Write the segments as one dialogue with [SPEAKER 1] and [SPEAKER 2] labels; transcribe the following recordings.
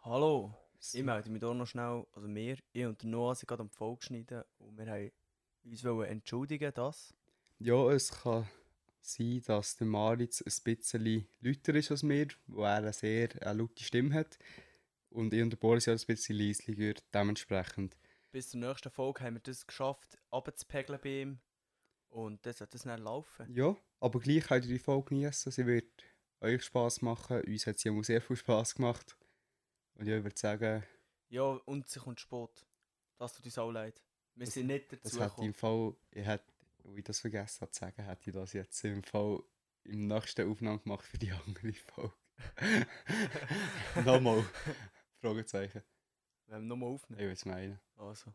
[SPEAKER 1] Hallo, ich melde mich hier noch schnell, also wir, ich und der Noah sind gerade am Folge schneiden und wir haben uns wollen entschuldigen, dass...
[SPEAKER 2] Ja, es kann sein, dass der Maritz ein bisschen lauter ist als mir, wo er eine sehr eine laute Stimme hat. Und ich und der Boris ja ein bisschen leisiger dementsprechend.
[SPEAKER 1] Bis zur nächsten Folge haben wir das geschafft, runterzupegeln bei ihm und das hat das dann laufen.
[SPEAKER 2] Ja, aber gleich könnt ihr die Folge genießen. Sie wird euch Spass machen. Uns hat sie auch sehr viel Spass gemacht. Und ja, ich würde sagen,
[SPEAKER 1] Ja, und sie kommt spät. Das tut uns auch leid. Wir
[SPEAKER 2] Das-
[SPEAKER 1] sind nicht
[SPEAKER 2] das
[SPEAKER 1] dazu
[SPEAKER 2] hat im
[SPEAKER 1] gekommen.
[SPEAKER 2] Fall, ich hätte, wo ich das vergessen habe zu sagen, hätte ich das jetzt im Fall im nächsten Aufnahme gemacht für die andere Folge. Nochmal. Fragezeichen.
[SPEAKER 1] Wir haben nochmal
[SPEAKER 2] Ich
[SPEAKER 1] aufnehmen.
[SPEAKER 2] will es meinen.
[SPEAKER 1] Also.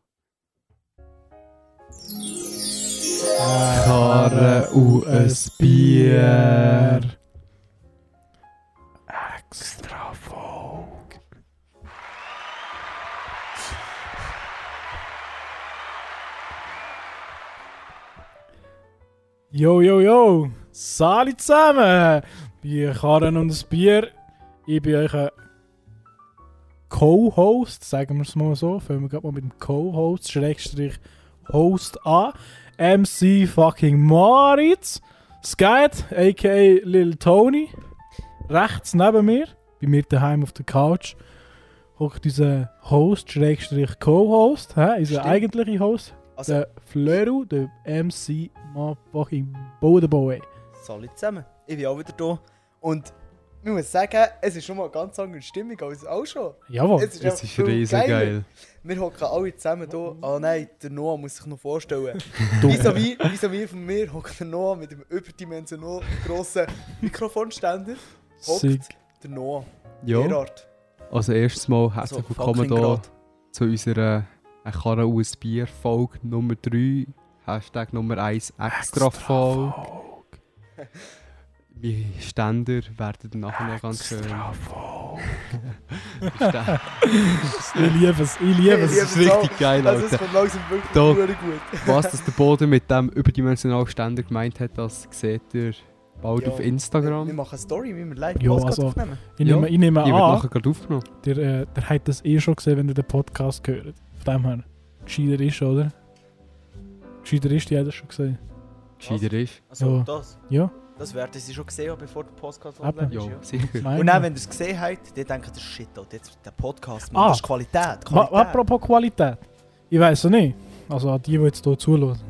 [SPEAKER 3] Karre
[SPEAKER 2] Uh,
[SPEAKER 3] und ein Bier. Extra Folge. Yo, yo, yo! Sali zusammen! Bei Karren und ein Bier. Ich bin euch ein Co-Host, sagen wir es mal so. Fangen wir gerade mal mit dem Co-Host, Schrägstrich Host an. MC fucking Moritz. Skyt, aka Lil Tony. Rechts neben mir, bei mir daheim auf der Couch, hockt unser Host, Schrägstrich Co-Host, hä? unser
[SPEAKER 2] Stimmt.
[SPEAKER 3] eigentlicher Host,
[SPEAKER 2] Also-
[SPEAKER 3] der Flöru, der MC Ma fucking Bodeboy.
[SPEAKER 4] Salut zusammen, ich bin auch wieder da. Und ich muss sagen, es ist schon mal eine ganz andere Stimmung als auch schon.
[SPEAKER 3] Jawohl.
[SPEAKER 4] Es ist, einfach viel geiler. Wir hocken alle zusammen
[SPEAKER 3] Oh,
[SPEAKER 4] hier. Ah nein, der Noah muss sich noch vorstellen. Wieso wie, wieso wie von mir hockt der Noah mit dem überdimensional grossen Mikrofonständer?
[SPEAKER 3] Sick.
[SPEAKER 4] Hockt der Noah.
[SPEAKER 2] Ja,
[SPEAKER 4] Gerard.
[SPEAKER 2] also erstes Mal herzlich
[SPEAKER 1] Also,
[SPEAKER 2] willkommen
[SPEAKER 1] fucking
[SPEAKER 2] hier
[SPEAKER 1] grad.
[SPEAKER 2] zu unserer äh, eine Karre aus Bier Folge Nummer 3, Hashtag Nummer 1 extra Folge.
[SPEAKER 3] Folge.
[SPEAKER 2] Meine Ständer werden nachher noch ganz schön.
[SPEAKER 3] Extra Folge.
[SPEAKER 2] Ständer.
[SPEAKER 3] Ich liebe es, ich liebe
[SPEAKER 2] Das
[SPEAKER 3] es.
[SPEAKER 2] ist richtig geil,
[SPEAKER 4] Also es
[SPEAKER 2] Alter.
[SPEAKER 4] kommt langsam wirklich
[SPEAKER 2] Doch.
[SPEAKER 4] verdammt gut.
[SPEAKER 2] Was das der Boden mit dem überdimensionalen Ständer gemeint hat, das seht ihr bald
[SPEAKER 4] Ja.
[SPEAKER 2] auf
[SPEAKER 4] Wir, wir
[SPEAKER 2] Instagram.
[SPEAKER 4] machen eine Story, wie wir live
[SPEAKER 3] Ja,
[SPEAKER 4] Podcast
[SPEAKER 3] also-
[SPEAKER 4] aufnehmen.
[SPEAKER 3] Ich nehme, ich nehme
[SPEAKER 2] Ich wird
[SPEAKER 3] an,
[SPEAKER 2] nachher gerade aufgenommen.
[SPEAKER 3] Ihr, äh, ihr habt das eh schon gesehen, wenn ihr den Podcast hört. Von dem her. Gescheiter ist, oder? Gescheiter ist, die hat das schon gesehen.
[SPEAKER 2] Gescheiter ist.
[SPEAKER 1] Also
[SPEAKER 3] Ja.
[SPEAKER 1] das.
[SPEAKER 3] Ja.
[SPEAKER 1] Das werden sie schon gesehen, haben, bevor der Podcast
[SPEAKER 3] Eben.
[SPEAKER 1] online ist. Ja.
[SPEAKER 2] Ja, sicher.
[SPEAKER 3] Nein.
[SPEAKER 4] Und dann, wenn ihr es gesehen habt, dann denkt ihr, shit, Alter, jetzt der Podcast, Mann,
[SPEAKER 3] Ah.
[SPEAKER 4] das ist Qualität.
[SPEAKER 3] Ma-
[SPEAKER 4] Qualität.
[SPEAKER 3] Apropos Qualität. Ich weiß es nicht. Also an die, die jetzt hier zuhören,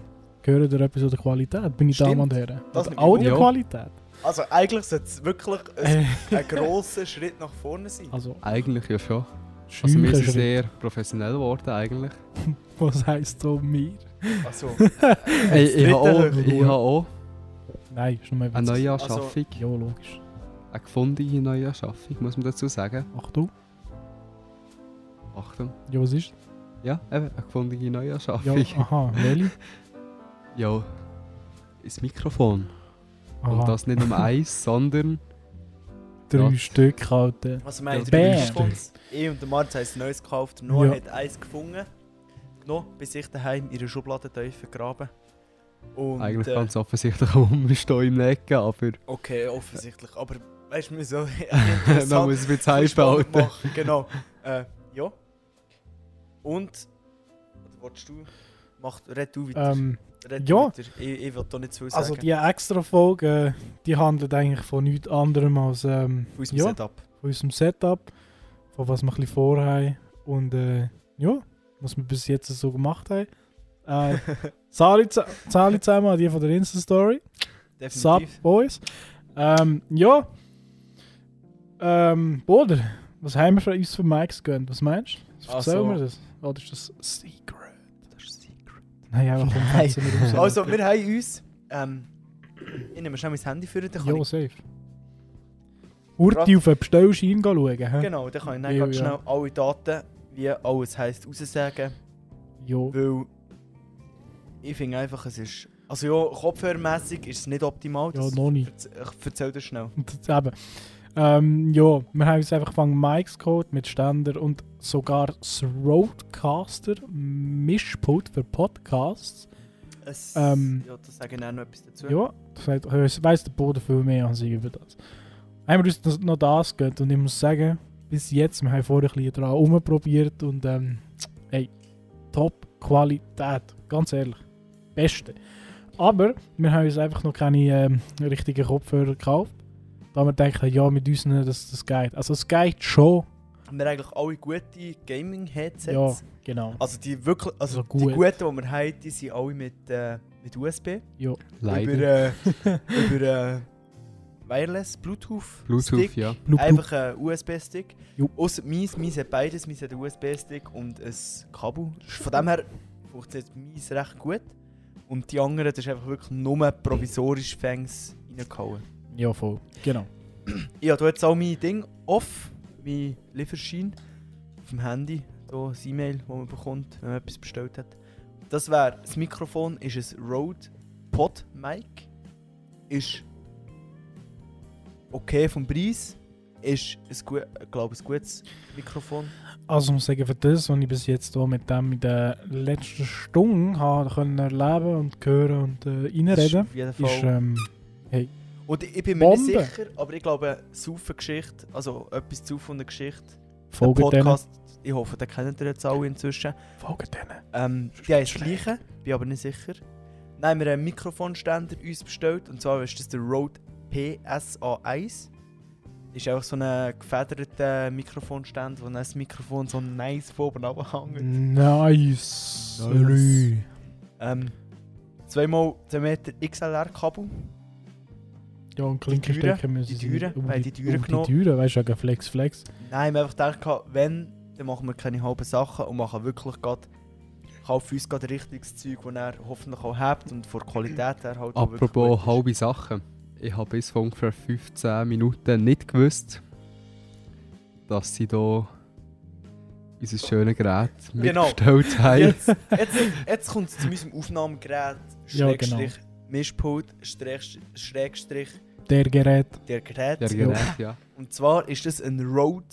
[SPEAKER 3] gehören der etwas oder Qualität, bin ich Damen
[SPEAKER 4] Stimmt.
[SPEAKER 3] und Herren.
[SPEAKER 4] Das nehme
[SPEAKER 3] Und
[SPEAKER 4] ich auch.
[SPEAKER 3] Audioqualität.
[SPEAKER 4] Also eigentlich sollte es wirklich ein,
[SPEAKER 3] Äh,
[SPEAKER 4] ein grosser Schritt nach vorne sein.
[SPEAKER 3] also,
[SPEAKER 2] Eigentlich ja schon. Also wir sind
[SPEAKER 3] Schülerschritt.
[SPEAKER 2] sehr professionell geworden eigentlich.
[SPEAKER 3] Was heisst so mir?
[SPEAKER 4] Also,
[SPEAKER 2] Ey, Äh, ich
[SPEAKER 4] dritte
[SPEAKER 2] habe auch,
[SPEAKER 4] Hörer.
[SPEAKER 2] ich habe auch
[SPEAKER 3] Nein, ist nur mal
[SPEAKER 1] Also,
[SPEAKER 2] eine neue Anschaffung,
[SPEAKER 3] Ja, logisch.
[SPEAKER 2] eine gefundene neue Anschaffung, muss man dazu sagen.
[SPEAKER 3] Ach du?
[SPEAKER 2] Achtung.
[SPEAKER 3] Ja, was ist?
[SPEAKER 2] Ja, eben, eine gefundene neue
[SPEAKER 3] Ja,
[SPEAKER 2] Anschaffung.
[SPEAKER 3] aha, welche?
[SPEAKER 2] Ja. Das Mikrofon. Und
[SPEAKER 3] Aha,
[SPEAKER 2] das nicht nur eins, sondern
[SPEAKER 3] drei
[SPEAKER 2] das-
[SPEAKER 3] Stück, Alter.
[SPEAKER 1] Also wir haben
[SPEAKER 3] Ja,
[SPEAKER 1] drei
[SPEAKER 3] Bam.
[SPEAKER 1] Mikrofons. Ich Eh, und der Marz haben ein neues gekauft. Noah
[SPEAKER 3] Ja.
[SPEAKER 1] hat eins gefunden. Noch bei sich daheim in der Schublade tief vergraben. Und,
[SPEAKER 2] eigentlich
[SPEAKER 1] äh,
[SPEAKER 2] ganz offensichtlich rumstehen im Ecken, aber
[SPEAKER 1] Okay, offensichtlich. Aber weißt du, wir so
[SPEAKER 2] man
[SPEAKER 1] interessant
[SPEAKER 2] muss es jetzt
[SPEAKER 4] ein
[SPEAKER 2] helfen,
[SPEAKER 4] bisschen
[SPEAKER 2] Alter.
[SPEAKER 4] machen, Genau. Äh, ja. Und. Oder willst du?
[SPEAKER 1] Mach, red du weiter.
[SPEAKER 3] Ähm,
[SPEAKER 1] red
[SPEAKER 3] ja.
[SPEAKER 1] weiter. Ich, ich will da nicht zu viel
[SPEAKER 3] Also
[SPEAKER 1] sagen.
[SPEAKER 3] die extra Folge, äh, die handelt eigentlich von nichts anderem als ähm,
[SPEAKER 1] Aus dem
[SPEAKER 3] ja,
[SPEAKER 1] Setup.
[SPEAKER 3] von unserem Setup, von was wir ein bisschen vorhaben und äh, ja, was wir bis jetzt so gemacht haben. Äh, Sali zu- Sali zusammen an die von der Insta-Story. Sup,
[SPEAKER 1] Definitiv.
[SPEAKER 3] Boys. Ähm, ja. Ähm, Boder, was haben wir für uns für Mikes gegönnt? Was meinst du?
[SPEAKER 1] Also-
[SPEAKER 3] Erzählen wir das? Oder ist das Secret? Das ist Secret. Nein, aber komm,
[SPEAKER 4] Nein.
[SPEAKER 3] fetzen wir raus.
[SPEAKER 4] Also,
[SPEAKER 3] Alter.
[SPEAKER 4] wir haben uns.
[SPEAKER 1] Ähm, ich nehme schnell mein Handy für dann kann
[SPEAKER 3] Jo,
[SPEAKER 1] ich,
[SPEAKER 3] safe. Urti auf den Bestellschein schauen, hä?
[SPEAKER 1] Genau, dann kann ich dann
[SPEAKER 3] Ja,
[SPEAKER 1] grad
[SPEAKER 3] ja.
[SPEAKER 1] schnell alle Daten, wie alles heisst, raussagen.
[SPEAKER 3] Jo.
[SPEAKER 1] Weil ich finde einfach, es ist. Also ja, kopfhörermässig ist es nicht optimal.
[SPEAKER 3] Ja,
[SPEAKER 1] das-
[SPEAKER 3] noch nicht.
[SPEAKER 1] Verz- Ich erzähl das schnell.
[SPEAKER 3] Und das eben. Ähm, ja, wir haben uns einfach angefangen, Mics geholt mit Ständer und sogar das Roadcaster Mischpult für Podcasts.
[SPEAKER 1] Es,
[SPEAKER 3] Ähm,
[SPEAKER 1] ja, das sage ich dann noch etwas dazu.
[SPEAKER 3] Ja, das heißt, dus weiss der Boden viel mehr als ich über das. Haben wir uns das, noch das gehört und ich muss sagen, bis jetzt. Wir haben vorher ein bisschen dran rumprobiert und ähm, hey, Top-Qualität. Ganz ehrlich. Beste. Aber wir haben uns einfach noch keine ähm, richtigen Kopfhörer gekauft. Da wir denken, ja, mit unseren, das, das geht. Also es geht schon.
[SPEAKER 1] Haben wir eigentlich alle gute Gaming-Headsets?
[SPEAKER 3] Ja, genau.
[SPEAKER 1] Also die wirklich, also
[SPEAKER 3] Also
[SPEAKER 1] die
[SPEAKER 3] gut.
[SPEAKER 1] guten, die wir haben, die sind alle mit, äh, mit USB.
[SPEAKER 2] Leider.
[SPEAKER 1] Über, äh, über äh, Wireless, Bluetooth.
[SPEAKER 2] Bluetooth,
[SPEAKER 1] Stick.
[SPEAKER 2] ja.
[SPEAKER 3] Blub, blub.
[SPEAKER 1] Einfach ein USB-Stick.
[SPEAKER 3] Jo.
[SPEAKER 1] Außer meins, meins hat beides. Meins hat einen USB-Stick und ein Kabel. Von dem her funktioniert meins recht gut. Und die anderen, das ist einfach wirklich nur provisorisch Fängs reingehauen.
[SPEAKER 3] Ja, voll. Genau.
[SPEAKER 1] Ich habe jetzt auch mein Ding off, mein Lieferschein auf dem Handy. So ein E-Mail, das man bekommt, wenn man etwas bestellt hat. Das wäre, das Mikrofon ist ein Rode Pod Mic. Ist okay vom Preis. Ist, ein gut, ich glaube ein gutes Mikrofon.
[SPEAKER 3] Also ich muss sagen, für das, was ich bis jetzt hier mit dem in der letzten Stunde habe können erleben und hören und äh,
[SPEAKER 1] Das ist
[SPEAKER 3] reinreden,
[SPEAKER 1] auf jeden Fall.
[SPEAKER 3] ist ähm,
[SPEAKER 1] Und ich bin mir nicht
[SPEAKER 3] Bombe.
[SPEAKER 1] sicher, aber ich glaube, Saufen-Geschichte, also etwas zu von der Geschichte, der
[SPEAKER 3] folgt denen.
[SPEAKER 1] Podcast, ich hoffe, den kennt ihr jetzt alle inzwischen.
[SPEAKER 3] Folgt denen.
[SPEAKER 1] Ähm, die haben das gleiche, bin aber nicht sicher. Nein, wir haben einen Mikrofonständer uns bestellt und zwar ist das der Rode PSA1. Ist einfach so ein gefederter Mikrofonständer, wo dann das Mikrofon so nice von oben abhängt.
[SPEAKER 3] Mhm. Nice.
[SPEAKER 1] Nice. Ähm, 2x2 Meter XLR-Kabel.
[SPEAKER 3] Ja, und
[SPEAKER 1] Türen,
[SPEAKER 3] Klinkenstecker müssen
[SPEAKER 1] die
[SPEAKER 3] sie nicht-
[SPEAKER 1] Türen,
[SPEAKER 3] um
[SPEAKER 1] weil die Türen
[SPEAKER 3] um
[SPEAKER 1] genommen.
[SPEAKER 3] Die Türen, weißt du, wegen Flex Flex.
[SPEAKER 1] Nein, wir haben einfach gedacht, wenn, dann machen wir keine halben Sachen und machen wirklich gerade kaufen uns gerade richtiges Zeug, das er hoffentlich auch habt und von der Qualität her halt auch wirklich gut
[SPEAKER 2] Apropos
[SPEAKER 1] ist.
[SPEAKER 2] halbe Sachen. Ich habe bis vor ungefähr 15 Minuten nicht gewusst, dass sie hier unser schönes Gerät
[SPEAKER 1] Genau.
[SPEAKER 2] mitgestellt haben.
[SPEAKER 1] Jetzt, jetzt, jetzt kommt es zu unserem Aufnahmegerät,
[SPEAKER 3] Ja, genau.
[SPEAKER 1] Schrägstrich, Mischpult, Schrägstrich, Schrägstrich,
[SPEAKER 3] Der Gerät.
[SPEAKER 1] der Gerät.
[SPEAKER 2] Der Gerät, ja.
[SPEAKER 1] Und zwar ist das ein Rode,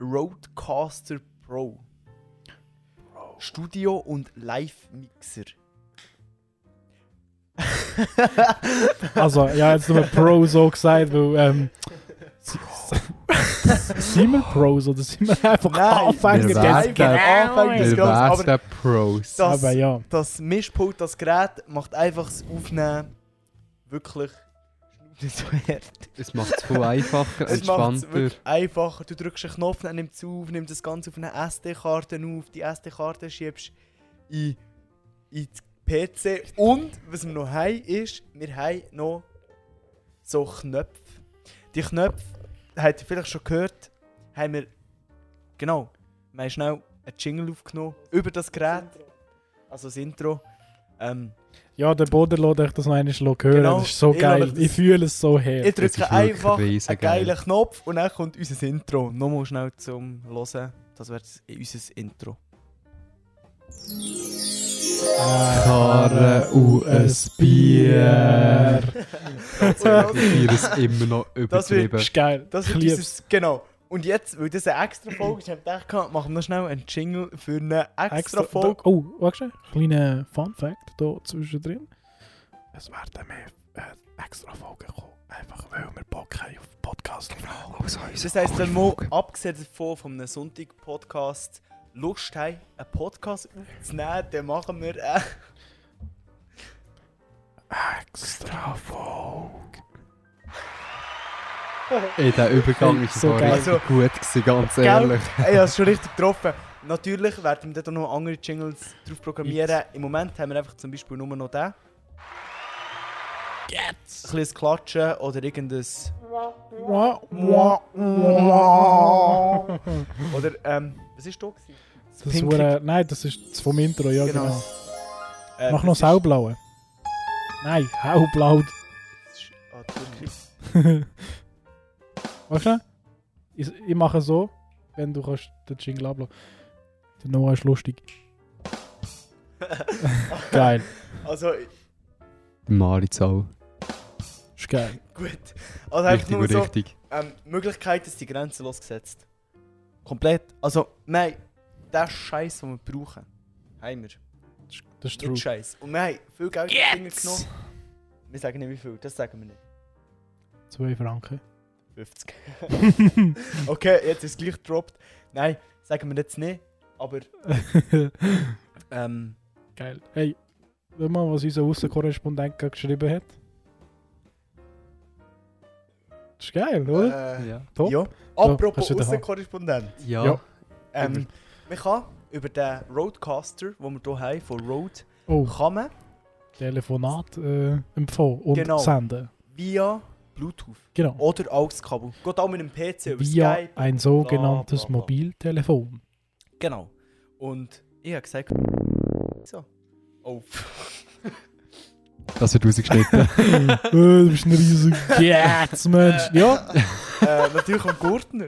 [SPEAKER 1] Rodecaster Pro. Studio- und Live-Mixer.
[SPEAKER 3] Also, ja, jetzt nur Pro so gesagt, weil, ähm... s- s- sind wir Pros oder sind wir einfach
[SPEAKER 1] Nein,
[SPEAKER 3] Anfänger?
[SPEAKER 2] wir
[SPEAKER 3] Das-
[SPEAKER 2] werden-
[SPEAKER 1] Anfänger,
[SPEAKER 2] Wir
[SPEAKER 1] glaub's, aber-
[SPEAKER 2] wären der Pros.
[SPEAKER 1] Das-
[SPEAKER 3] Aber ja,
[SPEAKER 1] Genau, Das Mischpult, das Gerät, macht einfach das Aufnehmen wirklich nicht so hart.
[SPEAKER 2] Es macht es viel einfacher,
[SPEAKER 1] Es macht's
[SPEAKER 2] entspannter.
[SPEAKER 1] wirklich einfacher. Du drückst einen Knopf, dann nimmt es auf, nimmt das Ganze auf eine SD-Karte auf. Die SD-Karte schiebst in, in die PC. Und was wir noch haben, ist, wir haben noch so Knöpfe. Die Knöpfe, habt ihr vielleicht schon gehört, haben wir. Genau, wir haben schnell einen Jingle aufgenommen über das Gerät. Also das Intro. Ähm,
[SPEAKER 3] ja, der Boden lässt euch das noch einmal hören.
[SPEAKER 1] Genau,
[SPEAKER 3] das ist so
[SPEAKER 1] ich
[SPEAKER 3] geil.
[SPEAKER 1] lasse das-
[SPEAKER 3] Ich fühle es so her.
[SPEAKER 1] ich
[SPEAKER 2] ist wirklich
[SPEAKER 1] drücke einfach einen
[SPEAKER 2] riesig
[SPEAKER 1] geilen
[SPEAKER 2] geil.
[SPEAKER 1] Knopf und dann kommt unser Intro. Nochmal schnell zum Hören. Das wäre unser Intro.
[SPEAKER 2] Karre und ein Bier. Wir es immer noch
[SPEAKER 1] Das wird
[SPEAKER 2] übertrieben.
[SPEAKER 3] ist geil.
[SPEAKER 1] Das
[SPEAKER 3] ich
[SPEAKER 1] ist
[SPEAKER 3] lieb's.
[SPEAKER 1] dieses, genau. Und jetzt, weil das eine extra Folge ist, haben wir gedacht, machen wir schnell einen Jingle für eine extra Folge.
[SPEAKER 3] da- Oh, warte schnell. Kleiner Fun Fact hier zwischendrin. Es werden mehr äh, extra Folgen kommen. Einfach weil wir Bock haben auf Podcast.
[SPEAKER 1] Genau. Das heisst, wenn wir, abgesehen davon von einem Sonntag-Podcast, Lust haben, einen Podcast aufzunehmen, dann machen wir äh,
[SPEAKER 3] Extra Folge.
[SPEAKER 2] Ey, der Übergang ist
[SPEAKER 3] So
[SPEAKER 2] so
[SPEAKER 3] geil.
[SPEAKER 2] richtig
[SPEAKER 1] Also,
[SPEAKER 2] gut gewesen, ganz ehrlich.
[SPEAKER 1] Ich habe es schon richtig getroffen. Natürlich werden wir dann auch noch andere Jingles drauf programmieren. Im Moment haben wir einfach zum Beispiel nur noch den. Jetzt! Ein kleines Klatschen oder irgendein. Oder, ähm, was ist da? gewesen?
[SPEAKER 3] Das
[SPEAKER 1] Pink-
[SPEAKER 3] war, äh, nein, das ist das vom Intro, ja genau.
[SPEAKER 1] Genau. Äh,
[SPEAKER 3] Mach noch
[SPEAKER 1] das
[SPEAKER 3] das
[SPEAKER 1] ist-
[SPEAKER 3] Haublaue. Nein, Haublau.
[SPEAKER 1] das ist- ah, das ist-
[SPEAKER 3] Weißt du? Ich, ich mache so, wenn du kannst den Jingle ablassen. Der Noah ist lustig. geil.
[SPEAKER 1] Also,
[SPEAKER 2] Maritz auch.
[SPEAKER 3] Ist geil.
[SPEAKER 1] gut. Also einfach
[SPEAKER 2] Richtig
[SPEAKER 1] nur
[SPEAKER 2] und
[SPEAKER 1] so,
[SPEAKER 2] richtig.
[SPEAKER 1] ähm, Möglichkeiten sind grenzenlos gesetzt. Komplett. Also, nein, der Scheiß, den wir brauchen, haben wir.
[SPEAKER 3] Das ist true.
[SPEAKER 1] Nicht Scheiß. Und wir haben viel Geld in die Finger genommen. Wir sagen nicht wie viel, das sagen wir nicht.
[SPEAKER 3] Zwei Franken.
[SPEAKER 1] 50. okay, jetzt ist es gleich gedroppt. Nein, sagen wir jetzt nicht, aber ähm,
[SPEAKER 3] Geil. Hey, wenn man, was unser Außenkorrespondent gerade geschrieben hat. Das ist geil, oder?
[SPEAKER 1] äh,
[SPEAKER 4] Ja.
[SPEAKER 3] Top.
[SPEAKER 1] ja.
[SPEAKER 3] So,
[SPEAKER 1] Apropos
[SPEAKER 3] hast du den Hammer.
[SPEAKER 1] Außenkorrespondent.
[SPEAKER 4] Ja.
[SPEAKER 3] Ja.
[SPEAKER 1] Ähm, man kann über den Roadcaster, den wir hier haben, von Road,
[SPEAKER 3] Oh,
[SPEAKER 1] kann man
[SPEAKER 3] Telefonat äh, empfohlen und
[SPEAKER 1] Genau.
[SPEAKER 3] senden.
[SPEAKER 1] via Bluetooth
[SPEAKER 3] Genau.
[SPEAKER 1] oder AUX-Kabel. Geht auch mit einem PC über
[SPEAKER 3] Via
[SPEAKER 1] Skype.
[SPEAKER 3] ein
[SPEAKER 1] bla, bla,
[SPEAKER 3] sogenanntes
[SPEAKER 1] bla.
[SPEAKER 3] Mobiltelefon.
[SPEAKER 1] Genau. Und ich habe gesagt, so. Oh,
[SPEAKER 4] Das wird rausgeschnitten.
[SPEAKER 3] äh, du bist ein riesiger Gats, Mensch. Ja,
[SPEAKER 1] äh, natürlich am Gurtner.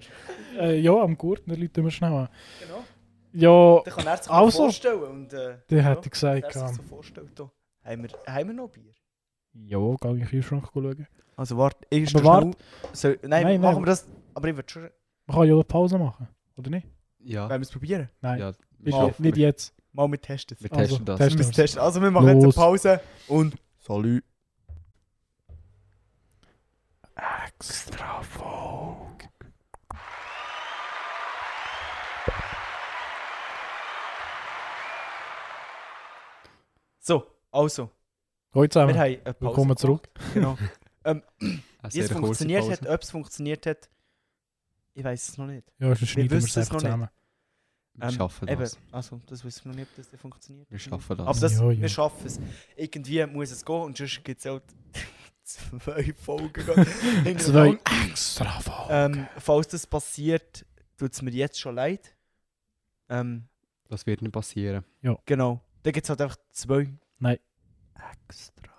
[SPEAKER 3] äh, ja, am Gurtner läuten wir schnell an.
[SPEAKER 1] Genau.
[SPEAKER 3] Ja,
[SPEAKER 1] Dann kann er sich
[SPEAKER 3] Also.
[SPEAKER 1] vorstellen. Und, äh,
[SPEAKER 3] der
[SPEAKER 1] ja,
[SPEAKER 3] hätte ich
[SPEAKER 1] wenn er
[SPEAKER 3] gesagt,
[SPEAKER 1] sich
[SPEAKER 3] ähm,
[SPEAKER 1] so vorstellt. da. Haben wir, haben wir noch Bier?
[SPEAKER 3] ja, geh in den Kühlschrank schauen.
[SPEAKER 1] Also warte, ist
[SPEAKER 3] Aber
[SPEAKER 1] Soll, nein,
[SPEAKER 3] Nein,
[SPEAKER 1] machen
[SPEAKER 3] nein.
[SPEAKER 1] wir das. Aber ich würde schon.
[SPEAKER 3] Man kann ja eine Pause machen, oder nicht?
[SPEAKER 1] Wollen
[SPEAKER 4] ja.
[SPEAKER 1] wir es probieren?
[SPEAKER 3] Nein,
[SPEAKER 4] ja.
[SPEAKER 3] nicht,
[SPEAKER 1] mal.
[SPEAKER 3] nicht jetzt.
[SPEAKER 1] Mal mit testen.
[SPEAKER 4] Wir
[SPEAKER 1] Wir
[SPEAKER 3] Also,
[SPEAKER 4] testen das.
[SPEAKER 3] testen
[SPEAKER 1] müssen
[SPEAKER 3] wir's.
[SPEAKER 1] testen. Also wir machen jetzt eine
[SPEAKER 3] Los.
[SPEAKER 1] Pause und. Salut.
[SPEAKER 3] Extra Folge.
[SPEAKER 1] So, also,
[SPEAKER 3] Hallo
[SPEAKER 1] wir
[SPEAKER 3] zusammen.
[SPEAKER 1] haben eine Pause.
[SPEAKER 3] Willkommen zurück.
[SPEAKER 1] gemacht. Genau.
[SPEAKER 4] Eine
[SPEAKER 1] Wie
[SPEAKER 4] sehr
[SPEAKER 1] es
[SPEAKER 4] kurze
[SPEAKER 1] funktioniert
[SPEAKER 4] Pause.
[SPEAKER 1] hat, ob es funktioniert hat, ich weiß es noch nicht.
[SPEAKER 3] Ja, sonst schneiden wir es
[SPEAKER 1] wissen es
[SPEAKER 3] einfach
[SPEAKER 1] noch
[SPEAKER 3] zusammen.
[SPEAKER 4] Wir
[SPEAKER 1] Ähm,
[SPEAKER 4] schaffen
[SPEAKER 1] Eben,
[SPEAKER 4] das.
[SPEAKER 1] also das wissen wir noch nicht, ob das dann funktioniert.
[SPEAKER 4] Wir schaffen
[SPEAKER 1] Aber
[SPEAKER 4] das.
[SPEAKER 1] das,
[SPEAKER 3] Ja, ja.
[SPEAKER 1] wir schaffen es. Irgendwie muss es gehen und sonst gibt es halt zwei Folgen. hintereinander.
[SPEAKER 3] Zwei extra Folgen.
[SPEAKER 1] Ähm, falls das passiert, tut es mir jetzt schon leid. Ähm,
[SPEAKER 4] Das wird nicht passieren.
[SPEAKER 1] genau. Da gibt es halt einfach zwei.
[SPEAKER 3] Nein.
[SPEAKER 1] Extra.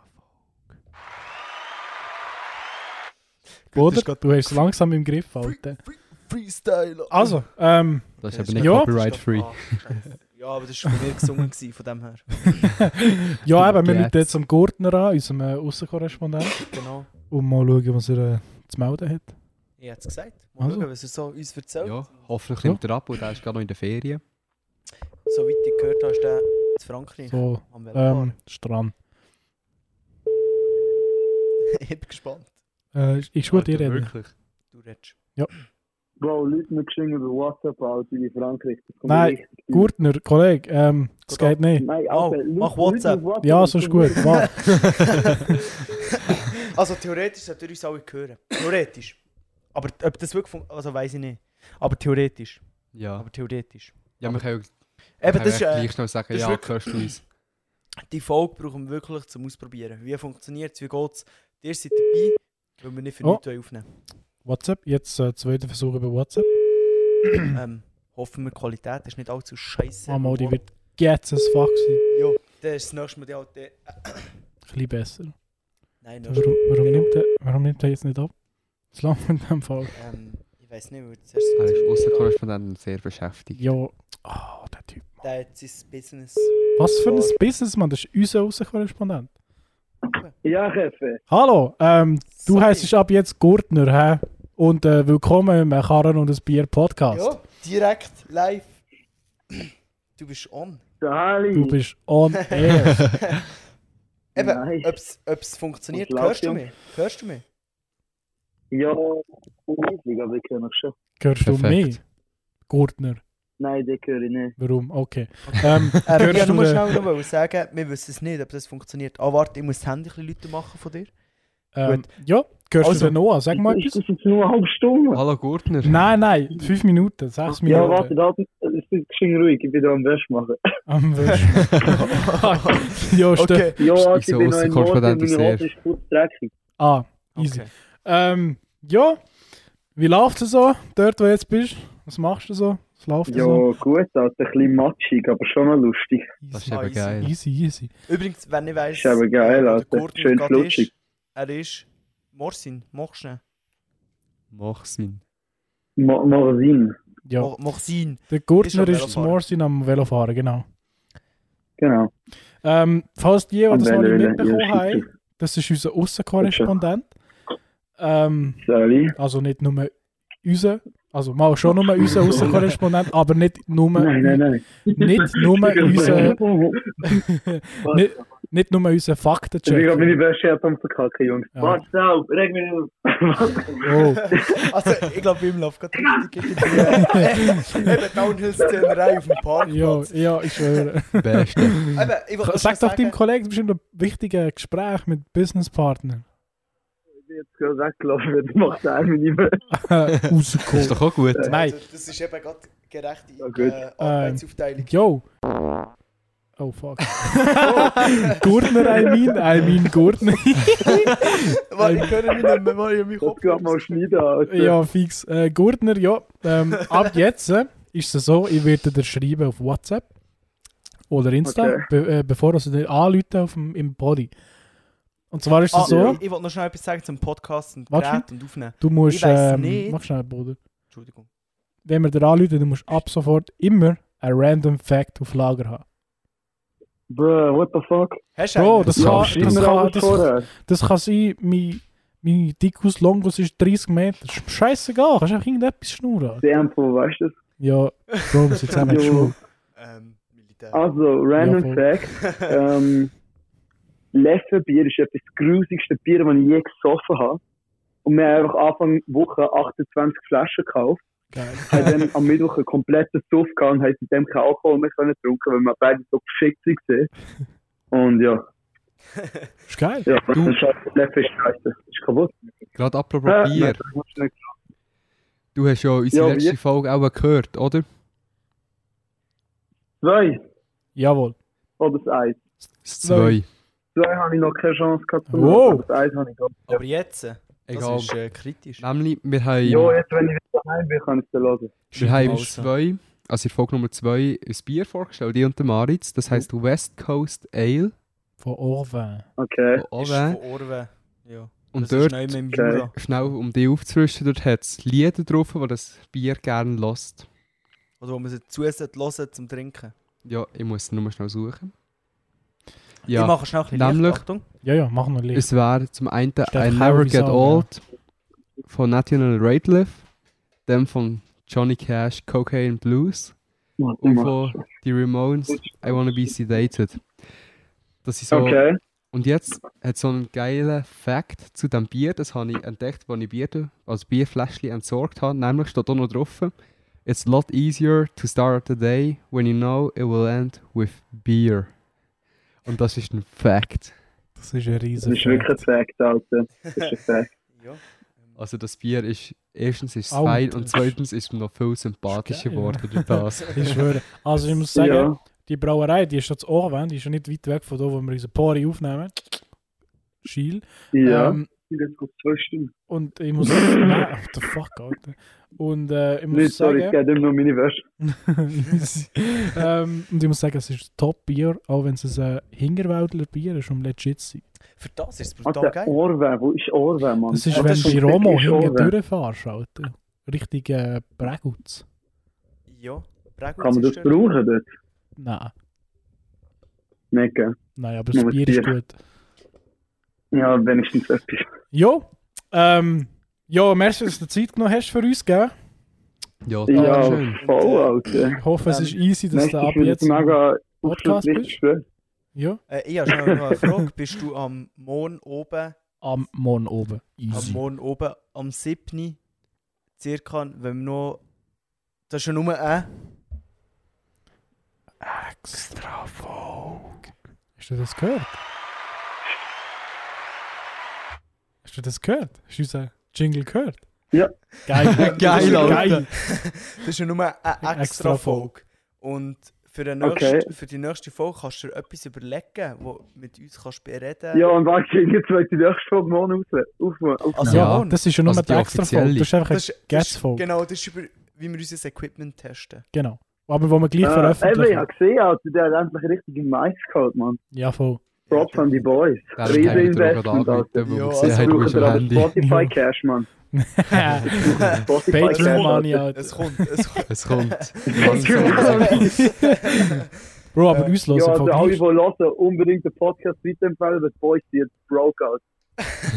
[SPEAKER 3] Oder?
[SPEAKER 1] ist grad-
[SPEAKER 3] Du hast es langsam im Griff, Alter.
[SPEAKER 1] Freestyle.
[SPEAKER 3] Also, ähm,
[SPEAKER 4] Das ist aber
[SPEAKER 1] Das ist
[SPEAKER 4] nicht
[SPEAKER 3] ja.
[SPEAKER 4] copyright-free.
[SPEAKER 1] Ja, aber das war von mir gesungen, gewesen, von dem her.
[SPEAKER 3] ja, eben, wir
[SPEAKER 4] Jetzt.
[SPEAKER 3] rufen jetzt am Gurtner an, unserem äh, Außenkorrespondent,
[SPEAKER 1] Genau.
[SPEAKER 3] und mal schauen, was er äh, zu melden hat.
[SPEAKER 1] Ich hätte es gesagt. Mal
[SPEAKER 3] Also.
[SPEAKER 1] schauen, was er so uns erzählt.
[SPEAKER 4] Ja, hoffentlich nimmt er ab und er ist gerade noch in der Ferien.
[SPEAKER 1] Soweit ich gehört habe, ist der in Frankreich.
[SPEAKER 3] So,
[SPEAKER 1] Am
[SPEAKER 3] ähm,
[SPEAKER 1] Velopar.
[SPEAKER 3] ist dran.
[SPEAKER 1] ich bin gespannt.
[SPEAKER 3] Äh, ist- ist gut, ihr
[SPEAKER 4] Alter,
[SPEAKER 3] redet.
[SPEAKER 4] Wirklich.
[SPEAKER 1] Du redest.
[SPEAKER 5] Bro, Leute mir geschrieben über WhatsApp, Alter, wie Frankreich. Das kommt
[SPEAKER 3] Nein,
[SPEAKER 5] richtig tief.
[SPEAKER 3] Gurtner, Kollege, ähm, das
[SPEAKER 1] Gut ab.
[SPEAKER 3] geht nicht.
[SPEAKER 5] Nein,
[SPEAKER 1] Oh,
[SPEAKER 5] Alter, Leute-
[SPEAKER 1] mach WhatsApp.
[SPEAKER 5] Leute auf WhatsApp,
[SPEAKER 3] Ja,
[SPEAKER 5] das
[SPEAKER 3] so ist
[SPEAKER 5] kommt
[SPEAKER 3] gut.
[SPEAKER 5] richtig-
[SPEAKER 3] Mach.
[SPEAKER 1] Also theoretisch sollte er uns alle hören. Theoretisch. Aber ob das wirklich funktioniert, also weiß ich nicht. Aber theoretisch.
[SPEAKER 4] Ja.
[SPEAKER 1] Aber theoretisch.
[SPEAKER 4] Ja, wir können
[SPEAKER 1] Eben,
[SPEAKER 4] können
[SPEAKER 1] das ist,
[SPEAKER 4] echt
[SPEAKER 1] äh,
[SPEAKER 4] gleich noch sagen,
[SPEAKER 1] das ist
[SPEAKER 4] ja,
[SPEAKER 1] wirklich-
[SPEAKER 4] hörst du uns.
[SPEAKER 1] die Folge brauchen wir wirklich zum Ausprobieren. Wie funktioniert es, wie geht es? Ihr seid dabei, weil wir nicht für
[SPEAKER 3] Oh.
[SPEAKER 1] nichts aufnehmen
[SPEAKER 3] WhatsApp, jetzt äh, zweiter Versuch über WhatsApp.
[SPEAKER 1] wollen. ähm, hoffen wir, die Qualität ist nicht allzu scheiße.
[SPEAKER 3] Ah, mal, die wird jetzt as fuck sein.
[SPEAKER 1] Ja, dann ist das nächste Mal die alte. Äh,
[SPEAKER 3] Ein bisschen besser.
[SPEAKER 1] nein, Genau.
[SPEAKER 3] Ja,
[SPEAKER 1] nächstes Mal.
[SPEAKER 3] Warum, warum, nimmt er, warum nimmt er jetzt nicht ab? Das langt in dem Fall.
[SPEAKER 1] Ähm, ich weiß nicht, weil das
[SPEAKER 4] Er ist
[SPEAKER 1] erste
[SPEAKER 4] Außenkorrespondent sehr beschäftigt.
[SPEAKER 3] Ja, ah, der Typ.
[SPEAKER 1] Der hat sein Business.
[SPEAKER 3] Was für ein Businessman, das ist unser Außenkorrespondent.
[SPEAKER 5] Ja, Chefe.
[SPEAKER 3] Hallo, ähm, du
[SPEAKER 1] Sorry.
[SPEAKER 3] heisst ab jetzt Gurtner, hä? Und äh, willkommen im Karren und ein Bier Podcast.
[SPEAKER 1] Ja, direkt live. Du bist on.
[SPEAKER 5] Der Harley.
[SPEAKER 3] Du bist on air.
[SPEAKER 1] Eben,
[SPEAKER 5] Nice.
[SPEAKER 1] ob es funktioniert,
[SPEAKER 5] Und
[SPEAKER 1] hörst du
[SPEAKER 5] laut,
[SPEAKER 1] mich? Hörst du mich?
[SPEAKER 5] Ja, riesig, aber ich höre noch schon.
[SPEAKER 3] Hörst du
[SPEAKER 4] Perfekt.
[SPEAKER 3] mich? Gurtner,
[SPEAKER 5] Nein, den höre ich nicht.
[SPEAKER 3] warum? Okay.
[SPEAKER 1] Ähm,
[SPEAKER 3] Ähm, hörst
[SPEAKER 1] ich
[SPEAKER 3] du
[SPEAKER 1] muss
[SPEAKER 3] den,
[SPEAKER 1] schnell noch mal sagen, wir wissen es nicht, ob das funktioniert. Ah, warte, ich muss das Handy ein bisschen lauter machen von dir.
[SPEAKER 3] ähm, ja, hörst
[SPEAKER 1] Also-
[SPEAKER 3] du den Noah? Sag mal
[SPEAKER 5] Ist
[SPEAKER 3] etwas.
[SPEAKER 5] das jetzt nur eine halbe Stunde?
[SPEAKER 4] Hallo Gurtner.
[SPEAKER 3] Nein, nein, fünf Minuten, sechs
[SPEAKER 5] Ja,
[SPEAKER 3] Minuten.
[SPEAKER 5] warte, da ist es geschehen ruhig. Ich bin da am Wäsche machen.
[SPEAKER 3] Am besten. ja, stimmt.
[SPEAKER 1] Okay.
[SPEAKER 5] Ja, Alter, ich
[SPEAKER 4] so
[SPEAKER 5] bin noch in Norden,
[SPEAKER 4] Außenkorrespondent
[SPEAKER 5] meine
[SPEAKER 4] sehr.
[SPEAKER 5] Hose ist kurz dreckig.
[SPEAKER 3] Ah, easy.
[SPEAKER 1] Okay.
[SPEAKER 3] Ähm, ja, wie läuft es so, dort wo du jetzt bist? Was machst du so? Was läuft
[SPEAKER 5] Ja,
[SPEAKER 3] so?
[SPEAKER 5] gut, Alter, ein bisschen matschig, aber schon noch lustig.
[SPEAKER 4] Das
[SPEAKER 3] Easy.
[SPEAKER 4] ist eben
[SPEAKER 1] Easy.
[SPEAKER 4] geil.
[SPEAKER 3] easy, easy.
[SPEAKER 1] Übrigens, wenn ich weiss,
[SPEAKER 5] Ist aber geil,
[SPEAKER 1] äh, wo der
[SPEAKER 5] Alter.
[SPEAKER 1] Gordon
[SPEAKER 5] Schön
[SPEAKER 1] gerade
[SPEAKER 5] flutschig.
[SPEAKER 1] ist, Er ist Morsin, Morsin.
[SPEAKER 4] Mach Sinn.
[SPEAKER 5] Ma Marvin,
[SPEAKER 3] Ja,
[SPEAKER 5] Oh,
[SPEAKER 1] Mo- Morsin.
[SPEAKER 3] der
[SPEAKER 1] ist am
[SPEAKER 3] Gurtner ist
[SPEAKER 1] Velofahren.
[SPEAKER 3] Morsin am Velofahren, genau.
[SPEAKER 5] genau.
[SPEAKER 3] Ähm, falls die, die das noch nicht
[SPEAKER 5] Von Velofahren,
[SPEAKER 3] mitbekommen
[SPEAKER 5] ja,
[SPEAKER 3] haben, das ist unser Aussenkorrespondent. Ähm,
[SPEAKER 5] Sali.
[SPEAKER 3] also nicht nur unser, also mal schon nur unser Aussenkorrespondent, aber nicht nur,
[SPEAKER 5] Nein, nein, nein.
[SPEAKER 3] Nicht nur unser,
[SPEAKER 5] Was?
[SPEAKER 3] nicht, Nicht nur unseren
[SPEAKER 5] Ich
[SPEAKER 3] Faktencheck.
[SPEAKER 5] habe meine Wäsche hat am verkacken, Jungs.
[SPEAKER 3] Ja.
[SPEAKER 5] Warte auf, reg mich nicht auf.
[SPEAKER 3] Oh.
[SPEAKER 1] Also, ich glaube, Wim läuft gerade richtig in die eben Downhill-Szenerei auf dem
[SPEAKER 3] Ja,
[SPEAKER 1] Parkplatz.
[SPEAKER 3] ja, ich schwöre.
[SPEAKER 2] Beste.
[SPEAKER 1] Eben, ich wollte nur schnell
[SPEAKER 3] Sag doch deinem
[SPEAKER 1] sagen-
[SPEAKER 3] Kollegen, du bist in einem wichtigen Gespräch mit Businesspartnern.
[SPEAKER 5] Ich bin jetzt gerade weggelaufen, du machst auch meine Wäsche.
[SPEAKER 2] Ist
[SPEAKER 3] Rausgekommen.
[SPEAKER 2] doch auch gut.
[SPEAKER 3] Nein.
[SPEAKER 1] Also, das ist eben gerade gerechte
[SPEAKER 5] Ja, gut.
[SPEAKER 1] äh, Arbeitsaufteilung.
[SPEAKER 3] Yo. Oh fuck. Gurtner, I mean. I mean Gurtner.
[SPEAKER 1] Warte, ich höre mich nicht mehr, weil ich mich
[SPEAKER 5] Das geht mal schneiden, Alter.
[SPEAKER 3] ja, fix. Äh, Gurtner, ja. Ähm, ab jetzt äh, ist es so, ich werde dir schreiben auf WhatsApp oder Insta,
[SPEAKER 5] Okay.
[SPEAKER 3] be äh, bevor du dir anrufen auf dem, im Body. Und zwar ist es
[SPEAKER 1] Ah,
[SPEAKER 3] so,
[SPEAKER 1] Ich, ich wollte noch schnell etwas sagen zum Podcast und
[SPEAKER 3] Warte.
[SPEAKER 1] Gerät und Aufnehmen.
[SPEAKER 3] du musst...
[SPEAKER 1] ich weiss
[SPEAKER 3] ähm,
[SPEAKER 1] nicht.
[SPEAKER 3] Mach schnell, Bruder.
[SPEAKER 1] Entschuldigung.
[SPEAKER 3] Wenn wir dir anrufen, du musst ab sofort immer einen random Fact auf Lager haben.
[SPEAKER 5] Bruh, what the fuck?
[SPEAKER 1] Hast du
[SPEAKER 3] Bro,
[SPEAKER 1] einen?
[SPEAKER 3] das
[SPEAKER 2] Ja,
[SPEAKER 3] kann,
[SPEAKER 2] stimmt.
[SPEAKER 3] das
[SPEAKER 5] Schneiden wir
[SPEAKER 3] kann,
[SPEAKER 5] alles
[SPEAKER 3] das,
[SPEAKER 5] vorher.
[SPEAKER 3] das kann sein, mein, mein Dickus Longus ist 30 Meter. Ist mir Scheißegal, kannst einfach irgendetwas schnurren.
[SPEAKER 5] Die Info, weißt du das?
[SPEAKER 3] Ja, Bro, wir sind zusammen
[SPEAKER 5] Jo.
[SPEAKER 3] geschnurrt.
[SPEAKER 1] Ähm, Militär.
[SPEAKER 5] Also,
[SPEAKER 3] Ja,
[SPEAKER 5] random
[SPEAKER 3] voll.
[SPEAKER 5] Fact. ähm, Leffenbier ist etwas das grusigste Bier, das ich je gesoffen habe. Und wir haben einfach Anfang Woche 28 Flaschen gekauft.
[SPEAKER 3] Geil.
[SPEAKER 5] haben dann am Mittwoch einen kompletten Suff gehabt und haben seitdem keinen Alkohol mehr können trinken, weil wir beide so geschickt waren. Und ja,
[SPEAKER 3] Ist geil.
[SPEAKER 5] ja,
[SPEAKER 2] Du-
[SPEAKER 5] das ist Leffe ist scheiße. Ist kaputt.
[SPEAKER 2] Gerade apropos
[SPEAKER 5] Äh, nein,
[SPEAKER 2] Bier.
[SPEAKER 5] das musst du nicht.
[SPEAKER 2] Du hast ja unsere
[SPEAKER 5] Ja,
[SPEAKER 2] letzte
[SPEAKER 5] Bier.
[SPEAKER 2] Folge auch gehört, oder?
[SPEAKER 5] Zwei
[SPEAKER 3] Jawohl.
[SPEAKER 5] oder das Eis.
[SPEAKER 2] Das
[SPEAKER 3] Zwei.
[SPEAKER 2] Zwei.
[SPEAKER 5] Zwei habe ich noch keine Chance gehabt zu machen,
[SPEAKER 3] Wow.
[SPEAKER 5] aber das Eis habe ich gehabt.
[SPEAKER 1] Aber jetzt, äh, das
[SPEAKER 2] Egal.
[SPEAKER 1] ist äh, kritisch.
[SPEAKER 2] Nämlich, wir haben,
[SPEAKER 5] Ja, jetzt, wenn ich wieder daheim bin, kann ich es dann hören.
[SPEAKER 2] wir haben
[SPEAKER 1] Also.
[SPEAKER 2] zwei, also in Folge Nummer zwei, ein Bier vorgestellt, ich und der Maritz. Das heisst West Coast Ale.
[SPEAKER 3] Von Orwell.
[SPEAKER 5] Okay.
[SPEAKER 1] Ist
[SPEAKER 2] Oben.
[SPEAKER 1] von Orwe. Ja.
[SPEAKER 2] Und
[SPEAKER 1] das ist
[SPEAKER 2] dort,
[SPEAKER 1] neu mit dem
[SPEAKER 5] Okay.
[SPEAKER 1] Jura.
[SPEAKER 2] schnell um die aufzurüsten, dort hat es Lieder drauf, die das Bier gerne lässt.
[SPEAKER 1] Oder Also, wo man sie zusätzlich hören zum Trinken.
[SPEAKER 2] Ja, ich muss es nur schnell suchen.
[SPEAKER 1] Ich
[SPEAKER 2] Ja,
[SPEAKER 1] mache schnell ein bisschen
[SPEAKER 2] Nämlich-
[SPEAKER 1] Licht. Achtung.
[SPEAKER 3] Ja, ja, mach noch Licht.
[SPEAKER 2] es wäre zum einen I
[SPEAKER 3] einfach
[SPEAKER 2] Never
[SPEAKER 3] Harvey
[SPEAKER 2] Get
[SPEAKER 3] Sauer,
[SPEAKER 2] Old von National Radcliffe, dem von Johnny Cash, Cocaine Blues.
[SPEAKER 5] Warte
[SPEAKER 2] und
[SPEAKER 5] mal.
[SPEAKER 2] von die Ramones I Wanna Be Sedated. Das ist so.
[SPEAKER 5] Okay.
[SPEAKER 2] Und jetzt hat so einen geilen Fact zu dem Bier, das habe ich entdeckt, als ich Bier, als Bierfläschchen entsorgt habe. Nämlich steht da noch drauf: It's a lot easier to start the day when you know it will end with beer. Und das ist ein Fact.
[SPEAKER 3] Das ist ein
[SPEAKER 5] Das
[SPEAKER 3] riesen
[SPEAKER 5] ist wirklich ein
[SPEAKER 3] Fact.
[SPEAKER 5] Fact, Alter. Das ist ein Fact.
[SPEAKER 1] Ja.
[SPEAKER 2] Also, das Bier ist erstens ist es
[SPEAKER 3] Alter.
[SPEAKER 2] fein und zweitens ist es noch viel sympathischer
[SPEAKER 3] Geil.
[SPEAKER 2] geworden durch das.
[SPEAKER 3] Ich schwöre. Also ich muss sagen,
[SPEAKER 5] Ja.
[SPEAKER 3] die Brauerei, die ist jetzt Orwell, die ist ja nicht weit weg von da, wo wir unsere Party aufnehmen. Schiel.
[SPEAKER 5] Ja.
[SPEAKER 3] Ähm,
[SPEAKER 5] Jetzt kommt zwei Stunden.
[SPEAKER 3] und ich muss... Nein, what the fuck, Alter. Und äh, ich muss
[SPEAKER 5] Nicht,
[SPEAKER 3] sagen...
[SPEAKER 5] sorry, ich gebe ihm nur meine Wäsche.
[SPEAKER 3] ähm, und ich muss sagen, es ist ein Top-Bier, auch wenn es ein äh, Hingerwäldler Bier ist, um legit zu sein.
[SPEAKER 1] Für das ist es brutal
[SPEAKER 5] Alter,
[SPEAKER 1] geil.
[SPEAKER 5] Orwe, wo ist Orwe, Mann?
[SPEAKER 3] Das ist,
[SPEAKER 1] Ja,
[SPEAKER 3] wenn
[SPEAKER 1] das
[SPEAKER 3] du
[SPEAKER 1] ist
[SPEAKER 3] bei
[SPEAKER 5] wirklich
[SPEAKER 3] Romo
[SPEAKER 5] schon,
[SPEAKER 3] hinten
[SPEAKER 5] ja.
[SPEAKER 3] durchfährst, Alter. Richtig äh, Prägutz.
[SPEAKER 1] Ja. Prägung
[SPEAKER 5] Kann man das
[SPEAKER 1] zerstört.
[SPEAKER 5] brauchen dort?
[SPEAKER 3] Nein.
[SPEAKER 5] Nicht, gell?
[SPEAKER 3] Nein, aber das
[SPEAKER 5] Nur mit
[SPEAKER 3] Bier ist
[SPEAKER 5] Bier.
[SPEAKER 3] gut.
[SPEAKER 5] Ja, wenigstens etwas.
[SPEAKER 3] Jo, ähm, jo, merci, dass du dir Zeit genommen hast für uns, gell?
[SPEAKER 2] Ja,
[SPEAKER 5] Ja,
[SPEAKER 2] dankeschön.
[SPEAKER 5] voll, Alter.
[SPEAKER 3] Ich hoffe, es
[SPEAKER 1] Ähm,
[SPEAKER 3] ist easy, dass du
[SPEAKER 5] Nächstes
[SPEAKER 3] ab
[SPEAKER 5] wird
[SPEAKER 3] jetzt...
[SPEAKER 5] mega
[SPEAKER 3] Podcast bist.
[SPEAKER 5] aufschlusswichtig.
[SPEAKER 3] Ja,
[SPEAKER 1] Äh, ich habe schnell noch eine Frage. Bist du am Morgen oben,
[SPEAKER 3] am Morgen oben.
[SPEAKER 1] am
[SPEAKER 3] Easy.
[SPEAKER 1] Morgen oben, am 7. circa, wenn wir noch... Das ist ja nur ein...
[SPEAKER 3] Extra Folge. Hast du das gehört? Hast du das gehört? Hast du unseren Jingle gehört?
[SPEAKER 5] Ja.
[SPEAKER 3] Geil.
[SPEAKER 2] Geil, Alter.
[SPEAKER 3] Geil.
[SPEAKER 1] Das ist ja nur eine
[SPEAKER 3] Extra
[SPEAKER 1] extra
[SPEAKER 3] Folge.
[SPEAKER 1] Folge. Und für, den
[SPEAKER 5] Okay.
[SPEAKER 1] nächsten, für die nächste Folge kannst du dir etwas überlegen, wo mit uns kannst bereden
[SPEAKER 5] Ja, und warte, jetzt wollte ich die nächste Folge morgen raus- aufmachen. Auf-
[SPEAKER 1] Also
[SPEAKER 3] Ja,
[SPEAKER 1] morgen.
[SPEAKER 3] das ist ja nur
[SPEAKER 2] Also die
[SPEAKER 3] die extra Folge.
[SPEAKER 2] offizielle.
[SPEAKER 3] Das ist einfach
[SPEAKER 1] Das
[SPEAKER 3] eine
[SPEAKER 1] ist- das ist-
[SPEAKER 3] Guess-Folge.
[SPEAKER 1] Genau, das ist über, wie wir unser Equipment testen.
[SPEAKER 3] Genau. Aber wo wir gleich
[SPEAKER 5] Äh, Eben, ich
[SPEAKER 3] veröffentlichen.
[SPEAKER 5] habe gesehen, Alter, der hat endlich richtig im Mais geholt, Mann.
[SPEAKER 3] Ja, voll.
[SPEAKER 5] Props an die Boys.
[SPEAKER 2] Ja, dann haben wir
[SPEAKER 5] Riesen
[SPEAKER 2] dir auch gerade
[SPEAKER 5] Investment, Alter.
[SPEAKER 2] angerufen, wo wir
[SPEAKER 1] Ja,
[SPEAKER 2] gesehen
[SPEAKER 1] also
[SPEAKER 2] haben, du
[SPEAKER 5] brauchen
[SPEAKER 2] bist
[SPEAKER 5] wir
[SPEAKER 2] am
[SPEAKER 5] aber
[SPEAKER 2] Handy.
[SPEAKER 5] Spotify
[SPEAKER 3] Ja.
[SPEAKER 5] Cash, Mann. Spotify
[SPEAKER 3] Mhm. Patreon Money,
[SPEAKER 5] Alter.
[SPEAKER 1] Es
[SPEAKER 3] Alter.
[SPEAKER 1] kommt, es kommt.
[SPEAKER 2] Es kommt.
[SPEAKER 3] Genau. Bro, aber uns hören
[SPEAKER 5] Ja, also alle, die
[SPEAKER 3] von
[SPEAKER 5] hören, unbedingt den Podcast weiterempfehlen, weil die Boys sind broke also. out.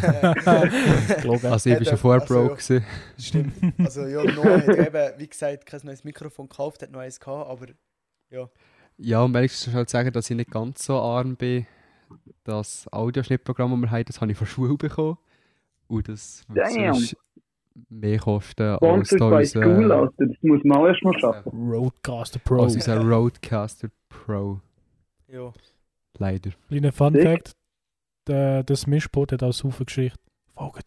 [SPEAKER 2] Oh,
[SPEAKER 3] Glauben.
[SPEAKER 2] also ich war schon vorher broke. gewesen.
[SPEAKER 1] Stimmt. Also ja, Noah hat eben, wie gesagt, kein neues Mikrofon gekauft, hat noch eins gehabt, aber
[SPEAKER 2] halt Ja, und wenigstens schon zu sagen, dass ich nicht ganz so arm bin, das Audioschnittprogramm, das wir haben, das habe ich von der Schule bekommen. Und das wird
[SPEAKER 5] Damn.
[SPEAKER 2] sonst mehr kosten als
[SPEAKER 5] Sponsored
[SPEAKER 2] da
[SPEAKER 5] by
[SPEAKER 2] unser,
[SPEAKER 5] School, Alter. Das muss man auch erstmal schaffen.
[SPEAKER 3] Roadcaster Pro.
[SPEAKER 2] als unser Roadcaster Pro.
[SPEAKER 1] Ja.
[SPEAKER 2] Leider.
[SPEAKER 3] Kleiner Fun
[SPEAKER 5] Sick.
[SPEAKER 3] Fact: der, Das Mischboot hat auch Saufengeschichte. Folge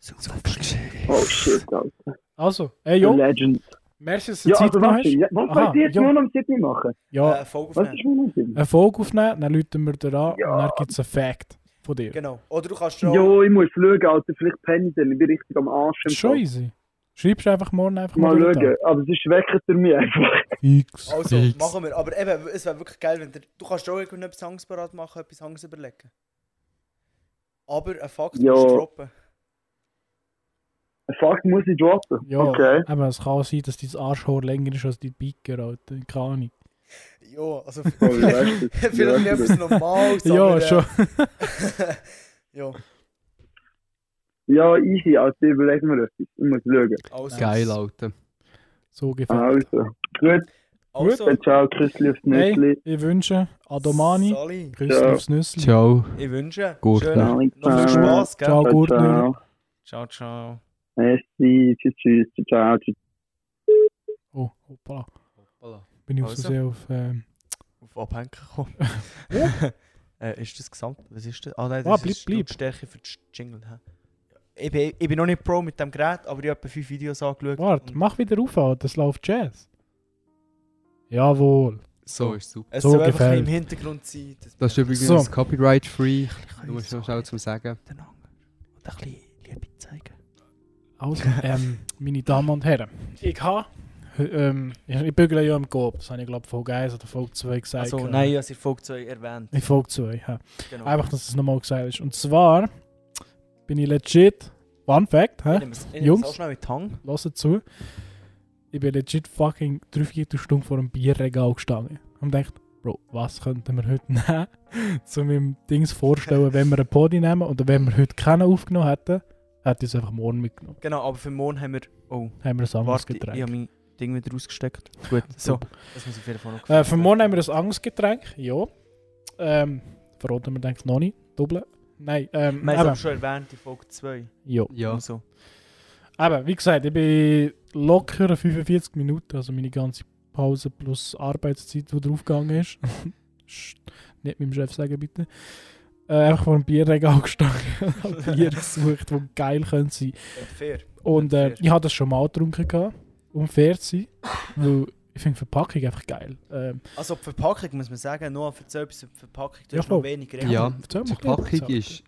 [SPEAKER 3] Saufengeschichte.
[SPEAKER 5] Oh shit, Alter.
[SPEAKER 3] Also, ey, jo,
[SPEAKER 5] Legend.
[SPEAKER 3] merci, dass du
[SPEAKER 5] Ja,
[SPEAKER 3] Zeit
[SPEAKER 5] also
[SPEAKER 3] genommen
[SPEAKER 5] warte,
[SPEAKER 3] hast.
[SPEAKER 5] ja, was
[SPEAKER 3] Aha,
[SPEAKER 5] wollt ihr jetzt
[SPEAKER 3] ja.
[SPEAKER 5] nur am Sydney machen?
[SPEAKER 3] Ja,
[SPEAKER 1] Äh, Folge
[SPEAKER 5] Was
[SPEAKER 1] aufnehmen.
[SPEAKER 5] ist nur am Sydney?
[SPEAKER 3] eine Folge aufnehmen, dann läuten wir dir an
[SPEAKER 5] Ja.
[SPEAKER 3] und dann gibt es einen Fact von dir.
[SPEAKER 1] Genau. Oder du kannst schon.
[SPEAKER 5] Jo, ich muss schauen, Alter. Vielleicht penne ich dann. Ich bin richtig am Arsch. im
[SPEAKER 3] Schon
[SPEAKER 5] Kopf.
[SPEAKER 3] easy. Schreibst du einfach morgen einfach
[SPEAKER 5] Mal
[SPEAKER 3] durch den
[SPEAKER 5] schauen. Aber sonst weckt er mich einfach.
[SPEAKER 3] Tag. Fix.
[SPEAKER 1] Also,
[SPEAKER 2] Fix.
[SPEAKER 1] machen wir. Aber eben, es wäre wirklich geil, wenn der, du kannst auch irgendetwas anderes parat machen, etwas anderes überlegen. Aber ein Fakt
[SPEAKER 5] Ja.
[SPEAKER 1] musst du droppen.
[SPEAKER 5] Fuck, muss ich droppen?
[SPEAKER 3] Ja,
[SPEAKER 5] Okay.
[SPEAKER 3] aber es kann auch sein, dass dein Arschhorn länger ist als dein Biker, Alter. Keine Ahnung.
[SPEAKER 1] Ja, also
[SPEAKER 5] Oh, ich weiß es. Ich
[SPEAKER 1] vielleicht nicht
[SPEAKER 5] weiß es.
[SPEAKER 1] etwas Normales. aber,
[SPEAKER 3] Ja,
[SPEAKER 1] äh,
[SPEAKER 3] schon.
[SPEAKER 1] ja,
[SPEAKER 5] Ja, easy, also überlegen wir etwas. Ich muss schauen.
[SPEAKER 1] also.
[SPEAKER 2] Geil, Alter.
[SPEAKER 3] So gefällt.
[SPEAKER 5] Also, gut,
[SPEAKER 1] Also,
[SPEAKER 5] dann ciao, Küssli aufs
[SPEAKER 3] Hey,
[SPEAKER 5] Nüssli.
[SPEAKER 3] ich wünsche Adomani,
[SPEAKER 1] Sali,
[SPEAKER 3] Grüße
[SPEAKER 5] Ja.
[SPEAKER 3] aufs Nüssli.
[SPEAKER 2] Ciao.
[SPEAKER 1] ich wünsche
[SPEAKER 2] Gut, ne?
[SPEAKER 1] schönen-
[SPEAKER 2] ja.
[SPEAKER 5] Ciao,
[SPEAKER 1] noch viel Spaß, gell?
[SPEAKER 3] Ciao,
[SPEAKER 5] Ciao,
[SPEAKER 3] Gurtner.
[SPEAKER 5] ciao.
[SPEAKER 1] Ciao, ciao.
[SPEAKER 5] Merci, tschüss, tschüss, ciao, ciao.
[SPEAKER 3] Oh, hoppala. Bin ich aus
[SPEAKER 1] Also.
[SPEAKER 3] Versehen auf. Ähm,
[SPEAKER 1] Auf Abhängen gekommen. äh, ist das gesamt? Was ist das? Ah, nein, das
[SPEAKER 3] Ah, bleib,
[SPEAKER 1] ist
[SPEAKER 3] bleib.
[SPEAKER 1] die Stärke für die Jingle. hä? Ich bin, ich bin noch nicht Pro mit dem Gerät, aber ich habe etwa fünf Videos angeschaut.
[SPEAKER 3] warte,
[SPEAKER 1] und
[SPEAKER 3] mach wieder auf, Alter. Das läuft Jazz. Jawohl.
[SPEAKER 2] So ist super.
[SPEAKER 1] Es
[SPEAKER 3] so
[SPEAKER 1] soll einfach
[SPEAKER 3] gefällt.
[SPEAKER 1] im Hintergrund sein. dass
[SPEAKER 2] Das ist
[SPEAKER 1] wir
[SPEAKER 2] übrigens
[SPEAKER 3] So.
[SPEAKER 2] copyright-free.
[SPEAKER 1] ein bisschen
[SPEAKER 2] Nur so
[SPEAKER 1] Sorge
[SPEAKER 2] schnell zum Sagen.
[SPEAKER 1] miteinander Und ein bisschen Liebe zeigen.
[SPEAKER 3] Also, ähm, meine Damen und Herren, ich habe. Ähm, ich, ich bügele ja im Coop, das habe ich glaube Folge 1 oder Folge 2 gesagt.
[SPEAKER 1] Also,
[SPEAKER 3] äh,
[SPEAKER 1] nein, ich habe es in Folge 2 erwähnt.
[SPEAKER 3] In Folge 2, ja.
[SPEAKER 1] Genau.
[SPEAKER 3] Einfach, dass es nochmal gesagt ist. Und zwar bin ich legit. One Fact,
[SPEAKER 1] Ich
[SPEAKER 3] hä?
[SPEAKER 1] nehme es- ich nehme
[SPEAKER 3] Jungs?
[SPEAKER 1] es auch schnell in die Hand.
[SPEAKER 3] Lasst zu. Ich bin legit fucking drei Viertelstunden vor einem Bierregal gestanden. Und gedacht, Bro, was könnten wir heute nehmen? Zu meinem Dings vorstellen, wenn wir ein Podi nehmen oder wenn wir heute keinen aufgenommen hätten, hätte ich es einfach morgen mitgenommen.
[SPEAKER 1] Genau, aber für morgen haben wir. Oh,
[SPEAKER 3] Haben wir ein anderes
[SPEAKER 1] warte, ich
[SPEAKER 3] Getränk.
[SPEAKER 1] habe mein Ding wieder rausgesteckt. Gut, so. Das muss ich auf jeden Fall noch
[SPEAKER 3] Äh, für morgen haben wir ein anderes Getränk, ja. Ähm, verraten wir, denke ich, noch nicht. Doppel. Nein, ähm,
[SPEAKER 1] Wir haben es
[SPEAKER 3] eben,
[SPEAKER 1] aber schon erwähnt in Folge 2.
[SPEAKER 3] ja.
[SPEAKER 2] Ja.
[SPEAKER 1] Also.
[SPEAKER 3] Eben, wie gesagt, ich bin locker 45 Minuten, also meine ganze Pause plus Arbeitszeit, die draufgegangen ist. Sch- Nicht meinem Chef sagen, bitte. Äh, einfach vor einem Bierregal gestanden und hab Bier gesucht, die geil können sein
[SPEAKER 1] Fair.
[SPEAKER 3] Und äh,
[SPEAKER 1] Fair.
[SPEAKER 3] ich habe das schon mal getrunken, gehabt, um fair zu sein, weil ich finde die Verpackung einfach geil. Ähm,
[SPEAKER 1] Also die Verpackung muss man sagen, Noah, erzähl etwas über die Verpackung, du
[SPEAKER 3] Ja,
[SPEAKER 1] hast noch
[SPEAKER 3] voll.
[SPEAKER 1] wenig geredet.
[SPEAKER 2] Ja,
[SPEAKER 3] erzähl
[SPEAKER 2] die
[SPEAKER 3] mal gerne,
[SPEAKER 2] Verpackung
[SPEAKER 3] erzähl.
[SPEAKER 2] ist.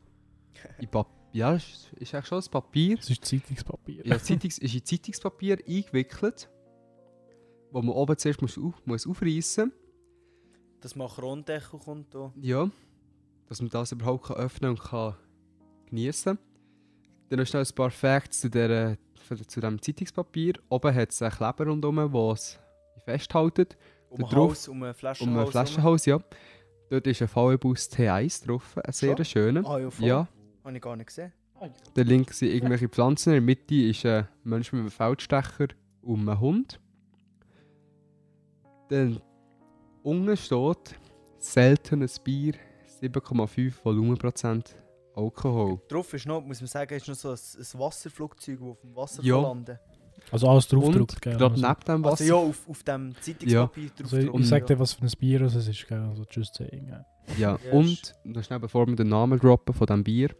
[SPEAKER 2] In Pap ja, ist, ist eigentlich schon das Papier.
[SPEAKER 3] Es ist Zeitungspapier.
[SPEAKER 2] Ja, Zeitungs ist in Zeitungspapier eingewickelt, wo man oben zuerst muss, auf, muss aufreißen
[SPEAKER 1] Das Macron-Deckel kommt da.
[SPEAKER 2] Ja, dass man das überhaupt kann öffnen und kann geniessen Dann noch schnell ein paar Facts zu, der, zu diesem Zeitungspapier. Oben hat es einen Kleber rundherum, der es festhaltet.
[SPEAKER 1] Um ein
[SPEAKER 2] Da drauf,
[SPEAKER 1] Haus, um ein Flaschenhaus.
[SPEAKER 2] Um ein
[SPEAKER 1] rum.
[SPEAKER 2] Flaschenhaus, ja. Dort ist ein E VW-Bus T1 drauf, ein sehr
[SPEAKER 1] Schon?
[SPEAKER 2] schöner.
[SPEAKER 1] Ah ja, voll.
[SPEAKER 2] Ja,
[SPEAKER 1] Habe ich gar nicht gesehen.
[SPEAKER 2] der linke sind irgendwelche Pflanzen, in der Mitte ist ein Mensch mit einem Feldstecher und ein Hund. Dann unten steht seltenes Bier, 7,5 Volumenprozent Alkohol.
[SPEAKER 1] Drauf ist noch, muss man sagen, ist noch so ein, ein Wasserflugzeug, das auf dem Wasser
[SPEAKER 2] Ja.
[SPEAKER 1] kann landen
[SPEAKER 3] Also alles draufgedruckt,
[SPEAKER 2] Und
[SPEAKER 3] gell?
[SPEAKER 2] gerade
[SPEAKER 3] Also,
[SPEAKER 2] neben
[SPEAKER 1] Also
[SPEAKER 2] dem Wasser.
[SPEAKER 1] ja, auf, auf dem Zeitungspapier drauf.
[SPEAKER 3] also ich,
[SPEAKER 1] gedruckt,
[SPEAKER 3] ich sag
[SPEAKER 1] ja.
[SPEAKER 3] dir, was für ein Bier es ist, gell? Also tschüss zu Inge.
[SPEAKER 2] Ja,
[SPEAKER 1] Ja,
[SPEAKER 2] und, noch schnell bevor wir den Namen droppen von diesem Bier,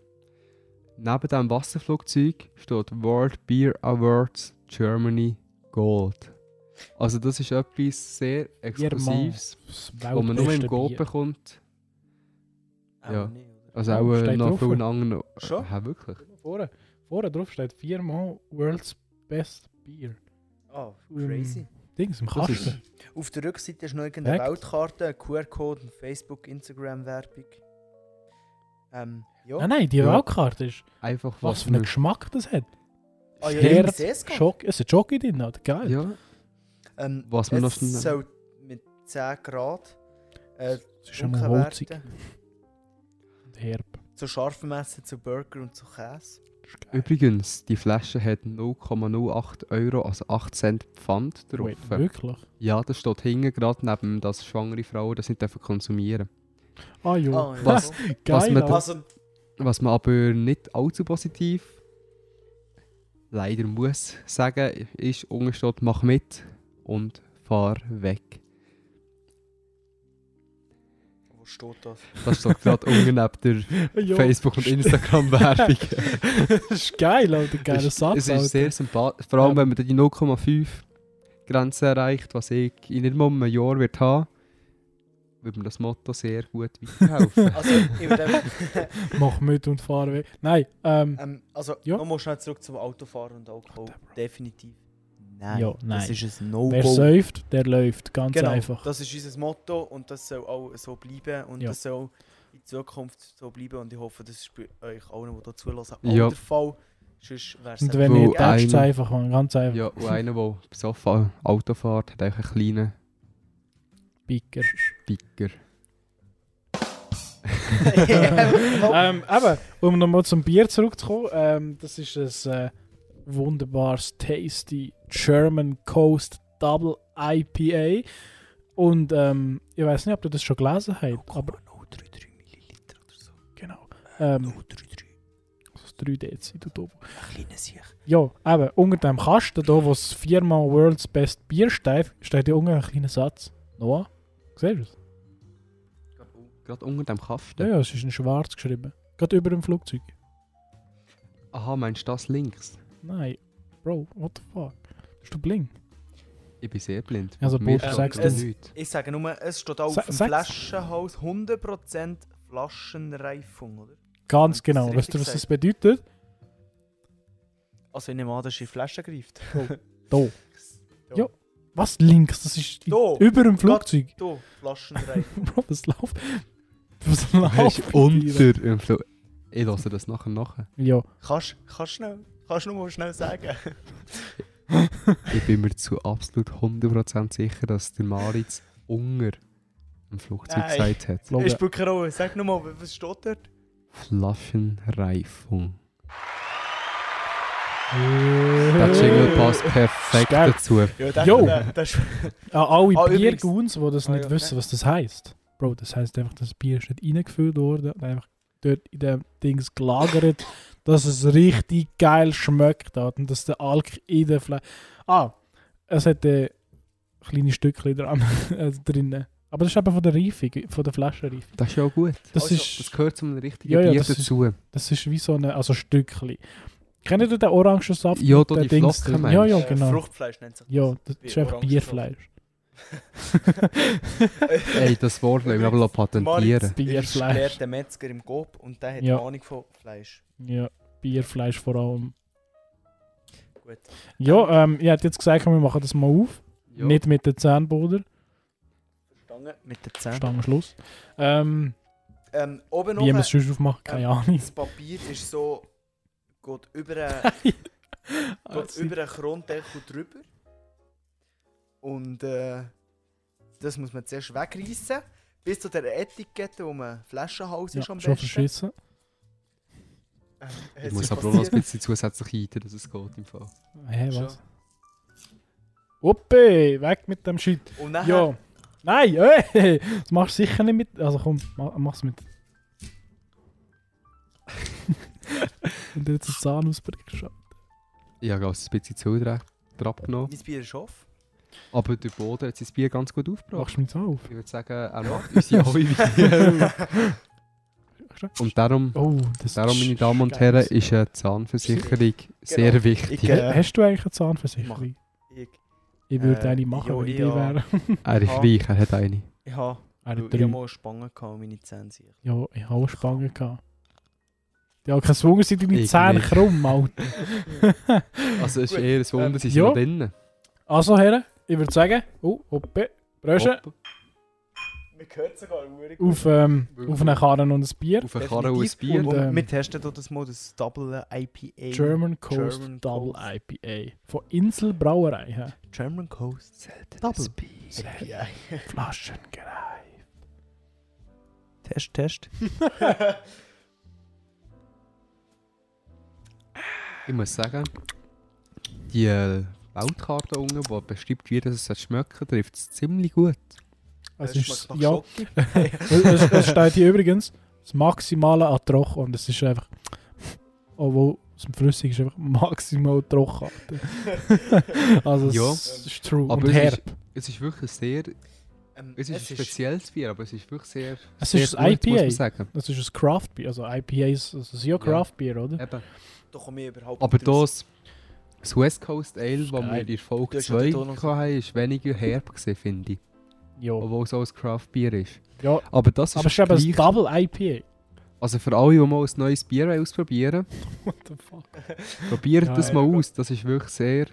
[SPEAKER 2] neben diesem Wasserflugzeug steht World Beer Awards Germany Gold. Also das ist etwas sehr Exklusives,
[SPEAKER 3] Das
[SPEAKER 2] wo man nur im
[SPEAKER 3] weltbeste
[SPEAKER 2] Gold
[SPEAKER 3] Bier.
[SPEAKER 2] bekommt.
[SPEAKER 1] Auch
[SPEAKER 2] ja.
[SPEAKER 1] nicht, oder?
[SPEAKER 2] Also
[SPEAKER 3] Ja,
[SPEAKER 2] auch äh,
[SPEAKER 3] steht
[SPEAKER 2] noch
[SPEAKER 3] drauf.
[SPEAKER 2] vielen anderen...
[SPEAKER 1] Schon?
[SPEAKER 2] Ja, wirklich.
[SPEAKER 3] Vorne, vorne drauf steht viermal World's Best Beer.
[SPEAKER 1] Ah,
[SPEAKER 3] Ähm,
[SPEAKER 1] crazy.
[SPEAKER 3] Dings im
[SPEAKER 2] Das
[SPEAKER 3] Kasten.
[SPEAKER 2] ist,
[SPEAKER 1] Auf der Rückseite ist noch irgendeine
[SPEAKER 3] Perfekt.
[SPEAKER 1] Weltkarte, ein QR-Code, und Facebook, Instagram-Werbung. Ähm, ja.
[SPEAKER 3] Ah, Nein, nein, die
[SPEAKER 2] Ja.
[SPEAKER 3] Weltkarte ist.
[SPEAKER 2] einfach
[SPEAKER 3] Was, für einen Geschmack das hat.
[SPEAKER 1] ah, ja,
[SPEAKER 3] Stimmt.
[SPEAKER 1] ich sehe es gerade.
[SPEAKER 3] Schock, es ist Jockey drin, Alter. Geil.
[SPEAKER 2] Ja,
[SPEAKER 1] Ähm,
[SPEAKER 2] was man noch
[SPEAKER 1] es
[SPEAKER 2] schnell...
[SPEAKER 1] soll mit 10 Grad äh,
[SPEAKER 3] Es ist einmal
[SPEAKER 1] dunkel
[SPEAKER 3] holzig
[SPEAKER 1] werden.
[SPEAKER 3] und herb.
[SPEAKER 1] zu scharfen Messen, zu Burger und zu Käse.
[SPEAKER 3] Das ist geil.
[SPEAKER 2] Übrigens, die Flasche hat 0,08 Euro, also 8 Cent Pfand drauf.
[SPEAKER 3] Wait, wirklich?
[SPEAKER 2] Ja, das steht hinten gerade neben, dass schwangere Frauen das nicht dürfen konsumieren
[SPEAKER 3] Ah jo.
[SPEAKER 1] Ah, ja.
[SPEAKER 2] Was? was
[SPEAKER 3] Geil.
[SPEAKER 2] man
[SPEAKER 3] Alter.
[SPEAKER 1] Also,
[SPEAKER 2] Was man aber nicht allzu positiv leider muss sagen, ist untersteht, mach mit und fahr weg.
[SPEAKER 1] wo steht das?
[SPEAKER 2] Das steht gerade unten neben der
[SPEAKER 3] Jo.
[SPEAKER 2] Facebook- und Instagram-Werbung.
[SPEAKER 3] Das ist geil, Alter. Geiler
[SPEAKER 2] Es-
[SPEAKER 3] Satz,
[SPEAKER 2] Es
[SPEAKER 3] Alter.
[SPEAKER 2] ist sehr sympathisch. Vor allem,
[SPEAKER 3] Ja.
[SPEAKER 2] wenn man dann die 0,5-Grenze erreicht, was ich in nicht mal einem Jahr wird haben, würde mir das Motto sehr gut weiterhelfen.
[SPEAKER 1] Also, ich würde einfach-
[SPEAKER 3] Mach mit und fahr weg. Nein, ähm...
[SPEAKER 1] ähm, also
[SPEAKER 3] Ja.
[SPEAKER 1] nochmal schnell zurück zum Autofahren und Alkohol. Definitiv. Nein.
[SPEAKER 3] Ja, nein.
[SPEAKER 1] Das ist ein
[SPEAKER 2] Oh,
[SPEAKER 3] Wer
[SPEAKER 1] No-Go.
[SPEAKER 3] säuft, der läuft. Ganz
[SPEAKER 1] Genau,
[SPEAKER 3] einfach.
[SPEAKER 1] das ist unser Motto und das soll auch so bleiben und
[SPEAKER 3] Ja.
[SPEAKER 1] das soll in Zukunft so bleiben und ich hoffe, das ist bei euch allen, die da zulassen, auch
[SPEAKER 2] Ja.
[SPEAKER 1] der Fall. Sonst wäre es
[SPEAKER 3] Und wenn
[SPEAKER 2] Wo
[SPEAKER 3] nicht, tätscht
[SPEAKER 2] ein-
[SPEAKER 3] einfach, man. Ganz einfach.
[SPEAKER 2] ja, und einer, der besoffen Auto fährt, hat eigentlich einen kleinen
[SPEAKER 3] Picker.
[SPEAKER 2] Picker.
[SPEAKER 1] Oh.
[SPEAKER 3] ähm, eben, um nochmal zum Bier zurückzukommen, ähm, das ist ein äh, wunderbares, tasty German Coast Double IPA. Und ähm, ich weiß nicht, ob ihr das schon gelesen
[SPEAKER 1] Oh,
[SPEAKER 3] habt, aber
[SPEAKER 1] Liter oder so.
[SPEAKER 3] genau. Ähm,
[SPEAKER 1] 0,33.
[SPEAKER 3] das 3D sein, du Dobo.
[SPEAKER 1] Ein kleiner Sieg.
[SPEAKER 3] Ja, eben, unter dem Kasten, da, wo es viermal World's Best Bier steht, steht ja unten ein kleiner Satz. Noah, siehst du es?
[SPEAKER 2] Gerade unter dem Kasten.
[SPEAKER 3] Ja, ja, es ist in schwarz geschrieben. Gerade über dem Flugzeug.
[SPEAKER 2] Aha, meinst du das links?
[SPEAKER 3] Nein, Bro, what the fuck? Bist du bling?
[SPEAKER 2] Ich bin sehr blind.
[SPEAKER 3] Also,
[SPEAKER 2] Mir
[SPEAKER 3] Bob,
[SPEAKER 2] steht
[SPEAKER 1] sagst
[SPEAKER 2] das
[SPEAKER 1] du-
[SPEAKER 2] nicht.
[SPEAKER 1] Ich sage nur, es steht auch
[SPEAKER 3] Sa-
[SPEAKER 1] auf dem
[SPEAKER 3] sag's.
[SPEAKER 1] Flaschenhals 100% Flaschenreifung, oder?
[SPEAKER 3] Ganz
[SPEAKER 1] Hab ich das
[SPEAKER 3] genau. Weißt du,
[SPEAKER 1] richtig
[SPEAKER 3] was das
[SPEAKER 1] gesagt?
[SPEAKER 3] bedeutet?
[SPEAKER 1] Also, wenn ich mal das in die Flasche greift.
[SPEAKER 3] Da.
[SPEAKER 1] Da.
[SPEAKER 3] Ja. Was links? Das ist in-
[SPEAKER 1] Da.
[SPEAKER 3] über dem Flugzeug.
[SPEAKER 1] Du, Flaschenreifung.
[SPEAKER 3] Bro, was läuft? Was läuft?
[SPEAKER 2] Hast unter dem Flo Ich lasse das nachher nachher.
[SPEAKER 3] Ja.
[SPEAKER 1] kannst du schnell, kannst nur mal schnell sagen?
[SPEAKER 2] Ich bin mir zu absolut 100% sicher, dass der Maritz unter dem Flugzeug
[SPEAKER 1] Nein.
[SPEAKER 2] gesagt hat.
[SPEAKER 3] Glaube-
[SPEAKER 1] Ich bin Krohe. Sag nur mal, was steht dort?
[SPEAKER 2] Flaschenreifung. Der Jingle
[SPEAKER 3] Äh,
[SPEAKER 2] passt perfekt
[SPEAKER 3] Stark.
[SPEAKER 2] dazu.
[SPEAKER 1] Ja,
[SPEAKER 3] Jo.
[SPEAKER 1] der, der ist
[SPEAKER 3] An alle
[SPEAKER 1] Ah, übrigens-
[SPEAKER 3] Bierguns, die das
[SPEAKER 1] Ah,
[SPEAKER 3] nicht
[SPEAKER 1] ja,
[SPEAKER 3] wissen,
[SPEAKER 1] okay.
[SPEAKER 3] was das heisst. Bro, das heisst einfach, das Bier ist nicht reingefüllt worden und einfach dort in dem Dings gelagert, dass es richtig geil schmeckt hat und dass der Alk in der Flasche... Ah, es hat äh, kleine Stückchen dran, äh, drinnen. Aber das ist eben von der Reifung, von der Flaschenreifung.
[SPEAKER 2] Das ist ja auch gut.
[SPEAKER 3] Das
[SPEAKER 1] Also,
[SPEAKER 3] ist...
[SPEAKER 2] Das gehört zum richtigen
[SPEAKER 3] Ja, ja,
[SPEAKER 2] Bier
[SPEAKER 3] das ist-
[SPEAKER 2] dazu.
[SPEAKER 3] Das ist wie so ein also Stückchen. Kennt ihr den Orangensaft?
[SPEAKER 2] Ja,
[SPEAKER 3] mit
[SPEAKER 2] da
[SPEAKER 3] den
[SPEAKER 2] die
[SPEAKER 3] Dings
[SPEAKER 2] Flocken,
[SPEAKER 3] drin? Ja, ja,
[SPEAKER 1] äh,
[SPEAKER 3] genau.
[SPEAKER 1] Fruchtfleisch nennt sich das.
[SPEAKER 3] Ja, das ist
[SPEAKER 1] Wie
[SPEAKER 3] einfach Bierfleisch.
[SPEAKER 2] Ey, das Wort wollen wir aber patentieren.
[SPEAKER 1] Ich bin
[SPEAKER 3] Bierfleisch.
[SPEAKER 1] gelehrter Metzger im Gob und der hat
[SPEAKER 3] Ja.
[SPEAKER 1] Ahnung von Fleisch.
[SPEAKER 3] Ja, Bierfleisch vor allem.
[SPEAKER 1] Gut.
[SPEAKER 3] Ja, ähm, ich hätte jetzt gesagt, wir machen das mal auf.
[SPEAKER 2] Ja.
[SPEAKER 3] Nicht mit den Zähnboder.
[SPEAKER 1] Stange mit den Zähnen.
[SPEAKER 3] Stangen Schluss. Ähm,
[SPEAKER 1] Ähm, oben
[SPEAKER 3] wie man es
[SPEAKER 1] oben,
[SPEAKER 3] sonst aufmacht, keine Ahnung.
[SPEAKER 1] das Papier ist so, geht über den, geht über den Krondeckel drüber. Und äh, das muss man zuerst wegreißen. Bis zu der Etikette, wo man Flaschenhals
[SPEAKER 3] ja,
[SPEAKER 1] ist am
[SPEAKER 3] schon
[SPEAKER 1] besten.
[SPEAKER 3] verschissen.
[SPEAKER 1] Ähm, es
[SPEAKER 2] Ich muss
[SPEAKER 1] ist
[SPEAKER 2] aber auch noch ein
[SPEAKER 1] passiert.
[SPEAKER 2] bisschen zusätzlich hinten, dass es geht im Fall.
[SPEAKER 3] Hä,
[SPEAKER 1] Schon.
[SPEAKER 3] was? Uppe, weg mit dem Shit.
[SPEAKER 1] Und nachher,
[SPEAKER 3] Ja. Nein, ey, das machst du sicher nicht mit. Also komm, ma- mach's mit. Und jetzt einen Zahn ausbrichst.
[SPEAKER 2] Ich habe also ein bisschen Zudrapp genommen.
[SPEAKER 1] mein Bier ist off.
[SPEAKER 2] Aber der Boden hat sein Bier ganz gut aufgebracht.
[SPEAKER 3] Machst du mich auf?
[SPEAKER 2] Ich würde sagen, er macht unsere alle wieder. Und darum,
[SPEAKER 3] Oh, das
[SPEAKER 2] darum, meine
[SPEAKER 3] ist
[SPEAKER 2] Damen und
[SPEAKER 3] geil.
[SPEAKER 2] Herren, ist eine Zahnversicherung sehr wichtig.
[SPEAKER 1] Ich, äh,
[SPEAKER 3] Hast du eigentlich eine Zahnversicherung?
[SPEAKER 1] ich,
[SPEAKER 3] Ich würde
[SPEAKER 1] Äh,
[SPEAKER 3] eine machen,
[SPEAKER 1] ja,
[SPEAKER 3] wenn ich
[SPEAKER 1] ja.
[SPEAKER 3] die wäre.
[SPEAKER 2] Er ist
[SPEAKER 1] Aha.
[SPEAKER 2] reich, er hat eine.
[SPEAKER 1] ich habe
[SPEAKER 3] Er hat
[SPEAKER 1] ich
[SPEAKER 3] drei.
[SPEAKER 1] hab mal Spangen gehabt und meine Zähne sich.
[SPEAKER 3] Ja, ich habe auch Spangen gehabt. Ja, kein Wunder sind deine
[SPEAKER 2] Ich
[SPEAKER 3] Zähne
[SPEAKER 2] nicht.
[SPEAKER 3] krumm, Alter.
[SPEAKER 2] Also es ist eher ein Wunder, sie sind
[SPEAKER 3] ja.
[SPEAKER 2] noch drinnen.
[SPEAKER 3] Also, Herren, ich würde sagen, oh, hoppe, Brösche,
[SPEAKER 2] Hopp,
[SPEAKER 1] Man hört sogar urig.
[SPEAKER 3] auf, ähm, auf eine Karren und ein Bier.
[SPEAKER 2] Auf eine Karre und ein Bier.
[SPEAKER 3] Und,
[SPEAKER 1] Und,
[SPEAKER 3] ähm,
[SPEAKER 1] wir testen hier das mal das Double IPA.
[SPEAKER 3] German Coast
[SPEAKER 1] German
[SPEAKER 3] Double
[SPEAKER 1] Coast.
[SPEAKER 3] IPA. Von Inselbrauerei. hä?
[SPEAKER 1] German Coast. Double IPA.
[SPEAKER 3] Flaschengereich.
[SPEAKER 1] Test, Test.
[SPEAKER 2] Ich muss sagen, die äh, Weltkarte unten, die beschreibt, wie das es schmecken soll, trifft es ziemlich gut.
[SPEAKER 3] Es
[SPEAKER 1] Das
[SPEAKER 3] Also, ist,
[SPEAKER 1] schmeckt nach
[SPEAKER 3] ja,
[SPEAKER 1] Schock.
[SPEAKER 3] es, es steht hier übrigens das maximale an Troch und es ist einfach, obwohl es flüssig ist, einfach maximal Troch. Alter. also
[SPEAKER 2] Ja.
[SPEAKER 3] es ist true
[SPEAKER 2] Aber
[SPEAKER 3] und
[SPEAKER 2] es
[SPEAKER 3] herb.
[SPEAKER 2] ist- Es ist wirklich sehr.
[SPEAKER 1] Ähm,
[SPEAKER 2] Es ist ein spezielles Bier, aber es ist wirklich sehr.
[SPEAKER 3] Es
[SPEAKER 2] sehr
[SPEAKER 3] ist
[SPEAKER 2] gut,
[SPEAKER 3] ein
[SPEAKER 2] Muss man
[SPEAKER 3] IPA.
[SPEAKER 2] sagen.
[SPEAKER 3] Es ist ein Craft Beer, also IPAs, das ist ja Craft Beer, oder?
[SPEAKER 2] Eben.
[SPEAKER 1] da komme ich überhaupt
[SPEAKER 2] Aber
[SPEAKER 1] nicht raus.
[SPEAKER 2] das, das West Coast Ale, das wir
[SPEAKER 3] geil.
[SPEAKER 2] in der Folge
[SPEAKER 1] Du hast ja den
[SPEAKER 2] 2
[SPEAKER 1] Ton und so.
[SPEAKER 2] hatten, ist weniger herb, gewesen, finde ich.
[SPEAKER 3] Ja.
[SPEAKER 2] Obwohl es auch ein Craft Bier ist.
[SPEAKER 3] ja.
[SPEAKER 2] Aber das ist
[SPEAKER 3] Oh. Aber es ist eben ein
[SPEAKER 2] gleich,
[SPEAKER 3] Double IPA.
[SPEAKER 2] Also für alle, die mal ein neues Bier wollen ausprobieren
[SPEAKER 3] What the fuck?
[SPEAKER 2] probiert
[SPEAKER 3] Ja,
[SPEAKER 2] das
[SPEAKER 3] ja.
[SPEAKER 2] mal aus. Das ist wirklich sehr,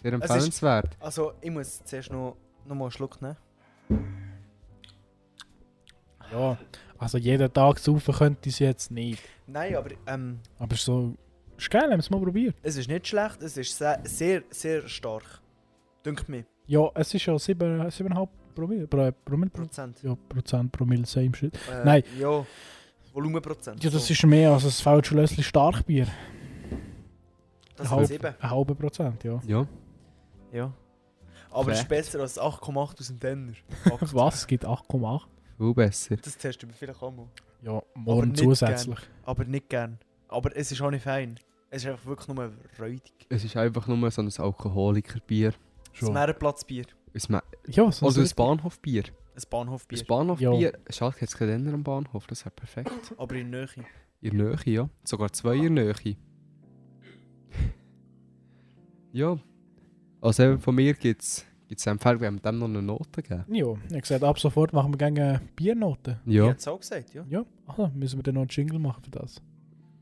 [SPEAKER 2] sehr
[SPEAKER 1] ist-
[SPEAKER 2] empfehlenswert.
[SPEAKER 1] Also, ich muss zuerst noch, noch mal einen Schluck nehmen.
[SPEAKER 3] Ja. Also jeden Tag saufen könnte ich es jetzt nicht.
[SPEAKER 1] Nein, aber ähm,
[SPEAKER 3] Aber es ist so, ist geil, haben wir es mal probiert.
[SPEAKER 1] es ist nicht schlecht, es ist sehr, sehr, sehr stark. Dünkt mir,
[SPEAKER 3] Ja, es ist ja 7, 7,5 Promille, Pro- Promille, Pro-
[SPEAKER 1] Prozent.
[SPEAKER 3] ja, Prozent, Promille, same shit.
[SPEAKER 1] Äh,
[SPEAKER 3] Nein.
[SPEAKER 1] Ja, Volumenprozent.
[SPEAKER 3] Ja, das
[SPEAKER 1] so.
[SPEAKER 3] ist mehr als ein Feldschlössli Starkbier.
[SPEAKER 1] das
[SPEAKER 3] halb.
[SPEAKER 1] sind sieben.
[SPEAKER 3] Ein halber Prozent, ja.
[SPEAKER 2] Ja.
[SPEAKER 1] Ja. Aber es ist
[SPEAKER 3] Fact.
[SPEAKER 1] besser als 8,8 aus dem Denner. Fakt.
[SPEAKER 3] Was? Es gibt 8,8.
[SPEAKER 2] Viel besser.
[SPEAKER 1] Das testen wir vielleicht auch mal.
[SPEAKER 3] Ja,
[SPEAKER 1] Aber
[SPEAKER 3] morgen
[SPEAKER 1] nicht
[SPEAKER 3] zusätzlich.
[SPEAKER 1] Aber nicht gern. Aber es ist auch nicht fein. Es ist einfach wirklich nur räudig.
[SPEAKER 2] Es ist einfach nur so ein Alkoholikerbier.
[SPEAKER 1] Ein
[SPEAKER 3] Schon.
[SPEAKER 1] Meerenplatzbier.
[SPEAKER 2] Es ma-
[SPEAKER 3] Ja, so
[SPEAKER 2] Also
[SPEAKER 3] ein
[SPEAKER 2] ein Bahnhofbier.
[SPEAKER 1] Ein
[SPEAKER 2] Ein
[SPEAKER 1] Bahnhofbier.
[SPEAKER 2] Bahnhofbier. Schalke hat es keinen Denner am Bahnhof, das wäre perfekt.
[SPEAKER 1] aber in der Nähe.
[SPEAKER 2] In der Nähe, ja. Sogar zwei in der Nähe. ja. Also eben von mir gibt es eine Empfehlung, wir haben dem noch eine Note gegeben.
[SPEAKER 3] Ja, ich hab gesagt, ab sofort machen wir gerne Biernoten.
[SPEAKER 1] Ja. Ich
[SPEAKER 2] Ja,
[SPEAKER 1] hätte es auch gesagt, ja.
[SPEAKER 3] Ja, also müssen wir dann noch einen Jingle machen für das.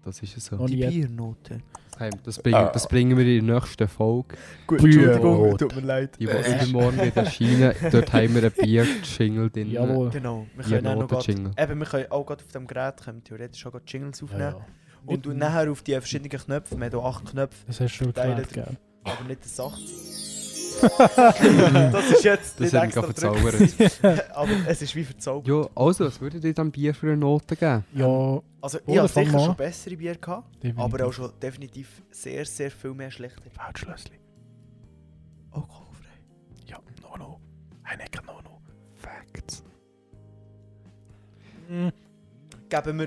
[SPEAKER 2] das ist es so.
[SPEAKER 3] Noch nie.
[SPEAKER 1] Biernote.
[SPEAKER 2] Hey, das, bringen, das bringen wir in der nächsten Folge,
[SPEAKER 1] Gut,
[SPEAKER 3] Bier.
[SPEAKER 1] Entschuldigung, tut mir leid.
[SPEAKER 2] die äh. übermorgen wird erscheinen. Dort haben wir einen Bier-Jingle drin.
[SPEAKER 3] Jawohl.
[SPEAKER 1] Genau, wir können auch noch grad,
[SPEAKER 2] Bier-Noten-Jingle.
[SPEAKER 1] eben, wir können auch grad auf dem Gerät können, wir theoretisch auch grad Jingles
[SPEAKER 3] Ja,
[SPEAKER 1] aufnehmen.
[SPEAKER 3] ja.
[SPEAKER 1] Und du nachher auf die verschiedenen Knöpfe, wir haben hier acht Knöpfe,
[SPEAKER 3] Das hast du schon
[SPEAKER 1] Teile
[SPEAKER 3] geklärt, gell?
[SPEAKER 1] aber nicht das 18. das ist jetzt
[SPEAKER 2] Das
[SPEAKER 1] nicht
[SPEAKER 2] haben wir gerade
[SPEAKER 1] extra drin,
[SPEAKER 2] verzaubert.
[SPEAKER 1] aber es ist wie verzaubert.
[SPEAKER 2] ja, also, was würdet ihr dem Bier für eine Note geben?
[SPEAKER 3] Ja,
[SPEAKER 1] Also ich
[SPEAKER 3] Oder
[SPEAKER 1] habe
[SPEAKER 3] fang
[SPEAKER 1] sicher
[SPEAKER 3] mal
[SPEAKER 1] schon
[SPEAKER 3] an. Mhm.
[SPEAKER 1] bessere Bier gehabt,
[SPEAKER 3] definitiv.
[SPEAKER 1] aber auch schon definitiv sehr, sehr viel mehr schlechtere.
[SPEAKER 3] Feldschlössli.
[SPEAKER 1] Alkoholfrei.
[SPEAKER 3] Ja, no, no. Ein Ecker, no, no.
[SPEAKER 2] Facts.
[SPEAKER 3] Hm,
[SPEAKER 1] Geben wir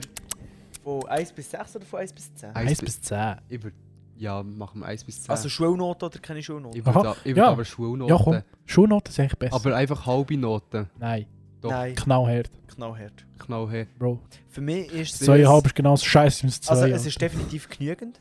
[SPEAKER 1] von 1 bis 6 oder von 1 bis 10?
[SPEAKER 3] 1 bis 10.
[SPEAKER 2] Ich würd- ja, machen wir 1 bis 10.
[SPEAKER 1] Also Schulnote oder keine Schulnote?
[SPEAKER 2] ich würde
[SPEAKER 3] Aha,
[SPEAKER 2] da, ich würd
[SPEAKER 3] ja.
[SPEAKER 2] aber Schulnoten.
[SPEAKER 3] Ja, komm. Schulnoten ist eigentlich besser.
[SPEAKER 2] Aber einfach halbe Noten.
[SPEAKER 3] Nein,
[SPEAKER 2] doch.
[SPEAKER 1] Nein,
[SPEAKER 3] knallhart,
[SPEAKER 1] knallhart.
[SPEAKER 2] Knallhe.
[SPEAKER 3] Bro.
[SPEAKER 1] Für mich ist es...
[SPEAKER 3] Zweieinhalb ist genauso scheiße wie das
[SPEAKER 1] Also
[SPEAKER 3] Zwei.
[SPEAKER 1] es ist definitiv genügend.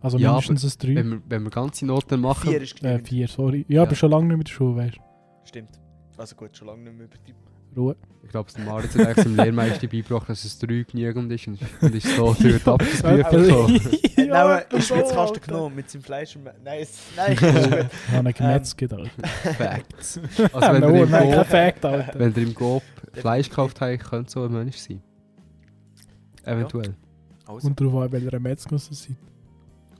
[SPEAKER 3] also
[SPEAKER 2] Ja,
[SPEAKER 3] mindestens ein Drei.
[SPEAKER 2] Wenn wir, wenn wir ganze Noten machen,
[SPEAKER 1] Vier ist
[SPEAKER 3] Äh,
[SPEAKER 1] genügend.
[SPEAKER 3] vier, sorry. Ja, aber
[SPEAKER 2] Ja.
[SPEAKER 3] schon lange nicht mit der Schule, weißt
[SPEAKER 1] Stimmt. Also gut, schon lange nicht mehr übertrieben.
[SPEAKER 3] du. Ruhe.
[SPEAKER 2] ich glaube, der Maritz hat eigentlich dem Lehrmeister beigebracht, dass es 3 genügend ist und und ist so durch ab das Bier verkauft.
[SPEAKER 1] Ja, Nein,
[SPEAKER 3] etwa
[SPEAKER 1] ich
[SPEAKER 3] so,
[SPEAKER 1] jetzt Kasten
[SPEAKER 3] Alter.
[SPEAKER 1] genommen mit seinem Fleisch und... Nein, es, nein, es ist gut.
[SPEAKER 3] Ich habe einen Gemetz gedacht.
[SPEAKER 2] Facts. Also wenn ihr
[SPEAKER 3] no,
[SPEAKER 2] im
[SPEAKER 3] nein, kein
[SPEAKER 2] Go-
[SPEAKER 3] Fact, Alter.
[SPEAKER 2] wenn ihr im Gob Fleisch gekauft habt, könnte so ein Mensch sein. Eventuell.
[SPEAKER 1] Also,
[SPEAKER 3] Und darauf an, welcher Metzguss es sind.